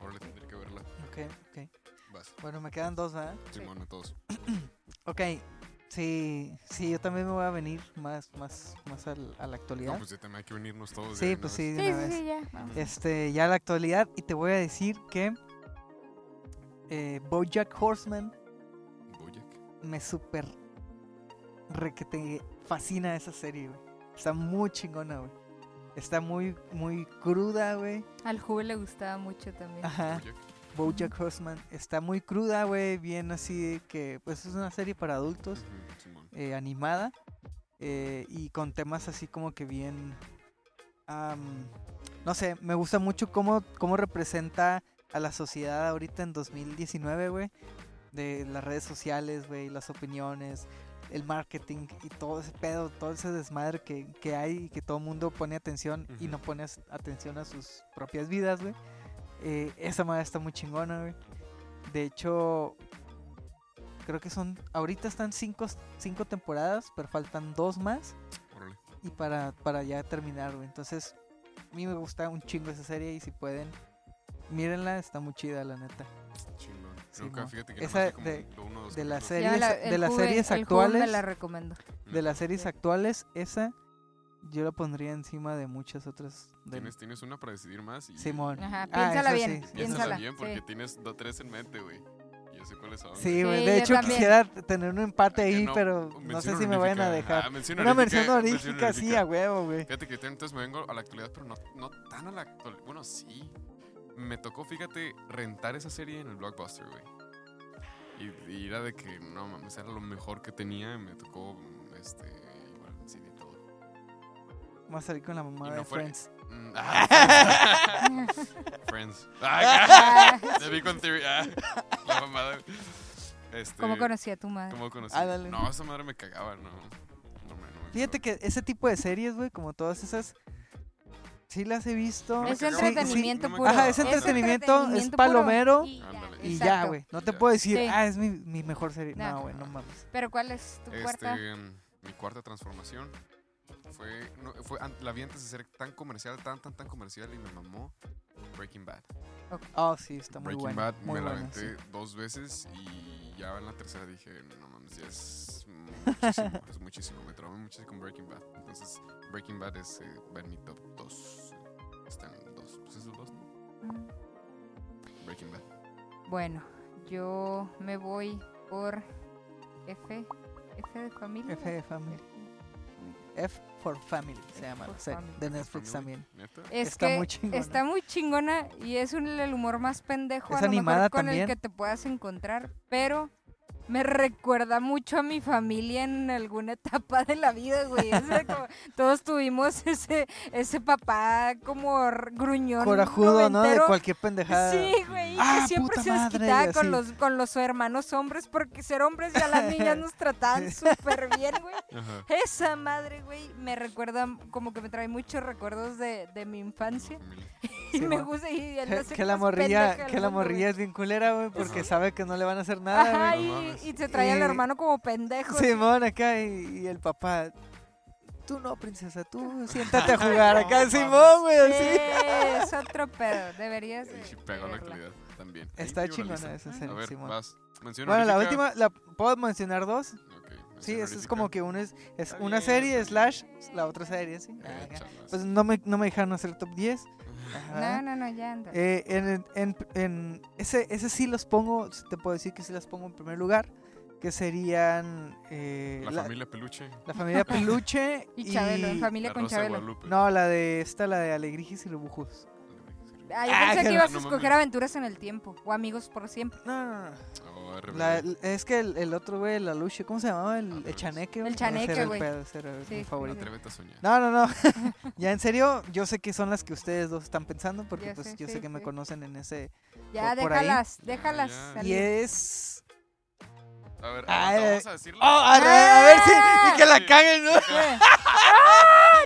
[SPEAKER 3] Ahora le tendré que verla.
[SPEAKER 2] Ok, ok.
[SPEAKER 3] Vas.
[SPEAKER 2] Bueno, me quedan dos, ¿verdad?
[SPEAKER 3] Simón, a todos.
[SPEAKER 2] Ok. Sí, sí, yo también me voy a venir más, más, más al- a la
[SPEAKER 3] No,
[SPEAKER 2] actualidad.
[SPEAKER 3] pues ya también hay que unirnos todos. de
[SPEAKER 2] Sí,
[SPEAKER 3] una
[SPEAKER 2] pues
[SPEAKER 3] vez.
[SPEAKER 2] sí,
[SPEAKER 1] Sí,
[SPEAKER 2] de una
[SPEAKER 1] sí,
[SPEAKER 2] vez.
[SPEAKER 1] sí, ya. Ah.
[SPEAKER 3] Ujú.
[SPEAKER 2] Este, ya a la actualidad. Y te voy a decir que eh, Bojack Horseman
[SPEAKER 3] Boyac.
[SPEAKER 2] me super re que te fascina esa serie, güey. Está muy chingona, güey. Está muy, muy cruda, güey.
[SPEAKER 1] Al Juve le gustaba mucho también.
[SPEAKER 2] Ajá.
[SPEAKER 3] Boyac.
[SPEAKER 2] Bojack Horseman está muy cruda, güey. Bien así de que, pues es una serie para adultos.
[SPEAKER 3] Ujú, Simón.
[SPEAKER 2] eh, animada eh, y con temas así como que bien... am, no sé, me gusta mucho cómo, cómo representa a la sociedad ahorita en 2019, güey. De las redes sociales, güey, las opiniones, el marketing y todo ese pedo, todo ese desmadre que, que hay y que todo el mundo pone atención y
[SPEAKER 3] Ujú.
[SPEAKER 2] no pone as- atención a sus propias vidas, güey. Eh, esa madre está muy chingona, güey. De hecho, creo que son. Ahorita están cinco, cinco temporadas, pero faltan dos más.
[SPEAKER 3] Órale.
[SPEAKER 2] Y para, para ya terminar, güey. Entonces, a mí me gusta un chingo esa serie. Y si pueden, mírenla, está muy chida, la neta.
[SPEAKER 3] Chingón. Nunca,
[SPEAKER 2] Simón.
[SPEAKER 3] fíjate que nada
[SPEAKER 2] Esa
[SPEAKER 3] más vi como
[SPEAKER 2] de-
[SPEAKER 3] lo uno o dos
[SPEAKER 2] de la
[SPEAKER 3] capítulos.
[SPEAKER 2] series-
[SPEAKER 1] la-
[SPEAKER 2] de las series
[SPEAKER 1] el Juve
[SPEAKER 2] actuales.
[SPEAKER 1] me la recomiendo.
[SPEAKER 2] De las series
[SPEAKER 1] Sí.
[SPEAKER 2] actuales, esa yo la pondría encima de muchas otras. De
[SPEAKER 3] Tienes, tienes una para decidir más. Y
[SPEAKER 2] Simón.
[SPEAKER 1] Ajá,
[SPEAKER 2] Ah,
[SPEAKER 1] piénsala
[SPEAKER 2] eso
[SPEAKER 1] bien,
[SPEAKER 2] sí, sí,
[SPEAKER 3] Piénsala
[SPEAKER 1] piénsala.
[SPEAKER 3] bien porque
[SPEAKER 1] sí.
[SPEAKER 3] tienes dos, tres en mente, güey. Yo sé cuáles son.
[SPEAKER 2] Sí, güey.
[SPEAKER 1] Sí,
[SPEAKER 2] de
[SPEAKER 1] yo
[SPEAKER 2] hecho,
[SPEAKER 1] también.
[SPEAKER 2] quisiera tener un empate
[SPEAKER 3] Ah, que
[SPEAKER 2] ahí,
[SPEAKER 3] no,
[SPEAKER 2] pero no sé
[SPEAKER 3] mención
[SPEAKER 2] si me vayan a
[SPEAKER 3] honorífica.
[SPEAKER 2] dejar.
[SPEAKER 3] Ah, mención
[SPEAKER 2] Una mención
[SPEAKER 3] honorífica, mención
[SPEAKER 2] honorífica, sí,
[SPEAKER 3] honorífica.
[SPEAKER 2] a huevo, güey.
[SPEAKER 3] Fíjate que yo también, entonces me vengo a la actualidad, pero no, no tan a la actualidad. Bueno, sí. Me tocó, fíjate, rentar esa serie en el Blockbuster, güey. Y, y era de que, no mames, era lo mejor que tenía. y Me tocó, mm, este, igual, sí, de todo.
[SPEAKER 2] Vamos a salir con la mamá
[SPEAKER 3] Y
[SPEAKER 2] de
[SPEAKER 3] no fue-
[SPEAKER 2] Friends.
[SPEAKER 3] Mm, ah, Friends. Ah, The Big Bang Theory. Ah, la mamada. Este,
[SPEAKER 1] ¿Cómo conocí a tu madre?
[SPEAKER 3] ¿Cómo conocí?
[SPEAKER 2] Ah, Ándale.
[SPEAKER 3] No, esa madre me cagaba, no. No, me- no me
[SPEAKER 2] Fíjate
[SPEAKER 3] gustaba.
[SPEAKER 2] que ese tipo de series, güey, como todas esas, sí las he visto.
[SPEAKER 3] No me
[SPEAKER 1] es
[SPEAKER 3] cagaba,
[SPEAKER 2] sí,
[SPEAKER 1] entretenimiento
[SPEAKER 3] sí.
[SPEAKER 1] puro.
[SPEAKER 2] Ajá, es entretenimiento, es palomero,
[SPEAKER 1] y ya,
[SPEAKER 3] Ándale.
[SPEAKER 2] Y ya,
[SPEAKER 1] exacto.
[SPEAKER 2] güey. No te
[SPEAKER 3] Ya.
[SPEAKER 2] puedo decir,
[SPEAKER 1] Sí.
[SPEAKER 2] ah, es mi, mi mejor serie.
[SPEAKER 1] No.
[SPEAKER 2] No, güey, no mames.
[SPEAKER 1] Pero ¿cuál es tu cuarta?
[SPEAKER 3] Este, mm, mi cuarta transformación fue, no, fue an- la vi antes de ser tan comercial, tan tan tan comercial y me mamó Breaking Bad.
[SPEAKER 2] Oh, sí, está muy
[SPEAKER 3] Breaking
[SPEAKER 2] buena.
[SPEAKER 3] Bad
[SPEAKER 2] muy
[SPEAKER 3] me la
[SPEAKER 2] buena, sí.
[SPEAKER 3] aventé dos veces y ya en la tercera dije, no mames, ya es muchísimo, es muchísimo, me traumé muchísimo con Breaking Bad. Entonces, Breaking Bad es, eh, va en mi top 2. Están dos, pues esos dos, ¿no?
[SPEAKER 1] Mm,
[SPEAKER 3] Breaking Bad.
[SPEAKER 1] Bueno, yo me voy por F. F de familia.
[SPEAKER 2] F de family. F for Family se llama la
[SPEAKER 1] for
[SPEAKER 2] serie
[SPEAKER 1] Family.
[SPEAKER 2] de Netflix
[SPEAKER 3] Family.
[SPEAKER 2] también.
[SPEAKER 3] ¿Neta?
[SPEAKER 1] Es
[SPEAKER 2] Está
[SPEAKER 1] que
[SPEAKER 2] muy chingona.
[SPEAKER 1] Está muy chingona y es un, el humor más pendejo
[SPEAKER 2] Es
[SPEAKER 1] a lo
[SPEAKER 2] animada
[SPEAKER 1] mejor con
[SPEAKER 2] también.
[SPEAKER 1] el que te puedas encontrar, pero me recuerda mucho a mi familia en alguna etapa de la vida, güey. O sea, como todos tuvimos ese ese papá como r- gruñón.
[SPEAKER 2] Corajudo, ¿no? De
[SPEAKER 1] noventero.
[SPEAKER 2] cualquier pendejada.
[SPEAKER 1] Sí, güey,
[SPEAKER 2] Ah,
[SPEAKER 1] que siempre
[SPEAKER 2] puta
[SPEAKER 1] se
[SPEAKER 2] madre,
[SPEAKER 1] desquitaba
[SPEAKER 2] así.
[SPEAKER 1] con los, con los hermanos hombres porque ser hombres ya las niñas nos trataban súper bien, güey.
[SPEAKER 3] Ajá.
[SPEAKER 1] Esa madre, güey, me recuerda, como que me trae muchos recuerdos de, de mi infancia. Y
[SPEAKER 2] Sí,
[SPEAKER 1] me
[SPEAKER 2] ma.
[SPEAKER 1] gusta y el
[SPEAKER 2] Que,
[SPEAKER 1] hace
[SPEAKER 2] que la
[SPEAKER 1] más pendeja
[SPEAKER 2] morrilla,
[SPEAKER 1] del
[SPEAKER 2] que la
[SPEAKER 1] mundo, güey.
[SPEAKER 2] morrilla es bien culera, güey, porque
[SPEAKER 3] Ajá.
[SPEAKER 2] sabe que no le van a hacer nada,
[SPEAKER 1] Ajá,
[SPEAKER 2] güey.
[SPEAKER 1] y,
[SPEAKER 3] No mames.
[SPEAKER 1] y se trae al
[SPEAKER 2] Y-
[SPEAKER 1] hermano como pendejo.
[SPEAKER 2] Simón acá y, y el papá. Tú no, princesa, tú siéntate a jugar acá,
[SPEAKER 3] No
[SPEAKER 2] Simón,
[SPEAKER 3] mames.
[SPEAKER 2] güey.
[SPEAKER 1] Sí,
[SPEAKER 2] así.
[SPEAKER 1] es otro pedo. Deberías. de-
[SPEAKER 3] Y
[SPEAKER 1] de
[SPEAKER 3] pegó la
[SPEAKER 1] verla.
[SPEAKER 3] actualidad también. Ahí
[SPEAKER 2] Está
[SPEAKER 3] tengo la
[SPEAKER 2] chingona
[SPEAKER 3] lista.
[SPEAKER 2] esa serie,
[SPEAKER 3] A ver,
[SPEAKER 2] Simón.
[SPEAKER 3] vas. Mención
[SPEAKER 2] Bueno, la
[SPEAKER 3] honorífica.
[SPEAKER 2] última, la, ¿puedo mencionar dos? Sí,
[SPEAKER 3] Ok, mención
[SPEAKER 2] eso es
[SPEAKER 3] honorífica.
[SPEAKER 2] como que uno es, es
[SPEAKER 3] Está
[SPEAKER 2] una
[SPEAKER 3] bien,
[SPEAKER 2] serie
[SPEAKER 3] está
[SPEAKER 2] slash la otra serie, sí.
[SPEAKER 3] Eh,
[SPEAKER 2] Ah, ya.
[SPEAKER 3] chamas.
[SPEAKER 2] Pues no me, no me dejaron hacer top 10. Ajá.
[SPEAKER 1] No, no, no, ya anda.
[SPEAKER 2] Eh, en, en- en- ese, ese sí los pongo, te puedo decir que sí las pongo en primer lugar, que serían eh,
[SPEAKER 3] la,
[SPEAKER 2] la-
[SPEAKER 3] familia peluche.
[SPEAKER 2] la familia Peluche
[SPEAKER 1] y Chabelo, en familia
[SPEAKER 3] la
[SPEAKER 1] con
[SPEAKER 3] Rosa de
[SPEAKER 1] Chabelo.
[SPEAKER 3] Guadalupe.
[SPEAKER 2] No, la de esta, la de Alegrijis y Rebujos.
[SPEAKER 1] Ah, yo
[SPEAKER 2] Ah,
[SPEAKER 1] pensé
[SPEAKER 2] que
[SPEAKER 1] que
[SPEAKER 2] no,
[SPEAKER 1] ibas
[SPEAKER 3] no
[SPEAKER 1] a escoger
[SPEAKER 3] mames.
[SPEAKER 1] aventuras en el tiempo o amigos por siempre.
[SPEAKER 2] No, no, no.
[SPEAKER 3] Oh, RBD.
[SPEAKER 2] La- l- es que el, el otro güey, la Luche, ¿cómo se llamaba?
[SPEAKER 3] Ah,
[SPEAKER 2] El,
[SPEAKER 3] pero
[SPEAKER 2] el
[SPEAKER 3] es-
[SPEAKER 2] Chaneque.
[SPEAKER 1] El
[SPEAKER 2] güey. Ese
[SPEAKER 1] Chaneque,
[SPEAKER 2] era el
[SPEAKER 1] güey.
[SPEAKER 2] pedo, ese era mi
[SPEAKER 1] Sí,
[SPEAKER 2] favorito.
[SPEAKER 1] sí,
[SPEAKER 3] Atrévete a soñar.
[SPEAKER 2] No, no, no. ya en serio, yo sé que son las que ustedes dos están pensando porque
[SPEAKER 1] Ya
[SPEAKER 2] pues
[SPEAKER 1] sé,
[SPEAKER 2] yo sé
[SPEAKER 1] sí,
[SPEAKER 2] que me
[SPEAKER 1] sí.
[SPEAKER 2] conocen en ese
[SPEAKER 1] Ya,
[SPEAKER 2] Por- por ahí.
[SPEAKER 1] déjalas, déjalas.
[SPEAKER 3] Ah, ya.
[SPEAKER 1] salir.
[SPEAKER 2] y es
[SPEAKER 3] A ver,
[SPEAKER 2] Ah,
[SPEAKER 3] aguanta,
[SPEAKER 2] eh.
[SPEAKER 3] vamos a decirlo.
[SPEAKER 2] Oh, arre, a ver si
[SPEAKER 1] Ah.
[SPEAKER 2] y que la
[SPEAKER 3] Sí.
[SPEAKER 2] caguen, ¿no?
[SPEAKER 1] ¿Qué? ¡Ah!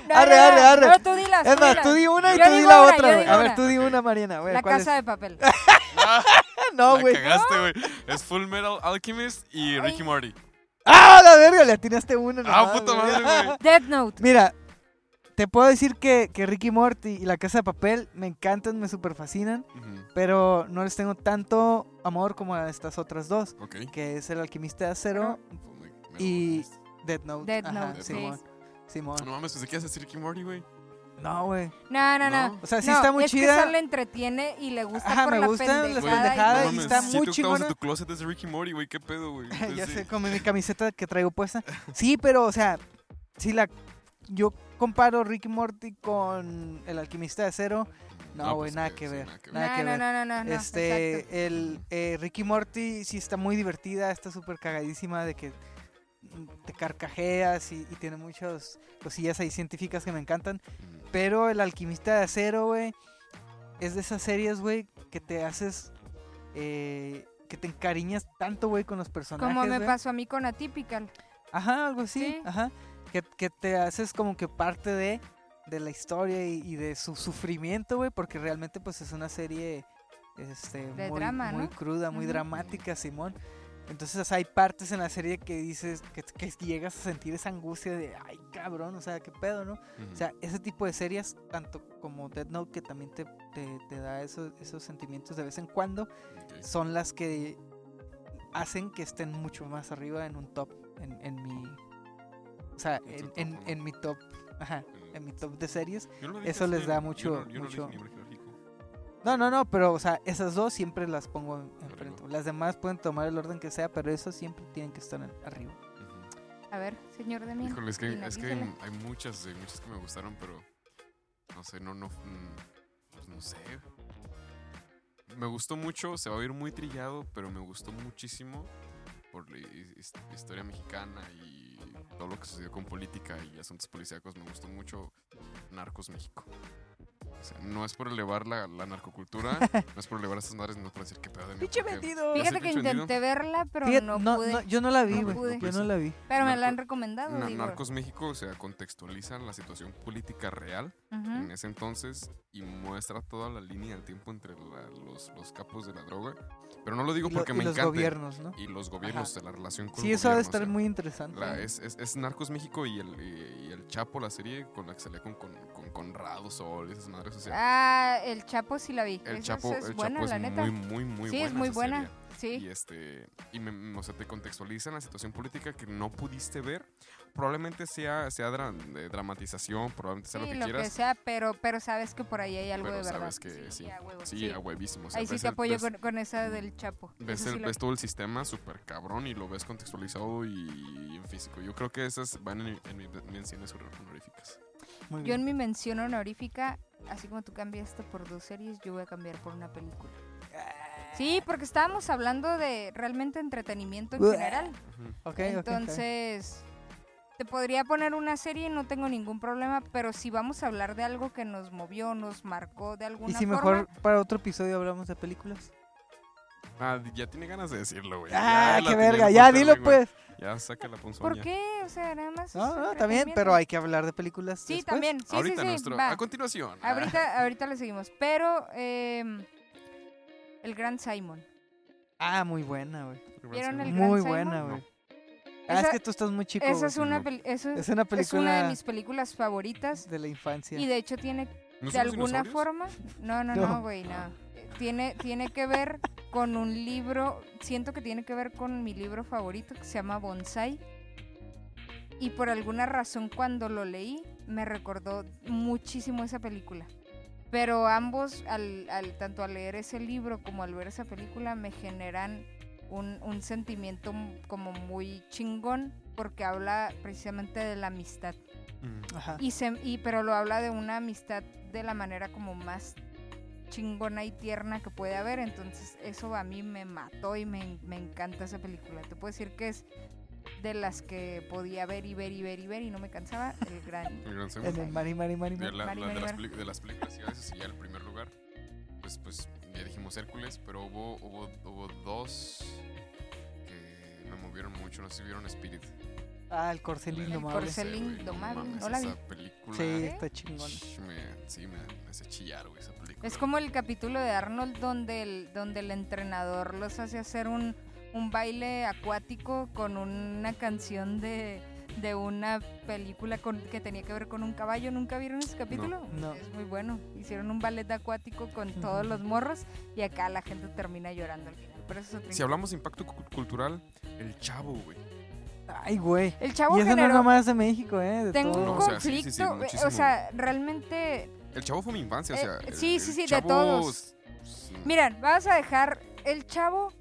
[SPEAKER 1] No,
[SPEAKER 2] Arre,
[SPEAKER 1] no,
[SPEAKER 2] arre,
[SPEAKER 1] no,
[SPEAKER 2] arre.
[SPEAKER 1] no, tú dilas,
[SPEAKER 2] Es
[SPEAKER 1] tú
[SPEAKER 2] más,
[SPEAKER 1] dilas.
[SPEAKER 2] tú di una y
[SPEAKER 1] Yo
[SPEAKER 2] tú di
[SPEAKER 1] digo
[SPEAKER 2] la
[SPEAKER 1] una,
[SPEAKER 2] otra,
[SPEAKER 1] yo
[SPEAKER 2] güey.
[SPEAKER 1] digo
[SPEAKER 2] A ver,
[SPEAKER 1] una.
[SPEAKER 2] tú di
[SPEAKER 3] Ok.
[SPEAKER 2] una, Mariana, güey.
[SPEAKER 1] La
[SPEAKER 2] ¿cuál
[SPEAKER 1] casa de papel.
[SPEAKER 3] Ah,
[SPEAKER 2] es? No,
[SPEAKER 3] la
[SPEAKER 2] güey.
[SPEAKER 3] cagaste, güey. Es Full Metal Alchemist y Ricky Morty.
[SPEAKER 2] Ah, la verga, le atinaste una.
[SPEAKER 3] Ah,
[SPEAKER 2] nomás,
[SPEAKER 3] puta
[SPEAKER 2] güey.
[SPEAKER 3] madre, güey.
[SPEAKER 1] Dead Note.
[SPEAKER 2] Mira, Te puedo decir que, que Ricky Morty y La Casa de Papel me encantan, me super fascinan,
[SPEAKER 3] Ujú,
[SPEAKER 2] pero no les tengo tanto amor como a estas otras dos,
[SPEAKER 3] Ok.
[SPEAKER 2] que es El Alquimista de Acero,
[SPEAKER 3] Me- me lo
[SPEAKER 2] Y-
[SPEAKER 3] ganaste.
[SPEAKER 2] Dead Note.
[SPEAKER 1] Death
[SPEAKER 2] Ajá,
[SPEAKER 1] Note,
[SPEAKER 3] sí.
[SPEAKER 2] Simón. Simón.
[SPEAKER 3] No mames, pensé que ibas a decir Ricky Morty, güey.
[SPEAKER 2] No, güey.
[SPEAKER 1] No, no, no.
[SPEAKER 3] No.
[SPEAKER 2] O sea, sí
[SPEAKER 1] No,
[SPEAKER 2] está muy
[SPEAKER 1] es
[SPEAKER 2] chida.
[SPEAKER 1] que solo entretiene y le gusta
[SPEAKER 2] Ajá,
[SPEAKER 1] por
[SPEAKER 2] me
[SPEAKER 1] la
[SPEAKER 2] gustan las
[SPEAKER 1] pendejada. y-
[SPEAKER 2] pendejadas Ah,
[SPEAKER 3] no
[SPEAKER 2] y está
[SPEAKER 3] si
[SPEAKER 2] muy
[SPEAKER 3] tú estabas
[SPEAKER 2] chingona.
[SPEAKER 3] en tu closet es Ricky Morty, güey. ¿Qué pedo, güey?
[SPEAKER 2] ya
[SPEAKER 3] Entonces,
[SPEAKER 2] sé,
[SPEAKER 3] sí.
[SPEAKER 2] con mi camiseta que traigo puesta. Sí, pero, o sea, si la. Yo comparo Ricky Morty con El Alquimista de Acero. No, güey,
[SPEAKER 3] pues,
[SPEAKER 2] nada
[SPEAKER 3] sí,
[SPEAKER 2] que
[SPEAKER 3] sí,
[SPEAKER 2] ver.
[SPEAKER 3] nada que ver.
[SPEAKER 2] Nada que
[SPEAKER 1] No, no,
[SPEAKER 2] ver.
[SPEAKER 1] no, no, Ah, no, no,
[SPEAKER 2] este,
[SPEAKER 1] exacto.
[SPEAKER 2] el eh, Ricky Morty sí está muy divertida, está súper cagadísima de que mm, te carcajeas y, y tiene muchas cosillas ahí científicas que me encantan.
[SPEAKER 3] Ujú.
[SPEAKER 2] Pero El Alquimista de Acero, güey, es de esas series, güey, que te haces. eh, que te encariñas tanto, güey, con los personajes.
[SPEAKER 1] Como me
[SPEAKER 2] güey.
[SPEAKER 1] pasó a mí con Atypical.
[SPEAKER 2] Ajá, algo así.
[SPEAKER 1] Sí.
[SPEAKER 2] Ajá. Que, que te haces como que parte de, de la historia y, y de su sufrimiento, güey, porque realmente pues es una serie este,
[SPEAKER 1] De
[SPEAKER 2] muy,
[SPEAKER 1] drama,
[SPEAKER 2] muy
[SPEAKER 1] ¿no?
[SPEAKER 2] cruda, muy
[SPEAKER 1] Ujú.
[SPEAKER 2] dramática, Simón. Entonces o sea, hay partes en la serie que dices, que, que llegas a sentir esa angustia de, ay cabrón, o sea, qué pedo, ¿no?
[SPEAKER 3] Ujú.
[SPEAKER 2] O sea, ese tipo de series, tanto como Dead Note, que también te, te, te da esos, esos sentimientos de vez en cuando,
[SPEAKER 3] Ok.
[SPEAKER 2] son las que hacen que estén mucho más arriba en un top, en, en mi... O sea,
[SPEAKER 3] En
[SPEAKER 2] en,
[SPEAKER 3] tu
[SPEAKER 2] en-
[SPEAKER 3] top, ¿no?
[SPEAKER 2] en mi top, ajá,
[SPEAKER 3] El-
[SPEAKER 2] en mi top de series.
[SPEAKER 3] Yo no lo
[SPEAKER 2] em, eso
[SPEAKER 3] así,
[SPEAKER 2] les da
[SPEAKER 3] yo
[SPEAKER 2] mucho-
[SPEAKER 3] no- yo no lo dije
[SPEAKER 2] mucho-
[SPEAKER 3] ni orográfico.
[SPEAKER 2] No, no, no, pero, o sea, esas dos siempre las pongo en- enfrente.
[SPEAKER 3] Arriba.
[SPEAKER 2] Las demás pueden tomar el orden que sea, pero esas siempre tienen que estar en- arriba.
[SPEAKER 3] Ujú.
[SPEAKER 1] A ver, señor de mí.
[SPEAKER 3] Híjole, es que, es que
[SPEAKER 1] Finalízala.
[SPEAKER 3] hay muchas, eh, muchas que me gustaron, pero no sé, no, no, mm, pues no sé. Me gustó mucho, se va a oír muy trillado, pero me gustó muchísimo por la hi- his- historia mexicana y todo lo que sucedió con política y asuntos policíacos. Me gustó mucho Narcos México. O sea, no es por elevar la, la narcocultura, no es por elevar a estas madres, no es por decir que pedo de
[SPEAKER 2] ¡Pinche
[SPEAKER 3] narco, que-
[SPEAKER 2] vendido!
[SPEAKER 3] Ya sé
[SPEAKER 1] Fíjate que
[SPEAKER 3] pinche vendido.
[SPEAKER 1] intenté verla, pero
[SPEAKER 2] Fíjate,
[SPEAKER 1] no,
[SPEAKER 2] no,
[SPEAKER 1] pude.
[SPEAKER 2] no, yo no la vi,
[SPEAKER 3] No
[SPEAKER 2] güey.
[SPEAKER 3] pude. Pues
[SPEAKER 2] yo no la vi.
[SPEAKER 1] pero me la han
[SPEAKER 3] Narco-
[SPEAKER 1] recomendado,
[SPEAKER 3] Na-
[SPEAKER 1] digo.
[SPEAKER 3] Narcos México, o sea, contextualiza la situación política real
[SPEAKER 1] Ujú.
[SPEAKER 3] en ese entonces y muestra toda la línea del tiempo entre la- los, los capos de la droga. Pero no lo digo
[SPEAKER 2] Y lo-
[SPEAKER 3] porque
[SPEAKER 2] y
[SPEAKER 3] me
[SPEAKER 2] los
[SPEAKER 3] encanta.
[SPEAKER 2] gobiernos, ¿no?
[SPEAKER 3] Y los gobiernos, de la relación con
[SPEAKER 2] Sí,
[SPEAKER 3] el
[SPEAKER 2] eso debe
[SPEAKER 3] gobierno, o
[SPEAKER 2] estar
[SPEAKER 3] sea,
[SPEAKER 2] muy interesante.
[SPEAKER 3] la- es, es- es Narcos México y el, y- y el Chapo, la serie con la que salía con, con, con Conrado Sol y esas madres. O sea,
[SPEAKER 1] Ah, el Chapo sí la vi.
[SPEAKER 3] el
[SPEAKER 1] Esa
[SPEAKER 3] Chapo,
[SPEAKER 1] es
[SPEAKER 3] el
[SPEAKER 1] buena,
[SPEAKER 3] Chapo
[SPEAKER 1] la
[SPEAKER 3] es
[SPEAKER 1] neta.
[SPEAKER 3] muy, muy, muy buena.
[SPEAKER 1] sí, es muy
[SPEAKER 3] esa
[SPEAKER 1] buena.
[SPEAKER 3] serie. Y
[SPEAKER 1] Sí.
[SPEAKER 3] este y me, me- o sea, te contextualizan la situación política que no pudiste ver. Probablemente sea, sea dra- de dramatización, probablemente sea
[SPEAKER 1] Sí,
[SPEAKER 3] lo que
[SPEAKER 1] lo
[SPEAKER 3] quieras.
[SPEAKER 1] que sea, pero, pero sabes que por ahí hay algo
[SPEAKER 3] pero
[SPEAKER 1] de verdad.
[SPEAKER 3] sabes que sí,
[SPEAKER 1] a huevo,
[SPEAKER 3] sí,
[SPEAKER 1] sí.
[SPEAKER 3] a huevísimo. o sea,
[SPEAKER 1] Ahí sí
[SPEAKER 3] ves
[SPEAKER 1] te
[SPEAKER 3] el-
[SPEAKER 1] apoyo
[SPEAKER 3] ves-
[SPEAKER 1] con, con esa del Chapo.
[SPEAKER 3] Ves,
[SPEAKER 1] Esa sí
[SPEAKER 3] el-
[SPEAKER 1] la
[SPEAKER 3] ves
[SPEAKER 1] vi.
[SPEAKER 3] todo el sistema súper cabrón y lo ves contextualizado y en físico. Yo creo que esas van en, en mis menciones honoríficas.
[SPEAKER 2] Muy
[SPEAKER 1] Yo
[SPEAKER 2] bien.
[SPEAKER 1] en mi mención honorífica, así como tú cambiaste por dos series, yo voy a cambiar por una película.
[SPEAKER 2] Ah.
[SPEAKER 1] Sí, porque estábamos hablando de realmente entretenimiento en
[SPEAKER 2] Uah.
[SPEAKER 1] general.
[SPEAKER 2] Ok, ok, está bien.
[SPEAKER 1] Entonces, te podría poner una serie y no tengo ningún problema, pero si vamos a hablar de algo que nos movió, nos marcó de alguna
[SPEAKER 2] ¿Y si
[SPEAKER 1] forma.
[SPEAKER 2] mejor para otro episodio hablamos de películas?
[SPEAKER 3] Ah, ya tiene ganas de decirlo, güey.
[SPEAKER 2] ¡Ah,
[SPEAKER 3] Ya la
[SPEAKER 2] qué
[SPEAKER 3] tenía en
[SPEAKER 2] verga!
[SPEAKER 3] la
[SPEAKER 2] Ya,
[SPEAKER 3] punta de la
[SPEAKER 2] dilo
[SPEAKER 3] lengua.
[SPEAKER 2] pues.
[SPEAKER 3] Ya saca la ponzoña.
[SPEAKER 1] ¿Por qué? O sea, nada más.
[SPEAKER 2] No,
[SPEAKER 1] es
[SPEAKER 2] no, también,
[SPEAKER 1] entretenimiento.
[SPEAKER 2] pero hay que hablar de películas
[SPEAKER 1] Sí,
[SPEAKER 2] después.
[SPEAKER 1] también. Sí,
[SPEAKER 3] Ahorita
[SPEAKER 1] sí, sí.
[SPEAKER 3] nuestro.
[SPEAKER 1] va.
[SPEAKER 3] A continuación. Ah,
[SPEAKER 1] Ahorita, ahorita le seguimos. Pero, em, el Gran Simon.
[SPEAKER 2] Ah, muy buena, güey.
[SPEAKER 1] ¿Vieron el Gran
[SPEAKER 2] Muy
[SPEAKER 1] Simon?
[SPEAKER 2] buena, güey. Ah, es
[SPEAKER 1] Esa-
[SPEAKER 2] que tú estás muy chico,
[SPEAKER 1] Esa
[SPEAKER 2] güey.
[SPEAKER 1] es una,
[SPEAKER 3] No.
[SPEAKER 1] pel- eso
[SPEAKER 2] Es
[SPEAKER 1] es,
[SPEAKER 2] una
[SPEAKER 1] es
[SPEAKER 2] película
[SPEAKER 1] una de mis películas favoritas.
[SPEAKER 2] de la infancia.
[SPEAKER 1] Y de hecho tiene de
[SPEAKER 3] ¿No son los
[SPEAKER 1] alguna
[SPEAKER 3] dinosaurios?
[SPEAKER 1] forma. No, no,
[SPEAKER 2] No.
[SPEAKER 1] no, güey, no.
[SPEAKER 3] Ah.
[SPEAKER 1] Eh, Tiene, tiene que ver con un libro. Siento que tiene que ver con mi libro favorito que se llama Bonsai. Y por alguna razón, cuando lo leí, me recordó muchísimo esa película. Pero ambos, al, al- tanto al leer ese libro como al ver esa película, me generan un, un sentimiento m- como muy chingón porque habla precisamente de la amistad
[SPEAKER 3] Mm.
[SPEAKER 2] Ajá.
[SPEAKER 1] y se- y- pero lo habla de una amistad de la manera como más chingona y tierna que puede haber. Entonces eso a mí me mató y me, me encanta esa película. Te puedo decir que es de las que podía ver y ver y ver y ver y no me cansaba. El gran...
[SPEAKER 3] El gran Simon.
[SPEAKER 2] En el Mari, Mari, Mari,
[SPEAKER 3] de,
[SPEAKER 2] Mari.
[SPEAKER 3] la-
[SPEAKER 1] Mari,
[SPEAKER 3] la- de
[SPEAKER 1] Mari,
[SPEAKER 3] las,
[SPEAKER 1] Mari.
[SPEAKER 3] peli- de las películas iba a decir, sí, el primer lugar. Pues, pues ya dijimos Hércules, pero hubo, hubo, hubo dos que me movieron mucho. No sé si vieron Spirit.
[SPEAKER 2] Ah, el corcelín
[SPEAKER 1] El ¿Eh?
[SPEAKER 2] indomable.
[SPEAKER 1] corcel- Corcelín
[SPEAKER 3] Ese, güey,
[SPEAKER 1] Indomable,
[SPEAKER 3] mames,
[SPEAKER 1] no la vi.
[SPEAKER 3] esa película.
[SPEAKER 2] Sí,
[SPEAKER 1] ¿Sí?
[SPEAKER 2] está chingón.
[SPEAKER 3] sh, me, sí, me, me hace chillar, güey, esa película.
[SPEAKER 1] Es como el capítulo de Arnold donde el, donde el entrenador los hace hacer un, un baile acuático con una canción de... de una película con, que tenía que ver con un caballo. ¿Nunca vieron ese capítulo?
[SPEAKER 2] No.
[SPEAKER 1] Es muy bueno. Hicieron un ballet acuático con todos los morros y acá la gente termina llorando al final. Pero eso es otro
[SPEAKER 3] Si hablamos de impacto cu- cultural, el chavo, güey.
[SPEAKER 2] Ay, güey.
[SPEAKER 1] El chavo
[SPEAKER 2] y eso no es
[SPEAKER 1] generó.
[SPEAKER 2] nomás de México, ¿eh? De
[SPEAKER 1] tengo
[SPEAKER 2] todo.
[SPEAKER 1] un
[SPEAKER 3] No, o sea, sí, sí,
[SPEAKER 1] conflicto.
[SPEAKER 3] sí,
[SPEAKER 1] eh, o
[SPEAKER 3] muchísimo.
[SPEAKER 1] sea, realmente.
[SPEAKER 3] El chavo fue mi infancia,
[SPEAKER 1] Eh,
[SPEAKER 3] o sea.
[SPEAKER 1] sí,
[SPEAKER 3] el
[SPEAKER 1] sí, sí, de
[SPEAKER 3] Chavo mm,
[SPEAKER 1] todos.
[SPEAKER 3] es-
[SPEAKER 1] Miren, vamos a dejar el chavo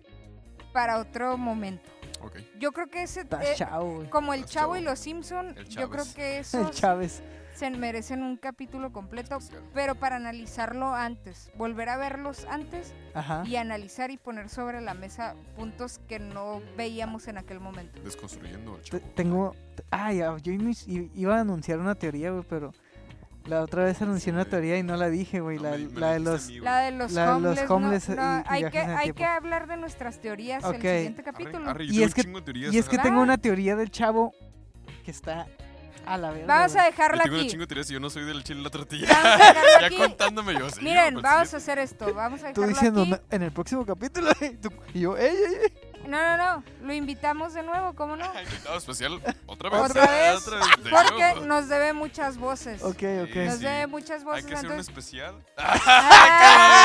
[SPEAKER 1] para otro momento.
[SPEAKER 3] Ok.
[SPEAKER 1] Yo creo que ese.
[SPEAKER 2] Está
[SPEAKER 1] eh,
[SPEAKER 2] chavo, güey.
[SPEAKER 1] como el
[SPEAKER 3] Estás
[SPEAKER 1] chavo y
[SPEAKER 3] chavo.
[SPEAKER 1] los Simpson,
[SPEAKER 3] El
[SPEAKER 1] yo creo
[SPEAKER 3] Chávez.
[SPEAKER 1] que eso
[SPEAKER 2] El Chávez.
[SPEAKER 1] se merecen un capítulo completo,
[SPEAKER 3] Especial.
[SPEAKER 1] pero para analizarlo antes, volver a verlos antes
[SPEAKER 2] Ajá.
[SPEAKER 1] y analizar y poner sobre la mesa puntos que no veíamos en aquel momento.
[SPEAKER 3] Desconstruyendo al
[SPEAKER 2] Te-
[SPEAKER 3] chavo.
[SPEAKER 2] Tengo. Ah, ya, yo imis- i- iba a anunciar una teoría, güey, pero la otra vez anuncié una
[SPEAKER 3] güey.
[SPEAKER 2] teoría y no la dije, güey.
[SPEAKER 3] No,
[SPEAKER 2] la
[SPEAKER 3] me- me lo
[SPEAKER 2] la de
[SPEAKER 3] dijiste a
[SPEAKER 2] los.
[SPEAKER 3] mí, güey.
[SPEAKER 1] La de los
[SPEAKER 2] La de los
[SPEAKER 1] homeless, no-
[SPEAKER 2] homeless,
[SPEAKER 1] no,
[SPEAKER 2] eh, y- y
[SPEAKER 1] hay,
[SPEAKER 2] viajes
[SPEAKER 1] que,
[SPEAKER 2] en el
[SPEAKER 1] hay
[SPEAKER 2] tiempo.
[SPEAKER 1] que hablar de nuestras teorías
[SPEAKER 2] Ok.
[SPEAKER 1] el siguiente
[SPEAKER 3] Arre,
[SPEAKER 1] capítulo.
[SPEAKER 3] arre, yo
[SPEAKER 2] Y
[SPEAKER 3] tengo
[SPEAKER 2] es
[SPEAKER 3] un
[SPEAKER 2] que-
[SPEAKER 3] chingo de teorías,
[SPEAKER 2] Y es que
[SPEAKER 3] ajá.
[SPEAKER 2] tengo una teoría del chavo que está a la verga.
[SPEAKER 1] Vamos a
[SPEAKER 2] güey.
[SPEAKER 3] Yo
[SPEAKER 1] dejarla
[SPEAKER 3] tengo un
[SPEAKER 1] aquí.
[SPEAKER 3] chingo de teorías y yo no soy del chile la tortilla.
[SPEAKER 1] Vamos a dejarlo
[SPEAKER 3] ya
[SPEAKER 1] aquí.
[SPEAKER 3] contándome yo. sí,
[SPEAKER 1] Miren,
[SPEAKER 3] pues,
[SPEAKER 1] vamos
[SPEAKER 3] sí.
[SPEAKER 1] a hacer esto. Vamos a
[SPEAKER 2] Tú
[SPEAKER 1] dejarlo
[SPEAKER 2] diciendo
[SPEAKER 1] aquí.
[SPEAKER 2] "No, en el próximo capítulo. Y, tú- y yo, ey, ey, ey.
[SPEAKER 1] No, no, no. Lo invitamos de nuevo, ¿cómo no?
[SPEAKER 3] Ah, Invitado especial, otra vez.
[SPEAKER 1] Otra vez,
[SPEAKER 3] de
[SPEAKER 1] Porque
[SPEAKER 3] nuevo.
[SPEAKER 1] nos debe muchas voces.
[SPEAKER 2] Ok, ok.
[SPEAKER 1] Nos
[SPEAKER 3] Sí.
[SPEAKER 1] debe muchas
[SPEAKER 3] Hay
[SPEAKER 1] voces.
[SPEAKER 3] que hacer un
[SPEAKER 1] pues, entonces- Ah,
[SPEAKER 3] especial.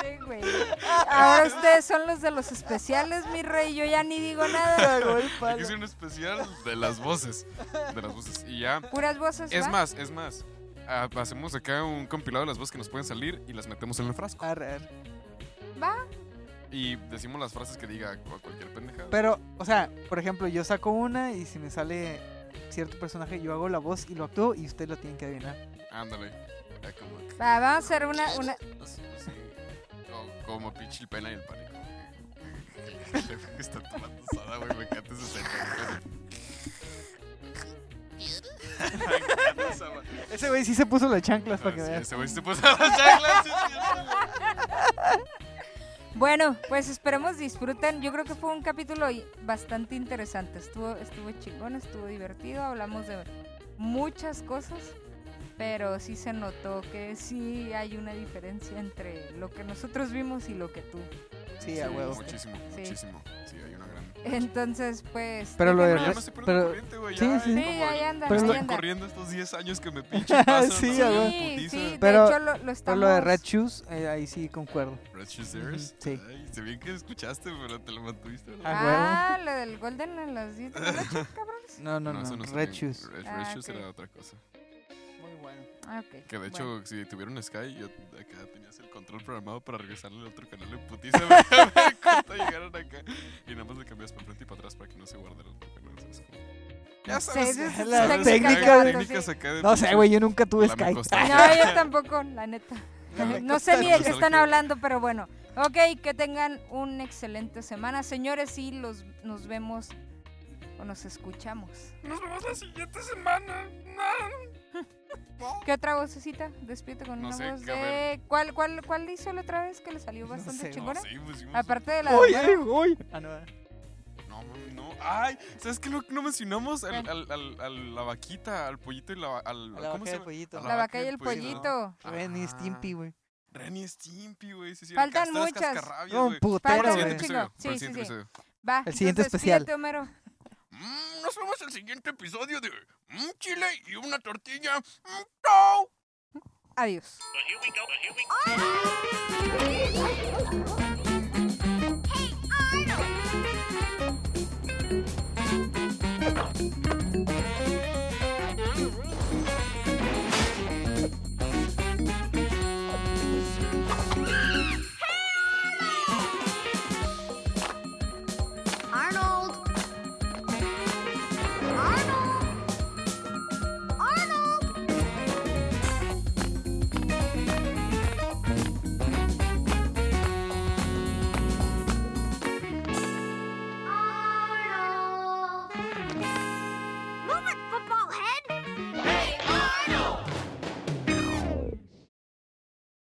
[SPEAKER 1] Sí, güey. Ahora ustedes son los de los especiales, mi rey. Yo ya ni digo nada.
[SPEAKER 2] Cagó el
[SPEAKER 3] Hay que
[SPEAKER 2] palo.
[SPEAKER 3] hacer un especial de las voces. De las voces. Y ya.
[SPEAKER 2] Pues
[SPEAKER 1] Puras voces.
[SPEAKER 3] Es
[SPEAKER 1] ¿va?
[SPEAKER 3] más, es más. ah, hacemos acá un compilado de las voces que nos pueden salir y las metemos en el frasco.
[SPEAKER 2] Arre, arre.
[SPEAKER 1] ¿Va?
[SPEAKER 3] Y decimos las frases que diga cu- cualquier pendeja.
[SPEAKER 2] Pero, o sea, por ejemplo, yo saco una y si me sale cierto personaje, yo hago la voz y lo actúo y ustedes lo tienen que adivinar.
[SPEAKER 3] Ándale. Ah, como que-
[SPEAKER 1] Va, vamos a hacer una. una...
[SPEAKER 3] Así, así. O como pinche el pena y el pánico. Está tomando soda, güey. Me encanta ese sentimiento. Me encanta esa madre.
[SPEAKER 2] Ese güey sí se puso las chanclas para
[SPEAKER 3] Ah,
[SPEAKER 2] que
[SPEAKER 3] sí,
[SPEAKER 2] veas.
[SPEAKER 3] Ese güey se puso las chanclas. sí, sí, sí.
[SPEAKER 1] Bueno, pues esperemos disfruten. Yo creo que fue un capítulo y- bastante interesante. Estuvo, estuvo chingón, estuvo divertido. Hablamos de muchas cosas. Pero sí se notó que sí hay una diferencia entre lo que nosotros vimos y lo que tú.
[SPEAKER 2] Sí, a
[SPEAKER 1] Sí,
[SPEAKER 2] huevo.
[SPEAKER 1] sí.
[SPEAKER 3] Muchísimo, muchísimo. Sí, hay una gran.
[SPEAKER 1] Entonces, pues.
[SPEAKER 2] Pero lo de
[SPEAKER 3] Pero ya
[SPEAKER 1] déjenos-
[SPEAKER 3] me estoy poniendo
[SPEAKER 2] Pero-
[SPEAKER 3] corriente, güey.
[SPEAKER 2] sí,
[SPEAKER 3] ya,
[SPEAKER 2] sí.
[SPEAKER 3] eh,
[SPEAKER 1] Sí,
[SPEAKER 3] como
[SPEAKER 1] ahí anda,
[SPEAKER 2] Pero
[SPEAKER 3] estoy
[SPEAKER 2] lo-
[SPEAKER 1] ahí anda.
[SPEAKER 3] corriendo estos 10 años que me pinche pasan.
[SPEAKER 2] Sí,
[SPEAKER 3] ¿no?
[SPEAKER 2] a huevo.
[SPEAKER 3] Una
[SPEAKER 1] Sí,
[SPEAKER 3] putiza.
[SPEAKER 1] sí, de
[SPEAKER 2] Pero-
[SPEAKER 1] hecho lo, lo
[SPEAKER 2] Por lo de
[SPEAKER 1] estamos-
[SPEAKER 2] Red Shoes, eh, ahí sí concuerdo.
[SPEAKER 3] Red Shooters.
[SPEAKER 2] Ujú, sí.
[SPEAKER 3] Ay, se bien que escuchaste, pero te lo mantuviste. ¿no?
[SPEAKER 2] Ah,
[SPEAKER 1] Ah, lo del Golden a las 10 de la noche, cabrones.
[SPEAKER 2] No, no, no.
[SPEAKER 3] eso se
[SPEAKER 2] Red
[SPEAKER 3] tiene.
[SPEAKER 2] Shoes.
[SPEAKER 3] Red, Red
[SPEAKER 1] Ah,
[SPEAKER 3] Shoes
[SPEAKER 1] ok.
[SPEAKER 3] era otra cosa.
[SPEAKER 2] Muy bueno.
[SPEAKER 1] Ah, ok,
[SPEAKER 3] Que de hecho,
[SPEAKER 1] bueno.
[SPEAKER 3] si tuviera un Sky, yo acá tenías el control programado para regresarle al otro canal en putiza. güey, cuando llegaron acá. Y nada más le cambias para frente y para atrás para que no se guarde el otro canal. ¿sabes? Como- Ya
[SPEAKER 1] Sí,
[SPEAKER 3] sabes.
[SPEAKER 1] sí, sí,
[SPEAKER 2] La
[SPEAKER 3] ¿sabes?
[SPEAKER 2] técnica
[SPEAKER 3] Acá hay
[SPEAKER 2] de-
[SPEAKER 3] técnicas acá de
[SPEAKER 2] No sé,
[SPEAKER 3] pinche-
[SPEAKER 2] güey, yo nunca tuve
[SPEAKER 3] la
[SPEAKER 2] Skype.
[SPEAKER 3] mecosta-
[SPEAKER 1] No, yo tampoco, la neta.
[SPEAKER 3] la mecosta
[SPEAKER 1] No sé ni de qué
[SPEAKER 3] Rosalía.
[SPEAKER 1] están hablando, pero bueno. Ok, que tengan una excelente semana, señores, y los, nos vemos o nos escuchamos.
[SPEAKER 3] Nos vemos la siguiente semana.
[SPEAKER 1] ¿Qué otra vocecita? Despídete con
[SPEAKER 3] No
[SPEAKER 1] una
[SPEAKER 3] sé,
[SPEAKER 1] voz
[SPEAKER 3] a ver.
[SPEAKER 1] de... ¿Cuál, cuál, ¿Cuál hizo la otra vez que le salió
[SPEAKER 2] No
[SPEAKER 1] bastante
[SPEAKER 2] sé, no
[SPEAKER 1] chingona?
[SPEAKER 3] No, sí, pusimos-
[SPEAKER 1] Aparte de la...
[SPEAKER 2] Uy,
[SPEAKER 1] bueno,
[SPEAKER 2] ay, uy. Ah, no.
[SPEAKER 3] No, mami, no. Ay, ¿sabes qué no, no mencionamos? Al,
[SPEAKER 1] ¿Cuál?
[SPEAKER 3] al, al, al- la vaquita, al pollito y la... Al,
[SPEAKER 2] A la
[SPEAKER 3] ¿Cómo
[SPEAKER 2] vaca
[SPEAKER 3] se
[SPEAKER 2] del
[SPEAKER 3] llama?
[SPEAKER 2] pollito.
[SPEAKER 3] A
[SPEAKER 1] la vaca y el
[SPEAKER 3] pues, ¿no?
[SPEAKER 1] pollito.
[SPEAKER 2] Ren y Stimpy, güey.
[SPEAKER 3] Ren y Stimpy, güey. sí, sí,
[SPEAKER 1] Faltan
[SPEAKER 3] castas-
[SPEAKER 1] muchas.
[SPEAKER 3] cascarrabias,
[SPEAKER 2] No, un
[SPEAKER 3] Ah, güey.
[SPEAKER 2] putero,
[SPEAKER 3] Para el
[SPEAKER 1] Faltan
[SPEAKER 3] siguiente
[SPEAKER 1] un
[SPEAKER 2] güey.
[SPEAKER 1] chingo. Sí,
[SPEAKER 3] episodio, para el
[SPEAKER 1] sí,
[SPEAKER 3] siguiente
[SPEAKER 1] sí.
[SPEAKER 3] episodio.
[SPEAKER 1] Va,
[SPEAKER 2] El siguiente
[SPEAKER 1] entonces,
[SPEAKER 2] especial.
[SPEAKER 1] despídete, Homero.
[SPEAKER 3] Mm, nos vemos el siguiente episodio de un chile y una tortilla. Mm, chao.
[SPEAKER 1] Adiós.
[SPEAKER 4] Here we go. Here we go.